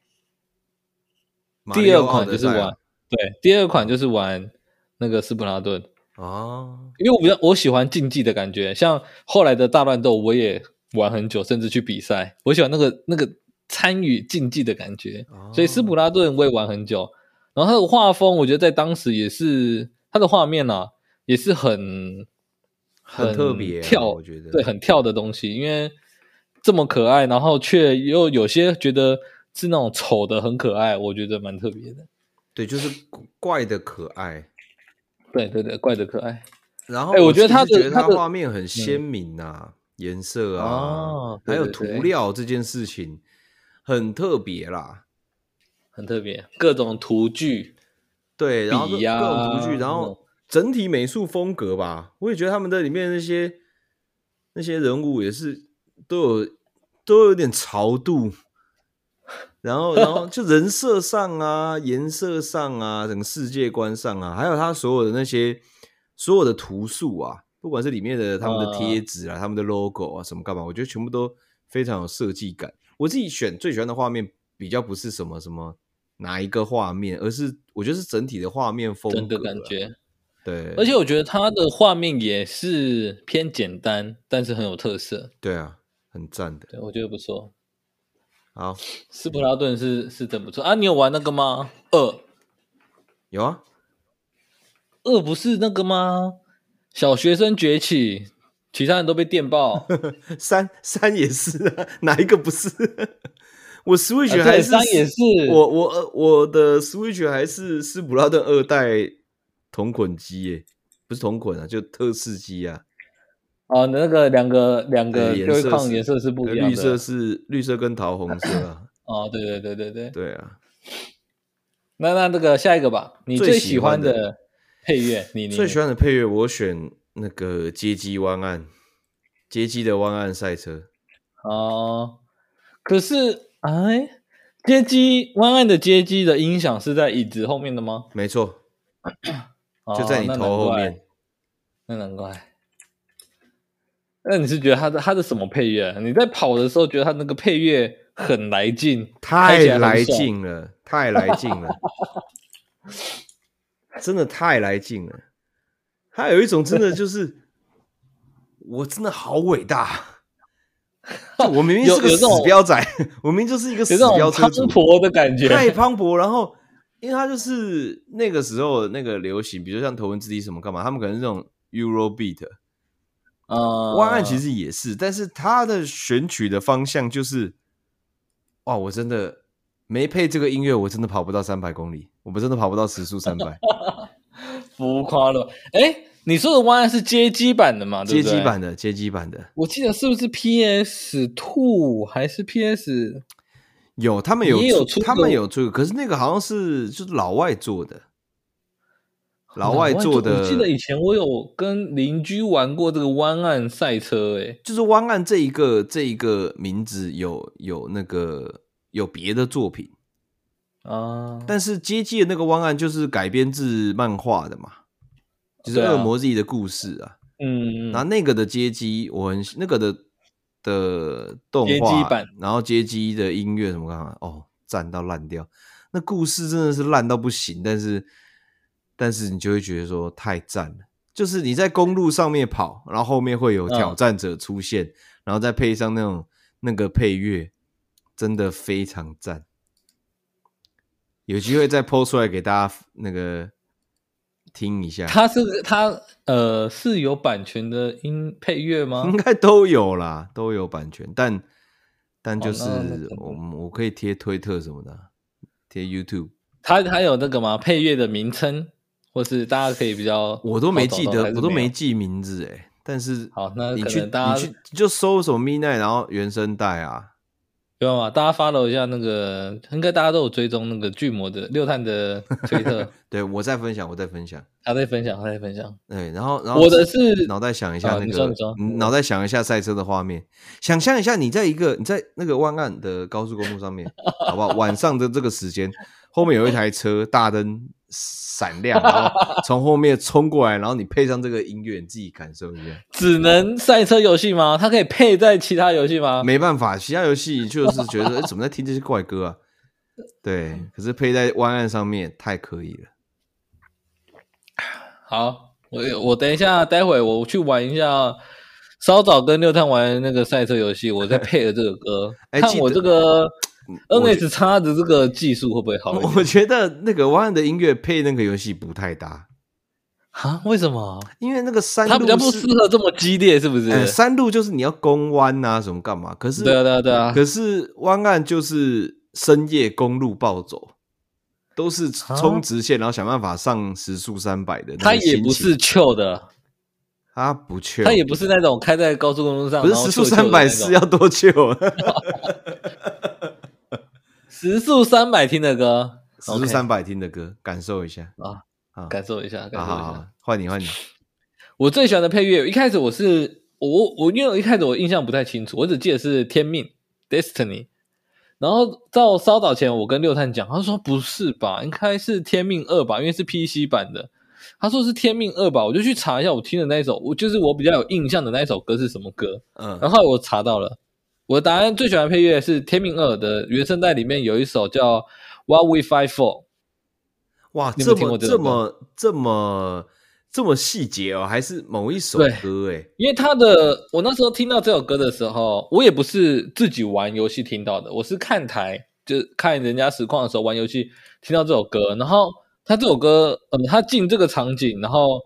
[SPEAKER 2] 马里
[SPEAKER 1] 第二
[SPEAKER 2] 奥奥
[SPEAKER 1] 款
[SPEAKER 2] 德
[SPEAKER 1] 就是
[SPEAKER 2] 赛
[SPEAKER 1] 玩
[SPEAKER 2] 啊
[SPEAKER 1] 对，第二款就是玩那个斯普拉顿，
[SPEAKER 2] 哦，
[SPEAKER 1] 因为我比较我喜欢竞技的感觉，像后来的大乱斗我也玩很久，甚至去比赛，我喜欢那个那个参与竞技的感觉。
[SPEAKER 2] 哦
[SPEAKER 1] 所以斯普拉顿我也玩很久，然后它的画风，我觉得在当时也是它的画面啊，也是很
[SPEAKER 2] 很特别啊、
[SPEAKER 1] 跳
[SPEAKER 2] 我，觉得
[SPEAKER 1] 对，很跳的东西，因为这么可爱，然后却又有些觉得是那种丑的很可爱，我觉得蛮特别的。
[SPEAKER 2] 对，就是怪的可爱。
[SPEAKER 1] 对对对，怪的可爱
[SPEAKER 2] 然后
[SPEAKER 1] 哎我觉得
[SPEAKER 2] 自己
[SPEAKER 1] 它
[SPEAKER 2] 是
[SPEAKER 1] 的
[SPEAKER 2] 觉得它
[SPEAKER 1] 它的嗯
[SPEAKER 2] 画面很鲜明啊，颜色啊
[SPEAKER 1] 哦，
[SPEAKER 2] 还
[SPEAKER 1] 对
[SPEAKER 2] 有
[SPEAKER 1] 对
[SPEAKER 2] 涂
[SPEAKER 1] 对
[SPEAKER 2] 料这件事情很特别啦。
[SPEAKER 1] 很特别，各种图具，
[SPEAKER 2] 对，然后各
[SPEAKER 1] 笔呀
[SPEAKER 2] 各种图具，然
[SPEAKER 1] 那
[SPEAKER 2] 后
[SPEAKER 1] 种
[SPEAKER 2] 整体美术风格吧，我也觉得他们的里面那些那些人物也是都有都有点潮度， 然后然后就人设上啊、颜色上啊、整个世界观上啊，还有他所有的那些所有的图素啊，不管是里面的他们的
[SPEAKER 1] 啊
[SPEAKER 2] 贴纸啊、他们的 logo 啊什么干嘛，我觉得全部都非常有设计感。我自己选最喜欢的画面比较不是什么什么哪一个画面，而是我觉得是整体的画面风格、啊
[SPEAKER 1] 真的感。觉。
[SPEAKER 2] 对，
[SPEAKER 1] 而且我觉得它的画面也是偏简单，但是很有特色。
[SPEAKER 2] 对啊，很赞的。
[SPEAKER 1] 对，我觉得不错。
[SPEAKER 2] 好，
[SPEAKER 1] 斯普拉顿是是真不错啊！你有玩那个吗？二
[SPEAKER 2] 有啊，
[SPEAKER 1] 二不是那个吗？小学生崛起，其他人都被电 爆。
[SPEAKER 2] 三三也是啊，哪一个不是？ 我 Switch
[SPEAKER 1] 啊
[SPEAKER 2] 还
[SPEAKER 1] 对
[SPEAKER 2] 是、
[SPEAKER 1] 三也是
[SPEAKER 2] 我我呃我的 Switch 还是斯普拉顿二代同捆机耶，不是同捆啊，就特仕机啊，
[SPEAKER 1] 哦，那个两个两
[SPEAKER 2] 呃
[SPEAKER 1] 个
[SPEAKER 2] 颜
[SPEAKER 1] 对
[SPEAKER 2] 色
[SPEAKER 1] 抗
[SPEAKER 2] 是
[SPEAKER 1] 颜色是不
[SPEAKER 2] 呃
[SPEAKER 1] 一样的。
[SPEAKER 2] 绿色是绿色跟桃红色啊，
[SPEAKER 1] 哦，对对对对对。
[SPEAKER 2] 对啊，
[SPEAKER 1] 那那这个下一个吧，你
[SPEAKER 2] 最
[SPEAKER 1] 最
[SPEAKER 2] 喜
[SPEAKER 1] 喜
[SPEAKER 2] 欢
[SPEAKER 1] 欢
[SPEAKER 2] 的
[SPEAKER 1] 的配乐，你你
[SPEAKER 2] 最喜欢的配乐我选那个街机湾岸，街机的湾岸赛车，
[SPEAKER 1] 哦。可是哎，街机湾岸的街机的音响是在椅子后面的吗？
[SPEAKER 2] 没错，
[SPEAKER 1] 哦
[SPEAKER 2] 就在你
[SPEAKER 1] 那
[SPEAKER 2] 头后
[SPEAKER 1] 难怪
[SPEAKER 2] 面。
[SPEAKER 1] 那难怪。那你是觉得他的他的什么配乐啊？你在跑的时候觉得他那个配乐很来劲，开起
[SPEAKER 2] 太
[SPEAKER 1] 很
[SPEAKER 2] 来
[SPEAKER 1] 爽，
[SPEAKER 2] 劲了，太来劲了，真的太来劲了。他有一种真的就是，我真的好伟大。啊就我明明
[SPEAKER 1] 有
[SPEAKER 2] 是个
[SPEAKER 1] 有
[SPEAKER 2] 死
[SPEAKER 1] 这种
[SPEAKER 2] 标仔， 我明明就是一个
[SPEAKER 1] 有
[SPEAKER 2] 死
[SPEAKER 1] 那
[SPEAKER 2] 标
[SPEAKER 1] 种
[SPEAKER 2] 车
[SPEAKER 1] 磅
[SPEAKER 2] 主，
[SPEAKER 1] 礴的感觉。
[SPEAKER 2] 太磅礴。然后，因为他就是那个时候那个流行，比如像头文字 D 什么干嘛，他们可能是那种 Eurobeat，
[SPEAKER 1] 啊，
[SPEAKER 2] 湾岸其实也是，但是他的选取的方向就是，哇，我真的没配这个音乐，我真的跑不到三百公里，我们真的跑不到时速 三百，
[SPEAKER 1] 浮夸了。哎，你说的湾岸是街机版的嘛？
[SPEAKER 2] 街
[SPEAKER 1] 对不对
[SPEAKER 2] 机版，的，街机版的
[SPEAKER 1] 我记得是不是 PS Two 还是 PS？
[SPEAKER 2] 有，他们有
[SPEAKER 1] 也有出
[SPEAKER 2] 他们
[SPEAKER 1] 过
[SPEAKER 2] 有出，可是那个好像是就是老外做的，老
[SPEAKER 1] 外
[SPEAKER 2] 外做的，
[SPEAKER 1] 我记得以前我有跟邻居玩过这个湾岸赛车，哎，
[SPEAKER 2] 就是湾岸这一个这一个名字有有那个有别的作品，
[SPEAKER 1] 啊，
[SPEAKER 2] 但是街机的那个汪案就是改编自漫画的嘛，就是
[SPEAKER 1] 对啊
[SPEAKER 2] 恶魔自己的故事啊。
[SPEAKER 1] 嗯，
[SPEAKER 2] 然后那个的街机，我很喜那个的的动
[SPEAKER 1] 街机
[SPEAKER 2] 画
[SPEAKER 1] 版，
[SPEAKER 2] 然后街机的音乐什么干嘛，哦，赞到烂掉。那故事真的是烂到不行，但是但是你就会觉得说太赞了。就是你在公路上面跑，然后后面会有挑战者出现，
[SPEAKER 1] 嗯
[SPEAKER 2] 然后再配上那种那个配乐，真的非常赞。有机会再 PO 出来给大家那个听一下，
[SPEAKER 1] 它是它呃是有版权的音配乐吗
[SPEAKER 2] 应？该都有啦，都有版权，但但
[SPEAKER 1] 哦
[SPEAKER 2] 就是
[SPEAKER 1] 那那可能
[SPEAKER 2] 我们我可以贴推特什么的啊，贴 YouTube，
[SPEAKER 1] 它它有那个吗？配乐的名称，或是大家可以比较
[SPEAKER 2] 我都没记
[SPEAKER 1] 好找
[SPEAKER 2] 得，
[SPEAKER 1] 到还是
[SPEAKER 2] 我都
[SPEAKER 1] 没
[SPEAKER 2] 没
[SPEAKER 1] 有
[SPEAKER 2] 记名字哎，但是
[SPEAKER 1] 好那
[SPEAKER 2] 你
[SPEAKER 1] 可
[SPEAKER 2] 去
[SPEAKER 1] 能大
[SPEAKER 2] 你
[SPEAKER 1] 家
[SPEAKER 2] 去你就搜什么 Midnight，然后原声带啊，
[SPEAKER 1] 对吧？大家 follow 一下那个，应该大家都有追踪那个巨魔的六探的 推特，
[SPEAKER 2] 对我再分享，我再分享，
[SPEAKER 1] 他在分享，他在分享。
[SPEAKER 2] 对，然后然后
[SPEAKER 1] 我的是
[SPEAKER 2] 脑袋想一下
[SPEAKER 1] 啊
[SPEAKER 2] 那
[SPEAKER 1] 你
[SPEAKER 2] 个，
[SPEAKER 1] 说你说
[SPEAKER 2] 嗯脑袋想一下赛车的画面，想象一下你在一个你在那个湾岸的高速公路上面，好不好？晚上的这个时间，后面有一台车大灯 闪亮，然后从后面冲过来，然后你配上这个音乐，你自己感受一下。
[SPEAKER 1] 只能赛车游戏吗？它可以配在其他游戏吗？
[SPEAKER 2] 没办法，其他游戏就是觉得、诶哎怎么在听这些怪歌啊？对，可是配在湾岸上面太可以了。
[SPEAKER 1] 好，我我等一下，待会我去玩一下。稍早跟六探玩那个赛车游戏，我再配了这个歌，
[SPEAKER 2] 哎
[SPEAKER 1] 看
[SPEAKER 2] 记
[SPEAKER 1] 我
[SPEAKER 2] 得
[SPEAKER 1] 这个
[SPEAKER 2] 我
[SPEAKER 1] N S 叉的这个技术会不会好一
[SPEAKER 2] 我
[SPEAKER 1] 点
[SPEAKER 2] 觉得那个湾岸的音乐配那个游戏不太搭，
[SPEAKER 1] 啊？为什么？
[SPEAKER 2] 因为那个山
[SPEAKER 1] 它比较
[SPEAKER 2] 路
[SPEAKER 1] 不
[SPEAKER 2] 是
[SPEAKER 1] 适合这么激烈，是不是？
[SPEAKER 2] 呃，山路就是你要攻湾啊，什么干嘛？可是
[SPEAKER 1] 对啊，对啊，对啊。
[SPEAKER 2] 可是湾岸就是深夜公路暴走，都是冲直线，然后想办法上时速三百的那个
[SPEAKER 1] 啊它也
[SPEAKER 2] 心
[SPEAKER 1] 不
[SPEAKER 2] 情
[SPEAKER 1] 是 chill 的，
[SPEAKER 2] 他不确，
[SPEAKER 1] 它也不是那种开在高速公路上，
[SPEAKER 2] 不是
[SPEAKER 1] 然后
[SPEAKER 2] 时速
[SPEAKER 1] chill chill 的
[SPEAKER 2] 三
[SPEAKER 1] 那
[SPEAKER 2] 百
[SPEAKER 1] 种
[SPEAKER 2] 是要多久？啊
[SPEAKER 1] 时速三百听的歌，
[SPEAKER 2] 时速三百听的歌，感受一下
[SPEAKER 1] OK，啊，
[SPEAKER 2] 啊！
[SPEAKER 1] 感受一下，感
[SPEAKER 2] 好
[SPEAKER 1] 受一
[SPEAKER 2] 好
[SPEAKER 1] 下。
[SPEAKER 2] 好，换你换 你，
[SPEAKER 1] 我最喜欢的配乐，一开始我是我我因为我一开始我印象不太清楚，我只记得是《天命》（Destiny）。然后到稍早前，我跟六探讲，他说不是吧，应该是《天命二》吧，因为是 PC 版的。他说是《天命二》吧，我就去查一下我听的那一首，我就是我比较有印象的那一首歌是什么歌。然
[SPEAKER 2] 嗯，
[SPEAKER 1] 后我查到了，我的答案最喜欢的配乐是《天命二》的原声带里面有一首叫《What We Fight For》。
[SPEAKER 2] 哇，
[SPEAKER 1] 你有
[SPEAKER 2] 这
[SPEAKER 1] 没有听
[SPEAKER 2] 么
[SPEAKER 1] 过这
[SPEAKER 2] 这
[SPEAKER 1] 首歌
[SPEAKER 2] 么这么这么细节哦，还是某一首
[SPEAKER 1] 对
[SPEAKER 2] 歌哎，
[SPEAKER 1] 因为他的，我那时候听到这首歌的时候，我也不是自己玩游戏听到的，我是看台，就是看人家实况的时候玩游戏听到这首歌，然后他这首歌，嗯，他进这个场景，然后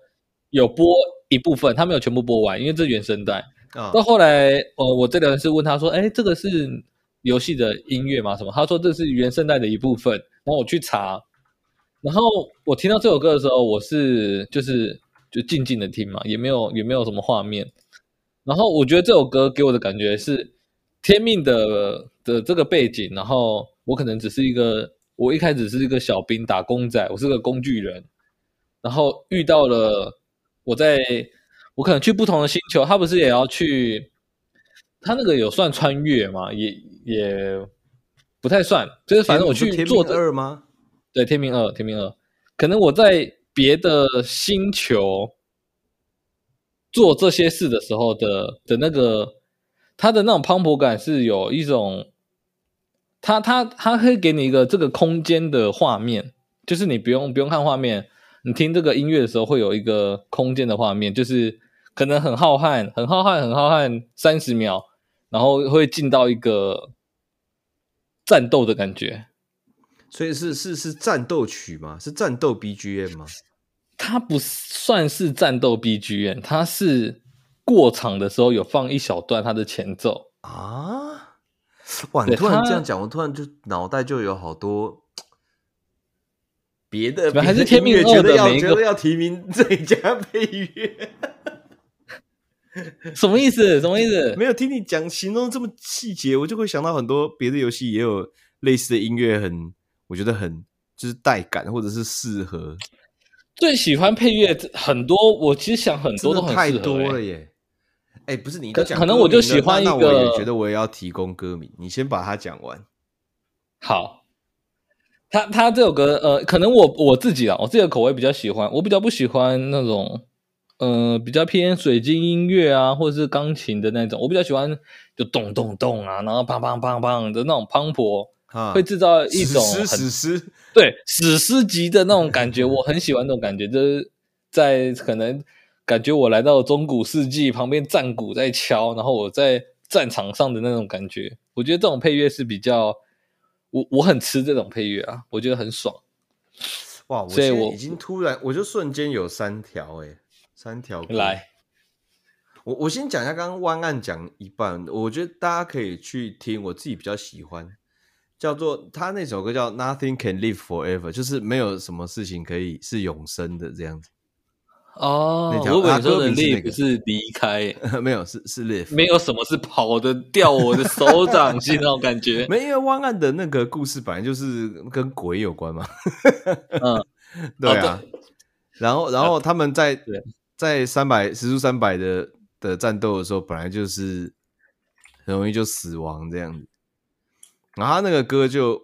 [SPEAKER 1] 有播一部分，他没有全部播完，因为这是原声带。
[SPEAKER 2] 啊
[SPEAKER 1] 到后来，呃，我这人是问他说，哎，这个是游戏的音乐吗？什么？他说这是原声带的一部分。然后我去查，然后我听到这首歌的时候，我是就是就静静的听嘛，也没有也没有什么画面。然后我觉得这首歌给我的感觉是天命的的这个背景，然后我可能只是一个我一开始是一个小兵打工仔，我是个工具人，然后遇到了我在我可能去不同的星球，他不是也要去，他那个有算穿越吗？也也不太算，就是反正我去
[SPEAKER 2] 不是天
[SPEAKER 1] 做
[SPEAKER 2] 命啊
[SPEAKER 1] 这
[SPEAKER 2] 二吗？
[SPEAKER 1] 对，天命二，天命二，可能我在别的星球做这些事的时候的的那个，它的那种磅礴感是有一种，它它它会给你一个这个空间的画面，就是你不用不用看画面，你听这个音乐的时候会有一个空间的画面，就是可能很浩瀚，很浩瀚，很浩瀚，三十秒，然后会进到一个战斗的感觉。
[SPEAKER 2] 所以是是是战斗曲吗？是战斗 BGM 吗？
[SPEAKER 1] 它不算是战斗 BGM，它是过场的时候有放一小段它的前奏。
[SPEAKER 2] 啊！哇，你
[SPEAKER 1] 对
[SPEAKER 2] 突然这
[SPEAKER 1] 他
[SPEAKER 2] 样讲，我突然就脑袋就有好多别的，
[SPEAKER 1] 怎么还
[SPEAKER 2] 别的
[SPEAKER 1] 是天
[SPEAKER 2] 音乐
[SPEAKER 1] 命二
[SPEAKER 2] 觉得
[SPEAKER 1] 的
[SPEAKER 2] 要
[SPEAKER 1] 每一
[SPEAKER 2] 觉
[SPEAKER 1] 个
[SPEAKER 2] 得要提名 最佳配乐，
[SPEAKER 1] 什么意思？什么意思？
[SPEAKER 2] 没有听你讲形容这么细节，我就会想到很多别的游戏也有类似的音乐很，我觉得很就是带感或者是适合，
[SPEAKER 1] 最喜欢配乐很多，我其实想很
[SPEAKER 2] 真
[SPEAKER 1] 多
[SPEAKER 2] 的
[SPEAKER 1] 都很
[SPEAKER 2] 太
[SPEAKER 1] 适合
[SPEAKER 2] 多
[SPEAKER 1] 欸、
[SPEAKER 2] 了耶。哎、不是你
[SPEAKER 1] 可
[SPEAKER 2] 都讲
[SPEAKER 1] 可能
[SPEAKER 2] 歌
[SPEAKER 1] 我就
[SPEAKER 2] 名了
[SPEAKER 1] 喜欢
[SPEAKER 2] 那
[SPEAKER 1] 一
[SPEAKER 2] 那我也
[SPEAKER 1] 个
[SPEAKER 2] 觉得我也要提供歌名，你先把它讲完。
[SPEAKER 1] 好，它它这首歌，呃，可能我我自己啊，我自己的口味比较喜欢，我比较不喜欢那种，呃，比较偏水晶音乐啊，或者是钢琴的那种，我比较喜欢就咚咚咚啊，然后砰砰砰砰的那种磅礴，
[SPEAKER 2] 啊
[SPEAKER 1] 会制造一种
[SPEAKER 2] 史诗
[SPEAKER 1] 很
[SPEAKER 2] 史诗，
[SPEAKER 1] 对史诗级的那种感觉，我很喜欢那种感觉，就是在可能感觉我来到中古世纪旁边战鼓在敲，然后我在战场上的那种感觉，我觉得这种配乐是比较。我我很吃这种配乐啊，我觉得很爽。
[SPEAKER 2] 哇！我
[SPEAKER 1] 所以
[SPEAKER 2] 现在
[SPEAKER 1] 我
[SPEAKER 2] 已经突然，我就瞬间有三条哎、三条歌
[SPEAKER 1] 来，
[SPEAKER 2] 我我先讲一下刚刚万案讲一半，我觉得大家可以去听，我自己比较喜欢，叫做他那首歌叫《Nothing Can Live Forever》，就是没有什么事情可以是永生的这样子，
[SPEAKER 1] 哦，
[SPEAKER 2] 那条
[SPEAKER 1] 我以为
[SPEAKER 2] 啊
[SPEAKER 1] 你说
[SPEAKER 2] 歌
[SPEAKER 1] 的
[SPEAKER 2] 名是
[SPEAKER 1] live
[SPEAKER 2] 那个
[SPEAKER 1] 是离开，
[SPEAKER 2] 没有是是 live，
[SPEAKER 1] 没有什么是跑的掉我的手掌心那种感觉。
[SPEAKER 2] 没因为万案的那个故事本来就是跟鬼有关嘛，
[SPEAKER 1] 嗯，呃
[SPEAKER 2] 对啊，然后然后他们在、
[SPEAKER 1] 对
[SPEAKER 2] 在三百时速三百的的战斗的时候，本来就是很容易就死亡这样子。然后他那个歌就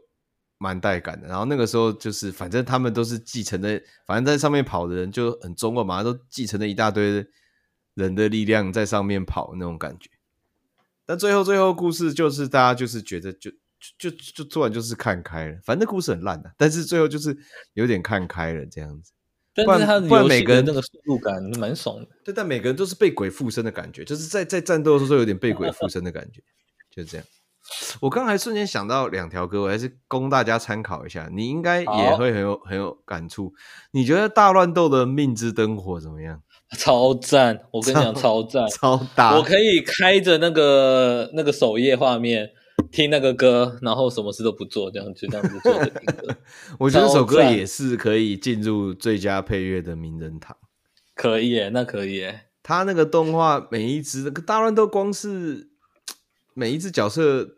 [SPEAKER 2] 蛮带感的。然后那个时候就是，反正他们都是继承的，反正在上面跑的人就很中二嘛，都继承了一大堆人的力量在上面跑那种感觉。但最后最后故事就是大家就是觉得就就就就突然就是看开了，反正故事很烂的、啊但是最后就是有点看开了这样子。不
[SPEAKER 1] 但是
[SPEAKER 2] 然
[SPEAKER 1] 他的
[SPEAKER 2] 不然
[SPEAKER 1] 游戏
[SPEAKER 2] 每个
[SPEAKER 1] 的
[SPEAKER 2] 人
[SPEAKER 1] 那个速度感蛮爽的。
[SPEAKER 2] 对，但每个人都是被鬼附身的感觉，就是在在战斗的时候有点被鬼附身的感觉，就这样。我刚才瞬间想到两条歌，我还是供大家参考一下，你应该也
[SPEAKER 1] 好
[SPEAKER 2] 会很有很有感触。你觉得大乱斗的《命之灯火》怎么样？
[SPEAKER 1] 超赞！我跟你讲，超赞！
[SPEAKER 2] 超搭，
[SPEAKER 1] 我可以开着那个那个首页画面听那个歌，然后什么事都不做，这样就这样子坐着听 歌，
[SPEAKER 2] 我觉得这首歌
[SPEAKER 1] 超赞
[SPEAKER 2] 也是可以进入最佳配乐的名人堂。
[SPEAKER 1] 可以耶，那可以耶。，
[SPEAKER 2] 他那个动画每一只那个大乱斗，光是每一只角色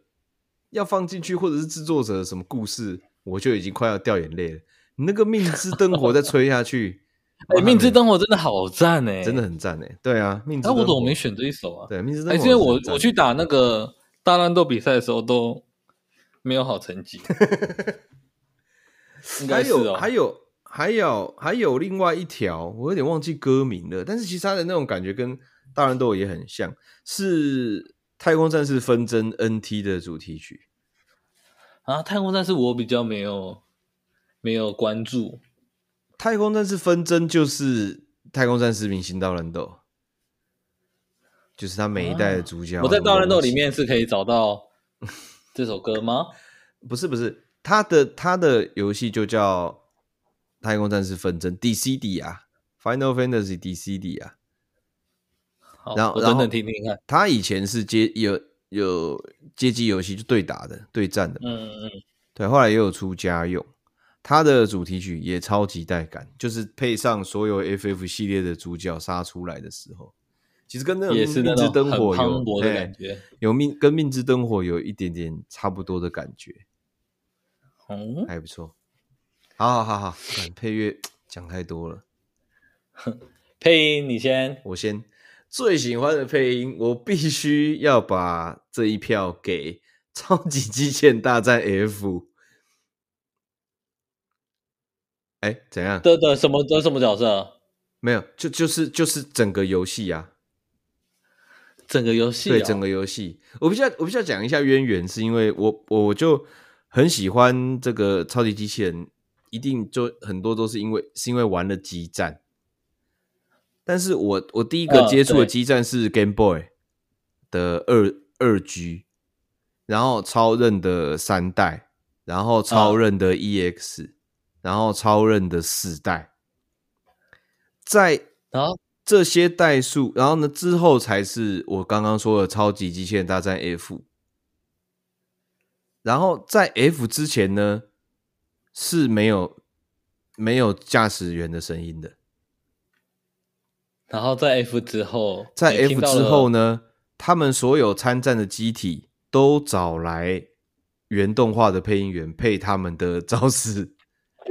[SPEAKER 2] 要放进去，或者是制作者什么故事，我就已经快要掉眼泪了。你那个命之灯火再吹下去
[SPEAKER 1] 哎，命之灯火真的好赞哎，
[SPEAKER 2] 真的。很赞哎！对啊，命之
[SPEAKER 1] 那
[SPEAKER 2] 灯火。
[SPEAKER 1] 我怎么没选这一首啊？
[SPEAKER 2] 对命之灯
[SPEAKER 1] 哎，
[SPEAKER 2] 火
[SPEAKER 1] 是
[SPEAKER 2] 很
[SPEAKER 1] 因
[SPEAKER 2] 赞？
[SPEAKER 1] 为我我去打那个大乱斗比赛的时候都没有好 成绩，应该
[SPEAKER 2] 还
[SPEAKER 1] 是
[SPEAKER 2] 有
[SPEAKER 1] 哦。
[SPEAKER 2] 还有还有还有另外一条，我有点忘记歌名了，但是其实它的那种感觉跟大乱斗也很像，是《太空战士纷争》NT 的主题曲。
[SPEAKER 1] 啊，太空战士我比较没有没有关注
[SPEAKER 2] 太空战士纷争就是太空战士明星大乱斗，就是他每一代的主角。
[SPEAKER 1] 啊我在大乱斗里面是可以找到这首歌吗？
[SPEAKER 2] 不是不是他的他的游戏就叫太空战士纷争 DCD 啊，Final Fantasy DCD 啊。
[SPEAKER 1] 好，
[SPEAKER 2] 然后
[SPEAKER 1] 我
[SPEAKER 2] 然
[SPEAKER 1] 等
[SPEAKER 2] 后
[SPEAKER 1] 等听听看。
[SPEAKER 2] 他以前是街有有街机游戏就对打的对战的，
[SPEAKER 1] 嗯嗯，
[SPEAKER 2] 对，后来也有出家用。他的主题曲也超级带感，就是配上所有 FF 系列的主角杀出来的时候，其实跟那
[SPEAKER 1] 嗯
[SPEAKER 2] 种
[SPEAKER 1] 也是那
[SPEAKER 2] 命之
[SPEAKER 1] 种
[SPEAKER 2] 灯
[SPEAKER 1] 很
[SPEAKER 2] 火
[SPEAKER 1] 磅
[SPEAKER 2] 有
[SPEAKER 1] 礴的
[SPEAKER 2] 嘿
[SPEAKER 1] 感觉。
[SPEAKER 2] 有命跟命之灯火有一点点差不多的感觉，
[SPEAKER 1] 嗯，
[SPEAKER 2] 还不错。好好好好，干配乐讲太多了，
[SPEAKER 1] 配音你先，
[SPEAKER 2] 我先最喜欢的配音，我必须要把这一票给《超级机械大战 F》。哎，怎样？
[SPEAKER 1] 的的什么的什么角色？
[SPEAKER 2] 没有，就就是就是整个游戏啊，
[SPEAKER 1] 整个游戏、哦、
[SPEAKER 2] 对整个游戏，啊我必须要我必须要讲一下渊源，是因为我我就很喜欢这个超级机器人，一定就很多都是因为是因为玩了激战，但是我我第一个
[SPEAKER 1] 嗯
[SPEAKER 2] 接触
[SPEAKER 1] 对
[SPEAKER 2] 的激战是 Game Boy 的二二 G，然后超任的三代，然后
[SPEAKER 1] 嗯
[SPEAKER 2] 超任的 EX，、然后超任的四代，在
[SPEAKER 1] 然后
[SPEAKER 2] 这些代数，然后呢之后才是我刚刚说的超级机器人大战 F。然后在 F 之前呢是没有没有驾驶员的声音的，
[SPEAKER 1] 然后在 F 之后，
[SPEAKER 2] 在
[SPEAKER 1] 你听
[SPEAKER 2] F
[SPEAKER 1] 到
[SPEAKER 2] 之
[SPEAKER 1] 了
[SPEAKER 2] 后呢，他们所有参战的机体都找来原动画的配音员配他们的招式，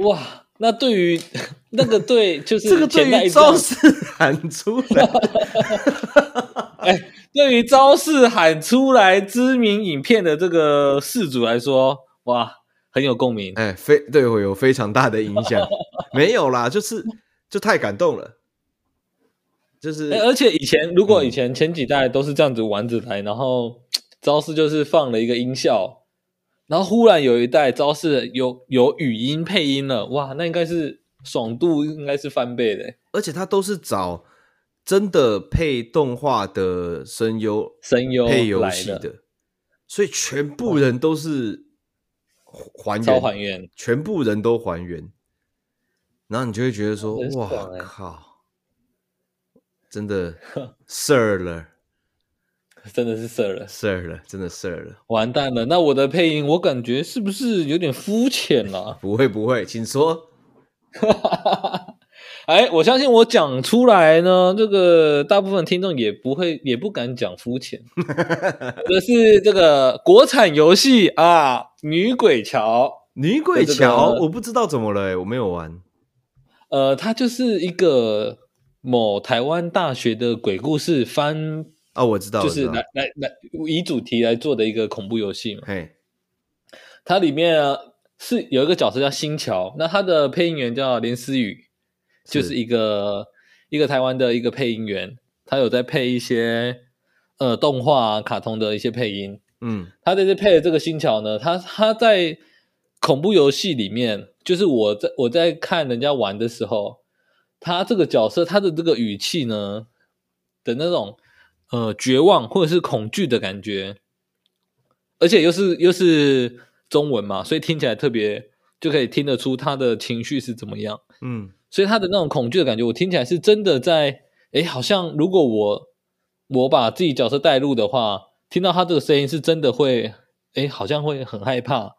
[SPEAKER 1] 哇，那对于那个对就是
[SPEAKER 2] 这个对
[SPEAKER 1] 前代
[SPEAKER 2] 于
[SPEAKER 1] 一直这样
[SPEAKER 2] 招式喊出来，
[SPEAKER 1] 对于招式喊出来知名影片的这个事主来说，哇，很有共鸣。
[SPEAKER 2] 哎，非对我有非常大的影响。没有啦，就是就太感动了，就是
[SPEAKER 1] 哎、而且以前如果
[SPEAKER 2] 嗯
[SPEAKER 1] 以前前几代都是这样子玩着来，然后招式就是放了一个音效，然后忽然有一代招式有有语音配音了，哇，那应该是爽度应该是翻倍的
[SPEAKER 2] 而且他都是找真的配动画的声优
[SPEAKER 1] 声优
[SPEAKER 2] 配游
[SPEAKER 1] 来哦
[SPEAKER 2] 戏，的，所以全部人都是还原，
[SPEAKER 1] 超还原，
[SPEAKER 2] 全部人都还原，然后你就会觉得说，
[SPEAKER 1] 很
[SPEAKER 2] 哇
[SPEAKER 1] 爽欸
[SPEAKER 2] 靠，真 的事了
[SPEAKER 1] 真的是色了，
[SPEAKER 2] 事了，真的事了。
[SPEAKER 1] 完蛋了。那我的配音我感觉是不是有点肤浅啊了、
[SPEAKER 2] 不会不会，请说。
[SPEAKER 1] 哈，哎，我相信我讲出来呢，这个大部分听众也不会，也不敢讲肤浅。这是这个国产游戏啊，《女鬼桥》。
[SPEAKER 2] 女鬼
[SPEAKER 1] 这个
[SPEAKER 2] 桥，我不知道怎么了、欸，我没有玩。
[SPEAKER 1] 呃，它就是一个某台湾大学的鬼故事翻，
[SPEAKER 2] 哦，我知道，
[SPEAKER 1] 就
[SPEAKER 2] 我
[SPEAKER 1] 是
[SPEAKER 2] 知道
[SPEAKER 1] 来来来以主题来做的一个恐怖游戏嘛。
[SPEAKER 2] 嘿，
[SPEAKER 1] 它里面啊是有一个角色叫新桥，那他的配音员叫连思雨，
[SPEAKER 2] 是
[SPEAKER 1] 就是一个一个台湾的一个配音员，他有在配一些呃动画、啊、卡通的一些配音。
[SPEAKER 2] 嗯，
[SPEAKER 1] 他在这配的这个新桥呢，他他在恐怖游戏里面，就是我在我在看人家玩的时候，他这个角色他的这个语气呢的那种呃绝望或者是恐惧的感觉，而且又是又是中文嘛，所以听起来特别就可以听得出他的情绪是怎么样。
[SPEAKER 2] 嗯，
[SPEAKER 1] 所以他的那种恐惧的感觉，我听起来是真的在，诶，好像如果我我把自己角色带入的话，听到他这个声音是真的会，诶，好像会很害怕，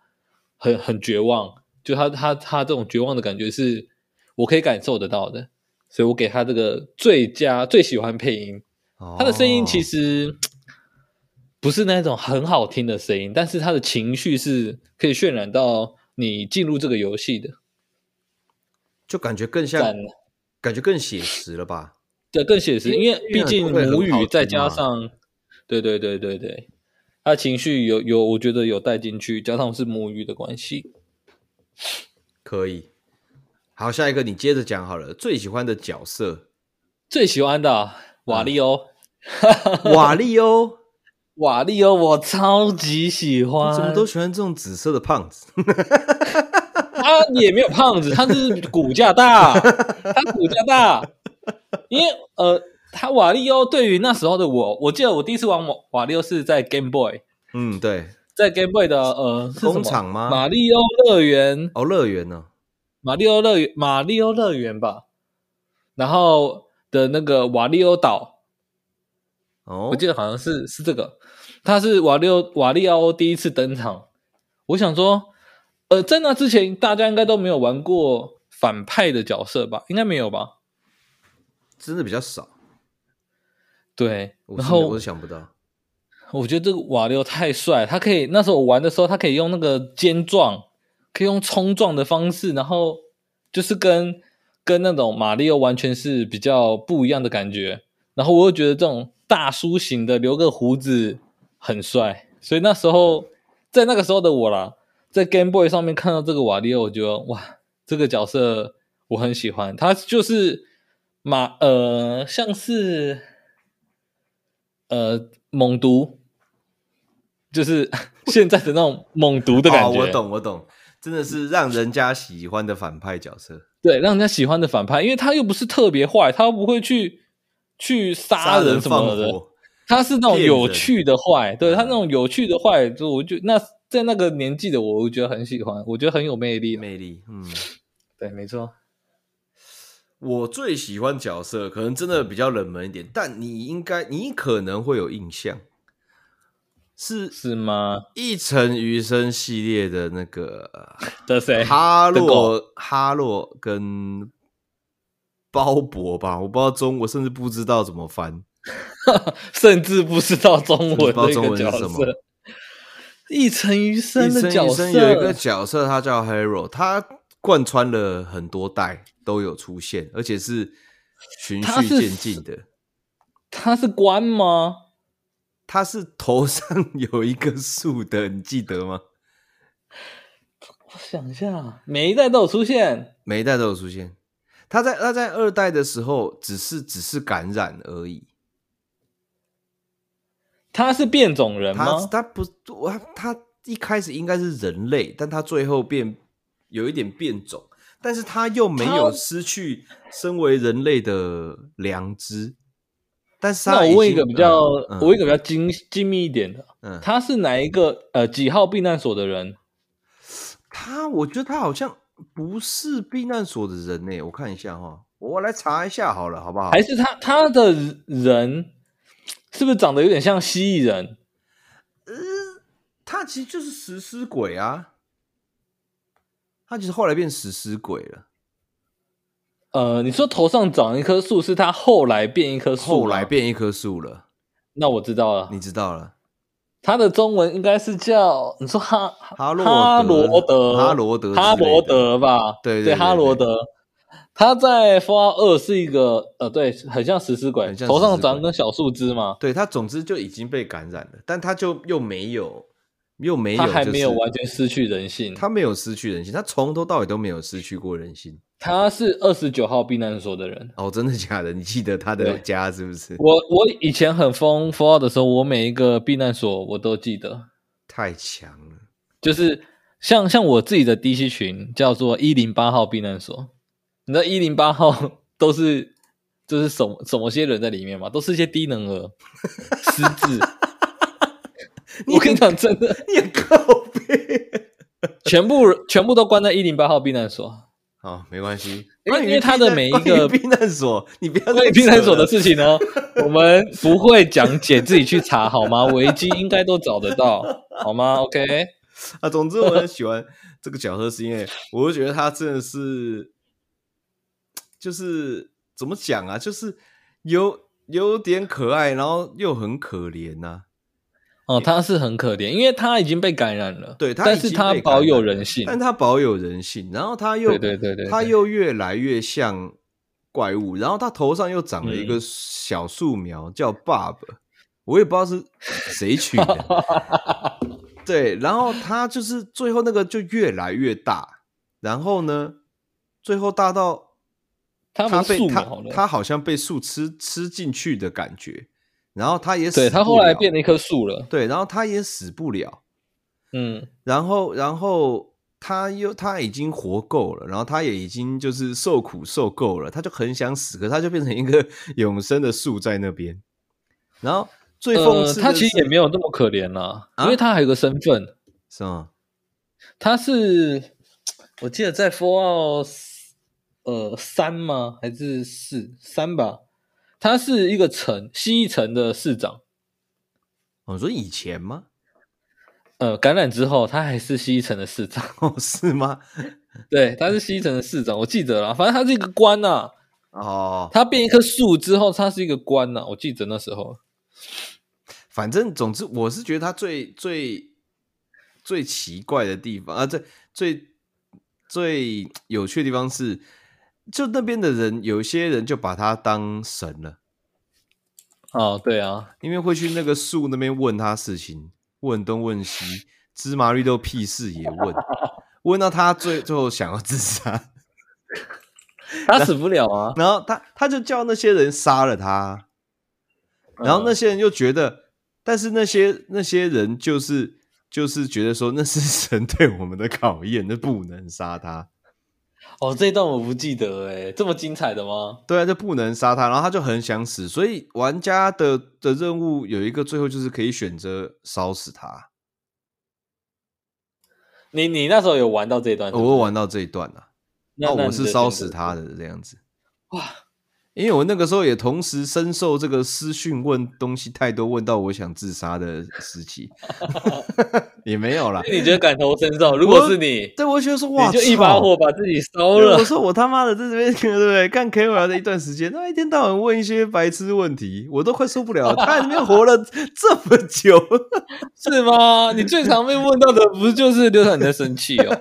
[SPEAKER 1] 很很绝望，就他他他这种绝望的感觉是我可以感受得到的，所以我给他这个最佳最喜欢配音，
[SPEAKER 2] 哦
[SPEAKER 1] 他的声音其实。不是那种很好听的声音，但是他的情绪是可以渲染到你进入这个游戏的。
[SPEAKER 2] 就感觉更像
[SPEAKER 1] 赞，
[SPEAKER 2] 感觉更写实了吧？
[SPEAKER 1] 对，更写实，
[SPEAKER 2] 因
[SPEAKER 1] 因
[SPEAKER 2] 为
[SPEAKER 1] 为毕
[SPEAKER 2] 因
[SPEAKER 1] 竟
[SPEAKER 2] 为
[SPEAKER 1] 母
[SPEAKER 2] 很好
[SPEAKER 1] 语
[SPEAKER 2] 听
[SPEAKER 1] 再加
[SPEAKER 2] 嘛
[SPEAKER 1] 上，对对对对对，他情绪有有，我觉得有带进去，加上是母语的关系。
[SPEAKER 2] 可以。好，下一个你接着讲好了。最喜欢的角 色，
[SPEAKER 1] 最喜欢的啊瓦
[SPEAKER 2] 嗯
[SPEAKER 1] 利欧，
[SPEAKER 2] 瓦利欧，
[SPEAKER 1] 瓦利欧我超级喜欢，
[SPEAKER 2] 你怎么都喜欢这种紫色的胖子？
[SPEAKER 1] 他也没有胖子，他是骨架大，他骨架大，因为呃，他瓦利欧对于那时候的我，我记得我第一次玩瓦瓦利欧是在 Game Boy，
[SPEAKER 2] 嗯，对，
[SPEAKER 1] 在 Game Boy 的呃是什么
[SPEAKER 2] 工厂啊吗
[SPEAKER 1] 马里欧乐园
[SPEAKER 2] 哦，乐园呢、
[SPEAKER 1] 马里奥乐园，马里奥乐园吧，然后的那个瓦利欧岛，
[SPEAKER 2] 哦，
[SPEAKER 1] 我记得好像是是这个，他是瓦利欧瓦利奥第一次登场。我想说，呃，在那之前大家应该都没有玩过反派的角色吧？应该没有吧？
[SPEAKER 2] 真的比较少，
[SPEAKER 1] 对，
[SPEAKER 2] 我
[SPEAKER 1] 然
[SPEAKER 2] 是
[SPEAKER 1] 后
[SPEAKER 2] 我是想不到。
[SPEAKER 1] 我觉得这个瓦利奥太帅，他可以那时候我玩的时候，他可以用那个肩撞，可以用冲撞的方式，然后就是跟跟那种马里奥完全是比较不一样的感觉。然后我又觉得这种大叔型的留个胡子很帅，所以那时候在那个时候的我啦，在 Game Boy 上面看到这个瓦利奥，我觉得哇，这个角色我很喜欢，他就是马呃像是呃猛毒，就是现在的那种猛毒的感
[SPEAKER 2] 哦，
[SPEAKER 1] 觉，
[SPEAKER 2] 我懂，我懂，真的是让人家喜欢的反派角色。
[SPEAKER 1] 对，让人家喜欢的反派，因为他又不是特别坏，他又不会去去杀人什
[SPEAKER 2] 放
[SPEAKER 1] 么的，
[SPEAKER 2] 火，
[SPEAKER 1] 他是那种
[SPEAKER 2] 骗
[SPEAKER 1] 有
[SPEAKER 2] 人
[SPEAKER 1] 趣的坏，对他
[SPEAKER 2] 嗯
[SPEAKER 1] 那种有趣的坏，就我就那在那个年纪的我，我觉得很喜欢，我觉得很有魅力。啊
[SPEAKER 2] 魅力，嗯。
[SPEAKER 1] 对，没错，
[SPEAKER 2] 我最喜欢角色可能真的比较冷门一点，但你应该你可能会有印象，是
[SPEAKER 1] 是吗？
[SPEAKER 2] 一城余生系列的那个
[SPEAKER 1] 这谁？
[SPEAKER 2] 哈
[SPEAKER 1] 这
[SPEAKER 2] 洛
[SPEAKER 1] 狗
[SPEAKER 2] 哈洛跟鲍勃吧，我不知道中，我甚至不知道怎么翻。
[SPEAKER 1] 甚至不知道中文的一
[SPEAKER 2] 甚至
[SPEAKER 1] 个
[SPEAKER 2] 不知
[SPEAKER 1] 角
[SPEAKER 2] 道中文是什么
[SPEAKER 1] 色，一城余生
[SPEAKER 2] 一
[SPEAKER 1] 的
[SPEAKER 2] 生
[SPEAKER 1] 角
[SPEAKER 2] 一
[SPEAKER 1] 色哎
[SPEAKER 2] 生有一个角色，他叫 Hero，他贯穿了很多代都有出现，而且是循
[SPEAKER 1] 他
[SPEAKER 2] 序
[SPEAKER 1] 是
[SPEAKER 2] 渐进的。
[SPEAKER 1] 他是官吗？
[SPEAKER 2] 他 是头上有一个树的，你记得吗？
[SPEAKER 1] 我想一下，啊每一代都有出现，
[SPEAKER 2] 每一代都有出现。他在他在二代的时候，只是只是感染而已。
[SPEAKER 1] 他是变种人
[SPEAKER 2] 他
[SPEAKER 1] 吗？
[SPEAKER 2] 他不我他一开始应该是人类，但他最后变有一点变种，但是他又没有
[SPEAKER 1] 他
[SPEAKER 2] 失去身为人类的良知。但是他
[SPEAKER 1] 那
[SPEAKER 2] 已
[SPEAKER 1] 我问一
[SPEAKER 2] 经
[SPEAKER 1] 个比较，
[SPEAKER 2] 嗯嗯
[SPEAKER 1] 我问一个比较精精密一点的，
[SPEAKER 2] 嗯，
[SPEAKER 1] 他是哪一个呃几号避难所的人？
[SPEAKER 2] 他我觉得他好像不是避难所的人呢、我看一下哈，我来查一下好了，好不好？
[SPEAKER 1] 还是他他的人是不是长得有点像蜥蜴人？
[SPEAKER 2] 他呃其实就是食尸鬼啊，他其实后来变食尸鬼了，
[SPEAKER 1] 呃，你说头上长一棵树是他后来变一棵树吗，啊
[SPEAKER 2] 后来变一棵树了，
[SPEAKER 1] 那我知道了，
[SPEAKER 2] 你知道了。
[SPEAKER 1] 他的中文应该是叫你说哈
[SPEAKER 2] 哈洛
[SPEAKER 1] 哈
[SPEAKER 2] 德
[SPEAKER 1] 罗德
[SPEAKER 2] 哈罗德之类的
[SPEAKER 1] 哈罗德吧？
[SPEAKER 2] 对对
[SPEAKER 1] 对
[SPEAKER 2] 对
[SPEAKER 1] 哈罗德，他在 Far 二是一个呃对，很像食尸鬼，
[SPEAKER 2] 很像
[SPEAKER 1] 头
[SPEAKER 2] 食
[SPEAKER 1] 上
[SPEAKER 2] 尸
[SPEAKER 1] 长
[SPEAKER 2] 鬼
[SPEAKER 1] 根小树枝嘛，
[SPEAKER 2] 对他，总之就已经被感染了，但他就又没有，又没有、
[SPEAKER 1] 他
[SPEAKER 2] 就是，
[SPEAKER 1] 还没有完全失去人性。
[SPEAKER 2] 他没有失去人性，他从头到尾都没有失去过人性。
[SPEAKER 1] 他是二十九号避难所的人。
[SPEAKER 2] 哦，真的假的？你记得他的
[SPEAKER 1] 对
[SPEAKER 2] 家是不是？
[SPEAKER 1] 我我以前很疯 Far 的时候，我每一个避难所我都记得，
[SPEAKER 2] 太强了，
[SPEAKER 1] 就是像像我自己的 DC 群叫做一零八号避难所，你知道一零八号 都是就是什么什么些人在里面嘛，都是一些低能儿、失智。我跟你讲，真的，
[SPEAKER 2] 你很靠背。
[SPEAKER 1] 全部人全部都关在一零八号避难所，
[SPEAKER 2] 好，没关系。
[SPEAKER 1] 因为
[SPEAKER 2] 关于
[SPEAKER 1] 因为他的
[SPEAKER 2] 避难
[SPEAKER 1] 每一
[SPEAKER 2] 关于
[SPEAKER 1] 个
[SPEAKER 2] 避难所，你不要
[SPEAKER 1] 关
[SPEAKER 2] 再
[SPEAKER 1] 于避
[SPEAKER 2] 扯
[SPEAKER 1] 难所的
[SPEAKER 2] 了
[SPEAKER 1] 事情呢，我们不会讲解，自己去查好吗？维基应该都找得到，好吗？OK，
[SPEAKER 2] 啊，总之我很喜欢这个角色，是因为我会觉得他真的是，就是怎么讲啊，就是有有点可爱，然后又很可怜呐、
[SPEAKER 1] 哦，他是很可怜，因为他已经被感染了，
[SPEAKER 2] 对，他
[SPEAKER 1] 但
[SPEAKER 2] 已
[SPEAKER 1] 是
[SPEAKER 2] 经
[SPEAKER 1] 他
[SPEAKER 2] 被感
[SPEAKER 1] 保有
[SPEAKER 2] 染了
[SPEAKER 1] 人性，
[SPEAKER 2] 但他保有人性，然后他又
[SPEAKER 1] 对对对对对
[SPEAKER 2] 他又越来越像怪物，然后他头上又长了一
[SPEAKER 1] 嗯
[SPEAKER 2] 个小树苗，叫 Bob，我也不知道 是谁取的。对，然后他就是最后那个就越来越大，然后呢，最后大到
[SPEAKER 1] 他
[SPEAKER 2] 他
[SPEAKER 1] 不是
[SPEAKER 2] 被
[SPEAKER 1] 素
[SPEAKER 2] 他
[SPEAKER 1] 描了，
[SPEAKER 2] 他好像被树吃吃进去的感觉，然后他也死
[SPEAKER 1] 对他
[SPEAKER 2] 不
[SPEAKER 1] 后来
[SPEAKER 2] 了
[SPEAKER 1] 变了一棵树了，
[SPEAKER 2] 对，然后他也死不了。
[SPEAKER 1] 嗯，
[SPEAKER 2] 然后，然后他又他已经活够了，然后他也已经就是受苦受够了，他就很想死，可是他就变成一个 永生的树在那边。然后最讽
[SPEAKER 1] 呃，
[SPEAKER 2] 刺的是、
[SPEAKER 1] 他其实也没有那么可怜啦，
[SPEAKER 2] 啊
[SPEAKER 1] 因为他还有个身份，
[SPEAKER 2] 是吗？
[SPEAKER 1] 他是我记得在 f o r 呃三吗？还是四三吧？他是一个城蜥蜴城的市长，
[SPEAKER 2] 哦，你说以前吗？
[SPEAKER 1] 呃，感染之后他还是蜥蜴城的市长，
[SPEAKER 2] 哦，是吗？
[SPEAKER 1] 对，他是蜥蜴城的市长，我记得啦，反正他是一个官呐、
[SPEAKER 2] 哦，
[SPEAKER 1] 他变一棵树之后，他是一个官呐、我记得那时候。
[SPEAKER 2] 反正总之，我是觉得他最最最奇怪的地方啊，最最最有趣的地方是，就那边的人有一些人就把他当神了。
[SPEAKER 1] 哦，对啊，
[SPEAKER 2] 因为会去那个树那边问他事情，问东问西，芝麻绿豆屁事也问，问到他最最后想要自杀，
[SPEAKER 1] 他死不了啊。
[SPEAKER 2] 然后他他就叫那些人杀了他，
[SPEAKER 1] 嗯
[SPEAKER 2] 然后那些人又觉得，但是那些那些人就是就是觉得说那是 神对我们的考验，那不能杀他，
[SPEAKER 1] 哦，这一段我不记得哎，这么精彩的吗？
[SPEAKER 2] 对啊，就不能杀他，然后他就很想死，所以玩家的的任务有一个最后就是可以选择烧死他，
[SPEAKER 1] 你你那时候有玩到这一段是不是
[SPEAKER 2] 我会玩到这一段啊。
[SPEAKER 1] 那
[SPEAKER 2] 哦、
[SPEAKER 1] 那
[SPEAKER 2] 我
[SPEAKER 1] 你
[SPEAKER 2] 是
[SPEAKER 1] 的
[SPEAKER 2] 烧
[SPEAKER 1] 选
[SPEAKER 2] 死
[SPEAKER 1] 择
[SPEAKER 2] 他的这样子。
[SPEAKER 1] 哇！
[SPEAKER 2] 因为我那个时候也同时深受这个私讯问东西太多，问到我想自杀的时 期， 也没有啦。
[SPEAKER 1] 你觉得感同身受？如果是你，
[SPEAKER 2] 对，我就觉得说哇，
[SPEAKER 1] 你就一把
[SPEAKER 2] 操
[SPEAKER 1] 火把自己烧
[SPEAKER 2] 对
[SPEAKER 1] 了
[SPEAKER 2] 我。说我他妈的在这边 对不对？干 K 玩的一段时间，他一天到晚问一些白痴问题，我都快受不了了。他在那边活了这么久，
[SPEAKER 1] 是吗？你最常被问到的不就是刘厂在生气哦？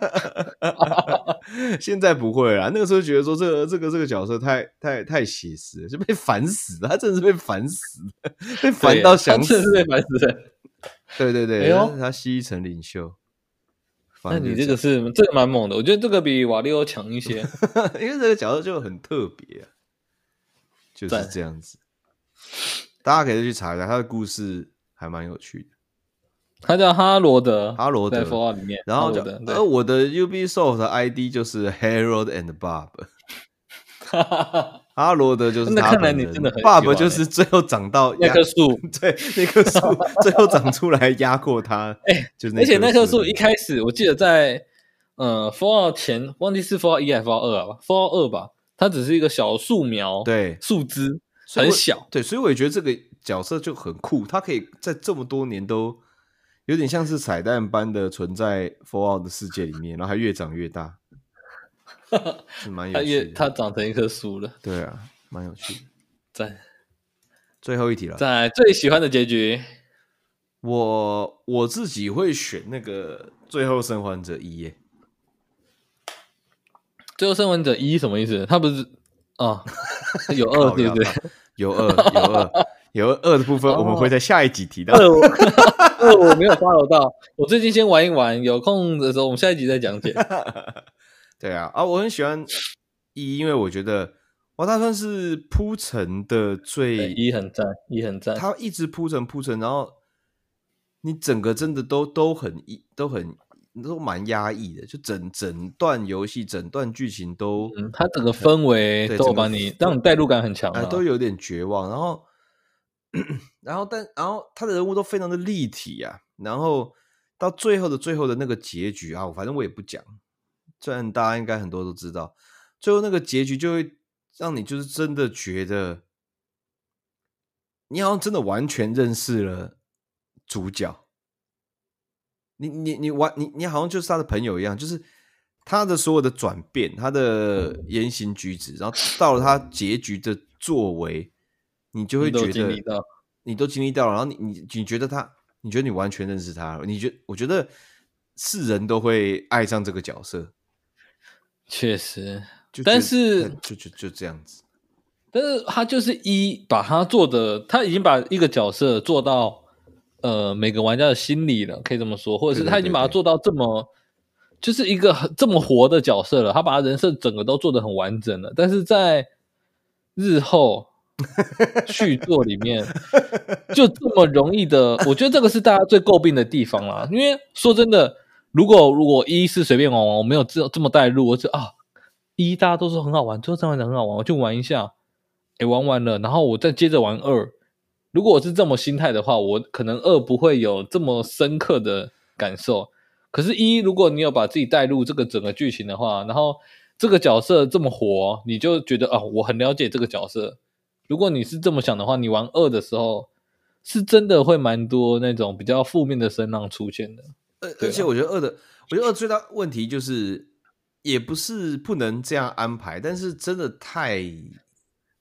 [SPEAKER 2] 现在不会啦。那个时候觉得说这个这个这个角色太太太写实了，就被烦死了。他真的是被烦死了，被 烦到
[SPEAKER 1] 对啊
[SPEAKER 2] 想
[SPEAKER 1] 他
[SPEAKER 2] 死
[SPEAKER 1] 真的。是被烦死了。
[SPEAKER 2] 对对对，
[SPEAKER 1] 哎呦
[SPEAKER 2] 他是他蜥蜴城领袖。
[SPEAKER 1] 那
[SPEAKER 2] 反正
[SPEAKER 1] 你
[SPEAKER 2] 就
[SPEAKER 1] 这个是这个蛮猛的，我觉得这个比瓦利欧强一些。
[SPEAKER 2] 样 因为这个角色就很特别、啊，就是
[SPEAKER 1] 赞
[SPEAKER 2] 这样子。大家可以去查一下，他的故事还蛮有趣的。
[SPEAKER 1] 他叫哈罗德，
[SPEAKER 2] 哈罗德
[SPEAKER 1] 在 f o 里面，
[SPEAKER 2] 然后
[SPEAKER 1] 哈
[SPEAKER 2] 就
[SPEAKER 1] 罗德
[SPEAKER 2] 呃，我的 Ubisoft 的 ID 就是 Harold and Bob，
[SPEAKER 1] 对，
[SPEAKER 2] 哈罗德就是
[SPEAKER 1] 那
[SPEAKER 2] 他
[SPEAKER 1] 看来
[SPEAKER 2] 本
[SPEAKER 1] 你
[SPEAKER 2] 人
[SPEAKER 1] 真的很喜欢欸
[SPEAKER 2] Bob 就是最后长到
[SPEAKER 1] 那
[SPEAKER 2] 压
[SPEAKER 1] 棵树，
[SPEAKER 2] 对，那棵树最后长出来压过 它，哎，就是
[SPEAKER 1] 而且那棵树
[SPEAKER 2] 的
[SPEAKER 1] 一开始我记得在呃 f o 前，忘记是 f o 一还是 f o 二啊 f o 二吧，它只是一个小树苗，，
[SPEAKER 2] 对
[SPEAKER 1] 树枝
[SPEAKER 2] 所以
[SPEAKER 1] 很
[SPEAKER 2] 我
[SPEAKER 1] 小，
[SPEAKER 2] 对，所以我也觉得这个角色就很酷，他可以在这么多年都有点像是彩蛋般的存在 Fallout 的世界里面，然后还越长越 大，是蛮有
[SPEAKER 1] 它越
[SPEAKER 2] 趣的。
[SPEAKER 1] 它长成一棵树了，
[SPEAKER 2] 对啊，蛮有趣的。
[SPEAKER 1] 在
[SPEAKER 2] 最后一题了，
[SPEAKER 1] 在最喜欢的结局，
[SPEAKER 2] 我我自己会选那个《最后生还者一》耶，
[SPEAKER 1] 最后生还者一什么意思？它不是 啊，有二对不对？
[SPEAKER 2] 啊有二有二有二二的部分，我们会在下一集提到。
[SPEAKER 1] 哦 二我二我没有 follow 到，我最近先玩一玩，有空的时候我们下一集再讲 解。
[SPEAKER 2] 对啊，啊，我很喜欢一，因为我觉得哇，它算是铺陈的
[SPEAKER 1] 对
[SPEAKER 2] 最，
[SPEAKER 1] 一很赞，一很 赞，
[SPEAKER 2] 它一直铺陈铺陈，然后你整个真的都都很一都很都蛮压抑的，就整整段游戏整段剧情都、
[SPEAKER 1] 嗯，它整个氛围
[SPEAKER 2] 对
[SPEAKER 1] 都有
[SPEAKER 2] 整个
[SPEAKER 1] 把你让你代入感很强
[SPEAKER 2] 啊、
[SPEAKER 1] 啊，
[SPEAKER 2] 都有点绝望，然后 然后但然后他的人物都非常的立体啊，然后到最后的最后的那个结局啊，我反正我也不讲，虽然大家应该很多都知道，最后那个结局就会让你就是真的觉得，你好像真的完全认识了主角。你你你完你你好像就是他的朋友一样，就是他的所有的转变，他的
[SPEAKER 1] 嗯
[SPEAKER 2] 言行举止，然后到了他结局的作为，你就会
[SPEAKER 1] 你都
[SPEAKER 2] 觉
[SPEAKER 1] 有经历
[SPEAKER 2] 得
[SPEAKER 1] 到。
[SPEAKER 2] 你都经历到了，然后你你你觉得他，你觉得你完全认识他了，你觉我觉得是人都会爱上这个角色，
[SPEAKER 1] 确实，
[SPEAKER 2] 就
[SPEAKER 1] 但
[SPEAKER 2] 觉
[SPEAKER 1] 是
[SPEAKER 2] 就就就这样子，
[SPEAKER 1] 但是他就是一把他做的，他已经把一个角色做到呃每个玩家的心里了，可以这么说，或者是
[SPEAKER 2] 对对
[SPEAKER 1] 他已经把它
[SPEAKER 2] 对对
[SPEAKER 1] 做到这么。就是一个很这么活的角色了，他把他人设整个都做得很完整了。但是在 日后续作里面，就这么容易的，我觉得这个是大家最诟病的地方啦。因为说真的，如果如果一是随便玩玩，我没有这这么带入，我就啊一大家都说很好玩，最后生还者很好玩，我就玩一下，诶，玩完了，然后我再接着玩二。如果我是这么心态的话，我可能二不会有这么深刻的感受。可是，一如果你有把自己带入这个整个剧情的话，然后这个角色这么火，你就觉得啊、我很了解这个角色。如果你是这么想的话，你玩二的时候，是真的会蛮多那种比较负面的声浪出现的。
[SPEAKER 2] 而
[SPEAKER 1] 对
[SPEAKER 2] 而
[SPEAKER 1] 啊
[SPEAKER 2] 且我觉得二的，我觉得二最大问题就是，也不是不能这样安排，但是真的太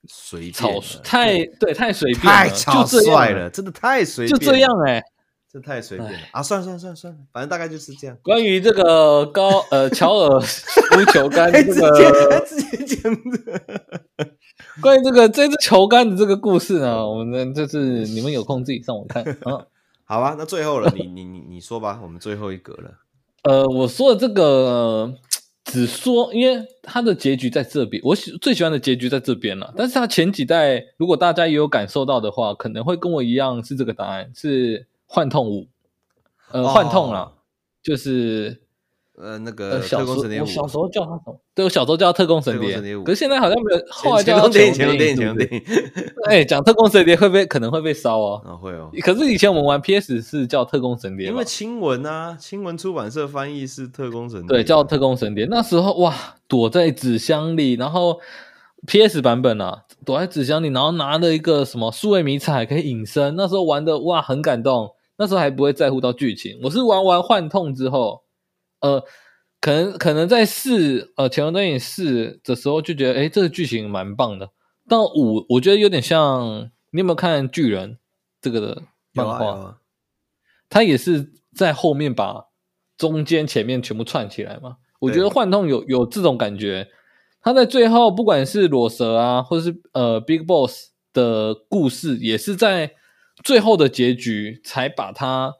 [SPEAKER 2] 随便
[SPEAKER 1] 草
[SPEAKER 2] 了，
[SPEAKER 1] 太对太随便了，
[SPEAKER 2] 太草
[SPEAKER 1] 就这样
[SPEAKER 2] 率了，，真的太随
[SPEAKER 1] 就
[SPEAKER 2] 便，
[SPEAKER 1] 这样，哎、
[SPEAKER 2] 这太随便了啊！算了算了算了算了，反正大概就是 这样。
[SPEAKER 1] 关于这个高呃乔尔夫球杆
[SPEAKER 2] 哎，
[SPEAKER 1] 这
[SPEAKER 2] 直接
[SPEAKER 1] 个，
[SPEAKER 2] 直接讲的，
[SPEAKER 1] 关于这个这只球杆的这个故事呢，我们就是你们有空自己上网 看啊。
[SPEAKER 2] 好吧？那最后了， 你你你你说吧，我们最后一格了。
[SPEAKER 1] 呃，我说的这个呃只说，因为它的结局在这边，我喜最喜欢的结局在这边了。但是它前几代，如果大家也有感受到的话，可能会跟我一样是这个答案，是幻痛五，呃，
[SPEAKER 2] 哦
[SPEAKER 1] 幻痛啦，就是
[SPEAKER 2] 呃，那
[SPEAKER 1] 呃，
[SPEAKER 2] 个
[SPEAKER 1] 小
[SPEAKER 2] 特
[SPEAKER 1] 时
[SPEAKER 2] 工
[SPEAKER 1] 候
[SPEAKER 2] 神猎
[SPEAKER 1] 我
[SPEAKER 2] 五，
[SPEAKER 1] 小时候叫它什么？对，我小时候叫它特工神
[SPEAKER 2] 特工
[SPEAKER 1] 谍
[SPEAKER 2] 神谍五，
[SPEAKER 1] 可是现在好像没有，后来
[SPEAKER 2] 前
[SPEAKER 1] 叫它
[SPEAKER 2] 前电影，
[SPEAKER 1] 潜
[SPEAKER 2] 前
[SPEAKER 1] 龙
[SPEAKER 2] 龙电影，前
[SPEAKER 1] 是
[SPEAKER 2] 龙
[SPEAKER 1] 不是
[SPEAKER 2] 电影，
[SPEAKER 1] 哎，讲特工神谍会被可能会被烧哦。
[SPEAKER 2] 啊会哦，
[SPEAKER 1] 可是以前我们玩 PS 是叫特工神谍吧，
[SPEAKER 2] 因为清文啊，清文出版社翻译是特工神猎，
[SPEAKER 1] 对叫特工神谍，那时候哇，躲在纸箱里，然后 PS 版本啊，躲在纸箱里，然后拿了一个什么数位迷彩可以隐身，那时候玩的哇很感动，那时候还不会在乎到剧情，我是玩完幻痛之后，呃，可能可能在四呃《潜龙谍影四》的时候就觉得，诶，这个剧情蛮棒的。到五，我觉得有点像，你有没有看《巨人》这个的漫
[SPEAKER 2] 有
[SPEAKER 1] 画？
[SPEAKER 2] 啊有啊，
[SPEAKER 1] 他也是在后面把中间、前面全部串起来嘛。我觉得幻痛有有这种感觉，他在最后不管是裸蛇啊，或是呃 Big Boss 的故事，也是在最后的结局才把它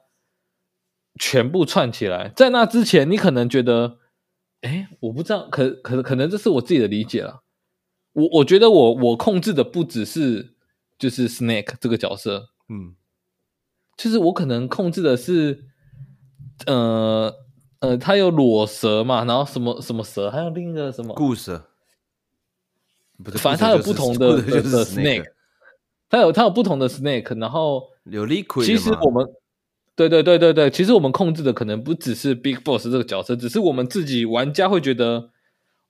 [SPEAKER 1] 全部串起来。在那之前，你可能觉得，哎，我不知道，可可可能这是我自己的理解了。我我觉得我我控制的不只是就是 Snake 这个角色，
[SPEAKER 2] 嗯
[SPEAKER 1] 就是我可能控制的是，呃呃，它有裸蛇嘛，然后什么什么蛇，还有另一个什么，
[SPEAKER 2] 故事，不是，
[SPEAKER 1] 反正它有不同的
[SPEAKER 2] 故事
[SPEAKER 1] 的
[SPEAKER 2] 就是
[SPEAKER 1] 的
[SPEAKER 2] snake，
[SPEAKER 1] Snake，它有它有不同的 Snake，然后
[SPEAKER 2] 有 liquid
[SPEAKER 1] 其实
[SPEAKER 2] 嘛
[SPEAKER 1] 我们对对对对对，其实我们控制的可能不只是 Big Boss 这个角色，只是我们自己玩家会觉得，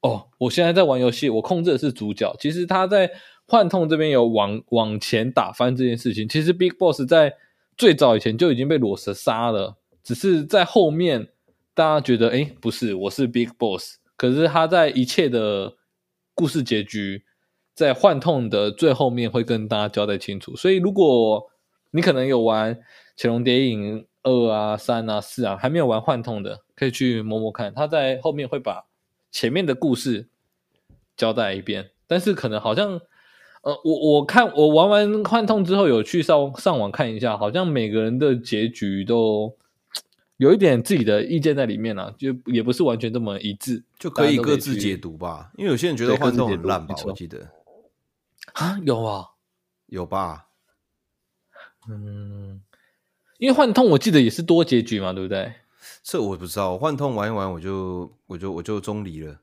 [SPEAKER 1] 哦，我现在在玩游戏，我控制的是主角。其实他在幻痛这边有往往前打翻这件事情。其实 Big Boss 在最早以前就已经被裸蛇杀了，只是在后面大家觉得，哎，不是，我是 Big Boss。可是他在一切的故事结局，在幻痛的最后面会跟大家交代清楚。所以如果你可能有玩《潜龙谍影》二啊、三啊、四啊，还没有玩幻痛的，可以去摸摸看。他在后面会把前面的故事交代一遍，但是可能好像，呃，我我看我玩完幻痛之后，有去上上网看一下，好像每个人的结局都有一点自己的意见在里面啊，就也不是完全这么一致
[SPEAKER 2] 就可以
[SPEAKER 1] 大家都可
[SPEAKER 2] 各
[SPEAKER 1] 以
[SPEAKER 2] 自
[SPEAKER 1] 去
[SPEAKER 2] 解读吧，因为有些人觉得
[SPEAKER 4] 对各
[SPEAKER 2] 幻
[SPEAKER 4] 自
[SPEAKER 2] 动
[SPEAKER 4] 解
[SPEAKER 2] 很
[SPEAKER 4] 读
[SPEAKER 2] 烂吧
[SPEAKER 4] 没，错
[SPEAKER 2] 我记得
[SPEAKER 1] 啊。有啊，
[SPEAKER 2] 有吧，
[SPEAKER 1] 嗯，因为幻痛我记得也是多结局嘛，对不对？
[SPEAKER 2] 这我不知道，幻痛玩一玩我就我就我就中离了，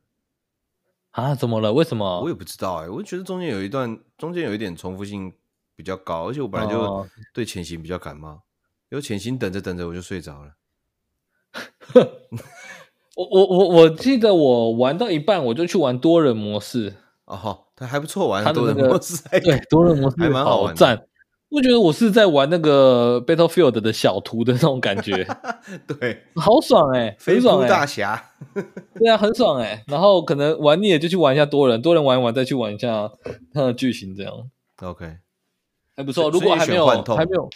[SPEAKER 1] 啊，怎么了？为什么？
[SPEAKER 2] 我也不知道哎，我就觉得中间有一段中间有一点重复性比较高，而且我本来就
[SPEAKER 1] 哦
[SPEAKER 2] 对潜行比较感冒，有潜行等着等着我就睡着了，
[SPEAKER 1] 我我我我记得我玩到一半，我就去玩多人模式。
[SPEAKER 2] 哦吼，他还不错玩，
[SPEAKER 1] 它的
[SPEAKER 2] 多人
[SPEAKER 1] 那个
[SPEAKER 2] 模式还
[SPEAKER 1] 对，多人模式
[SPEAKER 2] 还蛮好玩的
[SPEAKER 1] 赞。我觉得我是在玩那个 Battlefield 的小图的那种感 觉，
[SPEAKER 2] 对，
[SPEAKER 1] 好爽哎、
[SPEAKER 2] 飞
[SPEAKER 1] 很
[SPEAKER 2] 扑
[SPEAKER 1] 爽哎、
[SPEAKER 2] 大侠。
[SPEAKER 1] 对啊，很爽哎、然后可能玩腻了就去玩一下多人，多人玩一玩再去玩一下它的剧情，这样
[SPEAKER 2] OK，
[SPEAKER 1] 还哎不
[SPEAKER 2] 所
[SPEAKER 1] 错。
[SPEAKER 2] 以
[SPEAKER 1] 如果还没有
[SPEAKER 2] 所以你选幻痛
[SPEAKER 1] 还没有，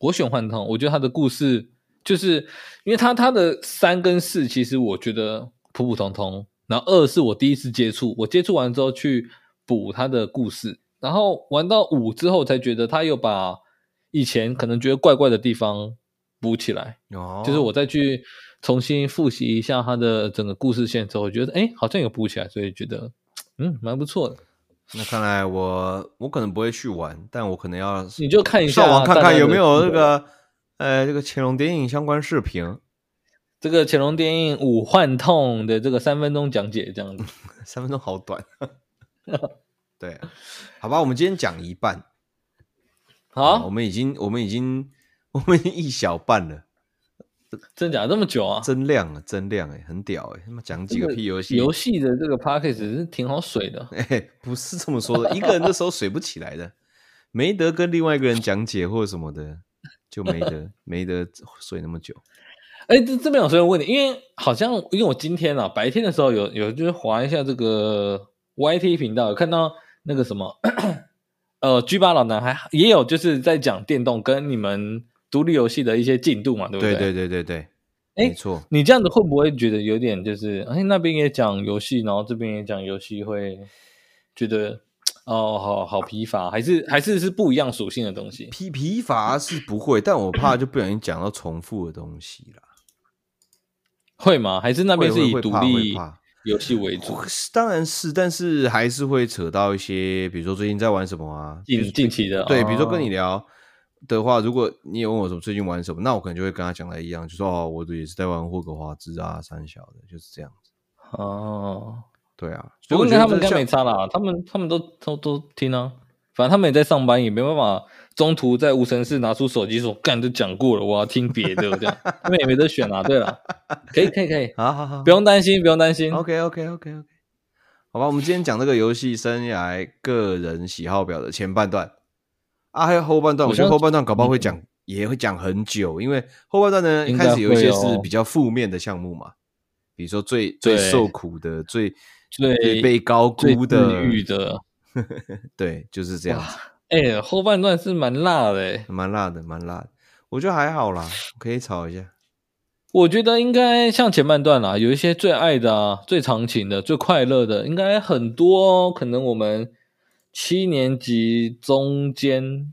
[SPEAKER 1] 我选幻痛，我觉得它的故事就是因为它它的三跟四其实我觉得普普通通，然后二是我第一次接触，我接触完之后去补它的故事，然后玩到五之后才觉得它又把以前可能觉得怪怪的地方补起来。
[SPEAKER 2] 哦，
[SPEAKER 1] 就是我再去重新复习一下它的整个故事线之后，我觉得哎，诶好像有补起来，所以觉得嗯蛮不错的。
[SPEAKER 2] 那看来我我可能不会去玩，但我可能要
[SPEAKER 1] 你就看一下
[SPEAKER 2] 上网看
[SPEAKER 1] 大
[SPEAKER 2] 看
[SPEAKER 1] 家
[SPEAKER 2] 有没有这
[SPEAKER 1] 这个
[SPEAKER 2] 个呃这个乾隆电影相关视频，
[SPEAKER 1] 这个《潜龙谍影五幻痛》的这个三分钟讲解这样子。
[SPEAKER 2] 三分钟好 短。对，好吧，我们今天讲一半，我
[SPEAKER 1] 好，
[SPEAKER 2] 们已经我们已经我们已经一小半了，
[SPEAKER 1] 真假这么久啊？
[SPEAKER 2] 增量了，增量哎、很屌哎、他妈讲几个屁游戏？
[SPEAKER 1] 游戏的这个 p a c k a g e 是挺好水的。
[SPEAKER 2] 哎、不是这么说的，一个人那时候水不起来的，没得跟另外一个人讲解或者什么的，就没得没得睡那么久。
[SPEAKER 1] 哎，这这边有时候问你，因为好像因为我今天啊白天的时候有有就是划一下这个 YT 频道，有看到那个什么 呃 G 八老男孩也有就是在讲电动跟你们独立游戏的一些进度 嘛，对不
[SPEAKER 2] 对
[SPEAKER 1] 对
[SPEAKER 2] 对对对对，
[SPEAKER 1] 哎
[SPEAKER 2] 没错。
[SPEAKER 1] 你这样子会不会觉得有点就是哎那边也讲游戏，然后这边也讲游戏，会觉得哦好好疲乏，还是还是是不一样属性的东西？
[SPEAKER 2] 疲疲乏是不会，但我怕就不小心讲到重复的东西啦。
[SPEAKER 1] 会吗？还是那边
[SPEAKER 2] 会
[SPEAKER 1] 是以
[SPEAKER 2] 会
[SPEAKER 1] 独
[SPEAKER 2] 怕会
[SPEAKER 1] 立
[SPEAKER 2] 怕，
[SPEAKER 1] 游戏为主？
[SPEAKER 2] 是当然是，但是还是会扯到一些，比如说最近在玩什么啊？比
[SPEAKER 1] 近
[SPEAKER 2] 如
[SPEAKER 1] 近期的
[SPEAKER 2] 对，比如说跟
[SPEAKER 1] 哦
[SPEAKER 2] 你聊的话，如果你有问我什么最近玩什么，那我可能就会跟他讲的一样，就说哦，我也是在玩霍格华兹啊、三小的，就是这样子。
[SPEAKER 1] 哦。
[SPEAKER 2] 对啊，
[SPEAKER 1] 不
[SPEAKER 2] 所
[SPEAKER 1] 过
[SPEAKER 2] 以我觉
[SPEAKER 1] 跟他
[SPEAKER 2] 得
[SPEAKER 1] 们应该
[SPEAKER 2] 像
[SPEAKER 1] 没差啦，他们他们都都都听啊，反正他们也在上班，也没办法中途在无尘室拿出手机说干都讲过了，我要听别的这样，他们也没得选啊。对了，可以可以可以，
[SPEAKER 2] 好好好
[SPEAKER 1] 不，用担心不用担心。
[SPEAKER 2] OK OK OK OK，好吧，我们今天讲这个游戏生涯个人喜好表的前半段啊，还有后半段，
[SPEAKER 1] 我
[SPEAKER 2] 我觉得
[SPEAKER 1] 相信
[SPEAKER 2] 后半段搞不好会讲，也会讲很久，因为后半段呢
[SPEAKER 1] 应该
[SPEAKER 2] 开始有一些
[SPEAKER 1] 会
[SPEAKER 2] 是
[SPEAKER 1] 哦
[SPEAKER 2] 比较负面的项目嘛，比如说最最
[SPEAKER 1] 对
[SPEAKER 2] 受苦的、最
[SPEAKER 1] 最
[SPEAKER 2] 被高
[SPEAKER 1] 最
[SPEAKER 2] 估
[SPEAKER 1] 治
[SPEAKER 2] 的，
[SPEAKER 1] 愈的，
[SPEAKER 2] 对，就是这样子，
[SPEAKER 1] 哎、后半段是蛮辣的、欸，
[SPEAKER 2] 蛮辣的，蛮辣的，我觉得还好啦，可以吵一下，
[SPEAKER 1] 我觉得应该像前半段啦，有一些最爱的啊、最长情的、最快乐的，应该很多哦。可能我们七年级中间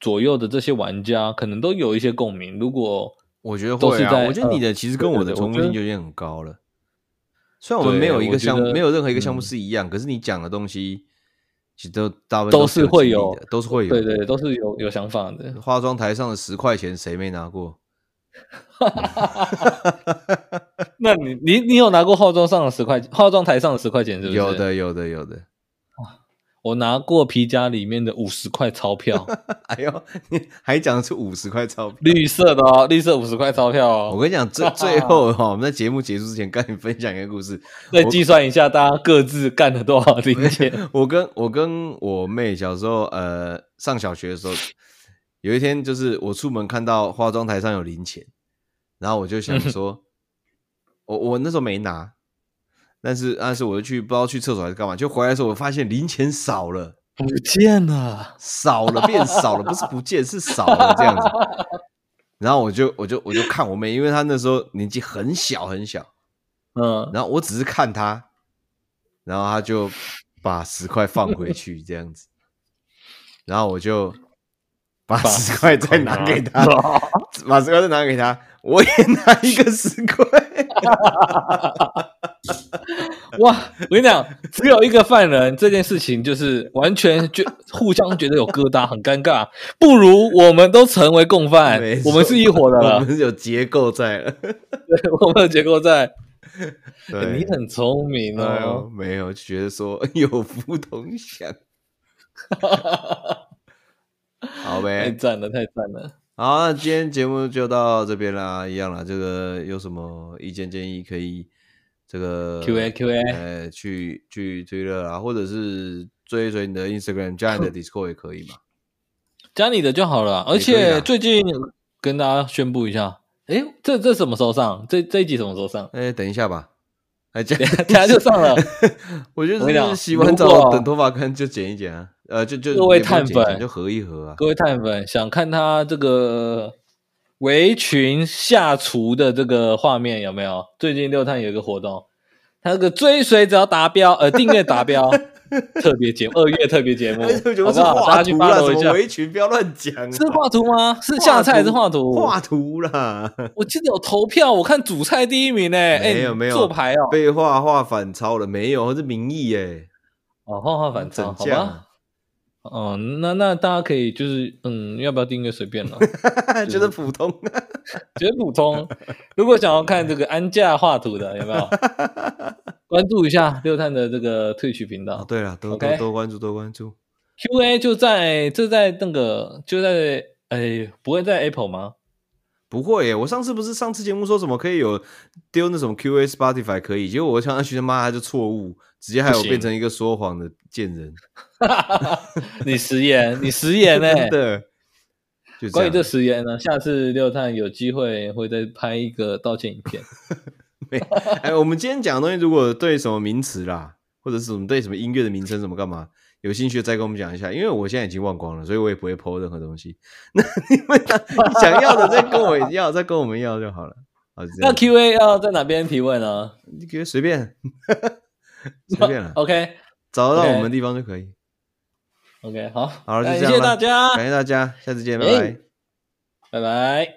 [SPEAKER 1] 左右的这些玩家，可能都有一些共鸣。如果
[SPEAKER 2] 我觉得
[SPEAKER 1] 都
[SPEAKER 2] 会
[SPEAKER 1] 是
[SPEAKER 2] 啊，
[SPEAKER 1] 在
[SPEAKER 2] 我觉得你的
[SPEAKER 1] 呃
[SPEAKER 2] 其实跟
[SPEAKER 1] 对
[SPEAKER 2] 我的
[SPEAKER 1] 对对
[SPEAKER 2] 重
[SPEAKER 1] 我
[SPEAKER 2] 复
[SPEAKER 1] 觉
[SPEAKER 2] 性
[SPEAKER 1] 得
[SPEAKER 2] 就有点很高了。虽然我们没有
[SPEAKER 1] 对
[SPEAKER 2] 一
[SPEAKER 1] 我
[SPEAKER 2] 个
[SPEAKER 1] 觉
[SPEAKER 2] 项目，
[SPEAKER 1] 得
[SPEAKER 2] 没有任何一个项目
[SPEAKER 1] 嗯
[SPEAKER 2] 是一样，可是你讲的东西其实都大部分
[SPEAKER 1] 都
[SPEAKER 2] 是
[SPEAKER 1] 是会
[SPEAKER 2] 有经历
[SPEAKER 1] 有
[SPEAKER 2] 的，都是会有
[SPEAKER 1] 对
[SPEAKER 2] 的。
[SPEAKER 1] 对，对都是有有想法的。
[SPEAKER 2] 化妆台上的十块钱谁没拿过？
[SPEAKER 1] 那你你你有拿过化妆上的十块，化妆台上的十块钱是不是？
[SPEAKER 2] 有，的，有的，有的。
[SPEAKER 1] 我拿过皮夹里面的五十块 钞票，
[SPEAKER 2] 哎呦，你还讲的是五十块 钞票？
[SPEAKER 1] 绿色的哦，绿色五十块钞票
[SPEAKER 2] 我
[SPEAKER 1] 哦。
[SPEAKER 2] 跟你讲， 最最后哈，我们在节目结束之前，跟你分享一个故事。
[SPEAKER 1] 再计算一下，大家各自干了多少 零钱？
[SPEAKER 2] 我跟我跟我妹小时候，呃，上小学的时候，有一天就是我出门看到化妆台上有零钱，然后我就想说，我我那时候没拿，但是但是我就去不知道去厕所还是干嘛，就回来的时候我发现零钱少了，
[SPEAKER 1] 不见了，
[SPEAKER 2] 少了变少了，不是不见是少了这样子。然后我就我就我就看我妹，因为她那时候年纪很小很小，
[SPEAKER 1] 嗯，
[SPEAKER 2] 然后我只是看她，然后她就把十块放回去这样子，然后我就把
[SPEAKER 1] 把
[SPEAKER 2] 十块再拿给她，把十块再拿给她，我也拿一个十块，
[SPEAKER 1] 哇！我跟你讲，只有一个犯人这件事情，就是完全觉互相觉得有疙瘩，很尴尬。不如我们都成为共犯
[SPEAKER 2] 没，错
[SPEAKER 1] 哎我们是一伙的
[SPEAKER 2] 我
[SPEAKER 1] 了，
[SPEAKER 2] 们有结构在了。
[SPEAKER 1] 对我们的结构在。
[SPEAKER 2] 对，
[SPEAKER 1] 你很聪明
[SPEAKER 2] 哎呦
[SPEAKER 1] 哦，
[SPEAKER 2] 没有，就觉得说有福同 享，好呗。
[SPEAKER 1] 太赞了，太赞了。
[SPEAKER 2] 好，那今天节目就到这边啦，一样啦。这个有什么意见建议可以这个
[SPEAKER 1] Q&A Q&A
[SPEAKER 2] 呃，去去追热啊，或者是追一追你的 Instagram，加你 的 Discord 也可以嘛。
[SPEAKER 1] 加你的就好了。而
[SPEAKER 2] 也可以啦？
[SPEAKER 1] 且最近跟大家宣布一下，诶，这这什么时候上？这这一集什么时候上
[SPEAKER 2] 哎，等一下吧，哎，加
[SPEAKER 1] 等下就上了。
[SPEAKER 2] 我觉
[SPEAKER 1] 我跟
[SPEAKER 2] 得
[SPEAKER 1] 你讲
[SPEAKER 2] 洗完
[SPEAKER 1] 如
[SPEAKER 2] 澡
[SPEAKER 1] 果
[SPEAKER 2] 等头发干就剪一剪啊，呃，就就
[SPEAKER 1] 各位
[SPEAKER 2] 也不用
[SPEAKER 1] 碳
[SPEAKER 2] 剪一剪
[SPEAKER 1] 粉
[SPEAKER 2] 就合一合啊。
[SPEAKER 1] 各位探粉，想看他这个围裙下厨的这个画面有没有？最近六探有一个活动，他这个追随只要达标， 呃，订阅达标特别节目，二月特别节目，
[SPEAKER 2] 哎
[SPEAKER 1] 好
[SPEAKER 2] 我
[SPEAKER 1] 不
[SPEAKER 2] 是
[SPEAKER 1] 好？大
[SPEAKER 2] 画
[SPEAKER 1] 家去
[SPEAKER 2] 图啦，
[SPEAKER 1] follow 一
[SPEAKER 2] 什么
[SPEAKER 1] 下。
[SPEAKER 2] 围裙，不要乱讲啊。
[SPEAKER 1] 是画图吗？是下菜还是画图？
[SPEAKER 2] 画图 啦，
[SPEAKER 1] 我记得有投票，我看主菜第一名呢、哎，
[SPEAKER 2] 没有
[SPEAKER 1] 你
[SPEAKER 2] 没有
[SPEAKER 1] 做牌哦，
[SPEAKER 2] 被画画反超了没有？是民意耶，
[SPEAKER 1] 哦，画画反超，
[SPEAKER 2] 整
[SPEAKER 1] 好
[SPEAKER 2] 酱
[SPEAKER 1] 吧
[SPEAKER 2] 啊。，
[SPEAKER 1] 哦，那那大家可以就是，嗯，要不要订阅随便了。
[SPEAKER 2] 觉得普通啊。
[SPEAKER 1] 觉得普通。如果想要看这个安价画图的，有没有？关注一下六探的这个退取频
[SPEAKER 2] 哦
[SPEAKER 1] 道
[SPEAKER 2] 对了，多
[SPEAKER 1] 啊 OK
[SPEAKER 2] 多多关注，多关注。
[SPEAKER 1] ，Q&A 就在就在那个就在哎，不会在 Apple 吗？
[SPEAKER 2] 不会耶，我上次不是上次节目说什么可以有丢那什么 Q A Spotify 可以，结果我上去他妈他就错误，直接害
[SPEAKER 1] 不
[SPEAKER 2] 我
[SPEAKER 1] 行
[SPEAKER 2] 变成一个说谎的贱 人，
[SPEAKER 1] 你食言，你食言呢、
[SPEAKER 2] 真的。就
[SPEAKER 1] 关于
[SPEAKER 2] 这
[SPEAKER 1] 这
[SPEAKER 2] 样，
[SPEAKER 1] 食言呢，下次六探有机会会再拍一个道歉影片。
[SPEAKER 2] 哎，我们今天讲的东西，如果对什么名词啦，或者是什么对什么音乐的名称什么干嘛有兴趣，再跟我们讲一下，因为我现在已经忘光了，所以我也不会 PO 任何东西。那你 们想要的再跟我要，再跟我们要就好了。好，就这
[SPEAKER 1] 那
[SPEAKER 2] 样
[SPEAKER 1] Q&A 要在哪边提问呢
[SPEAKER 2] 你可以随便， 随便了，
[SPEAKER 1] ？OK
[SPEAKER 2] 找得到
[SPEAKER 1] OK
[SPEAKER 2] 我们的地方就可以。
[SPEAKER 1] OK，好，
[SPEAKER 2] 好了就
[SPEAKER 1] 感
[SPEAKER 2] 这样
[SPEAKER 1] 谢
[SPEAKER 2] 啦
[SPEAKER 1] 大家，
[SPEAKER 2] 感谢大家，下次见，拜拜。
[SPEAKER 1] 拜拜。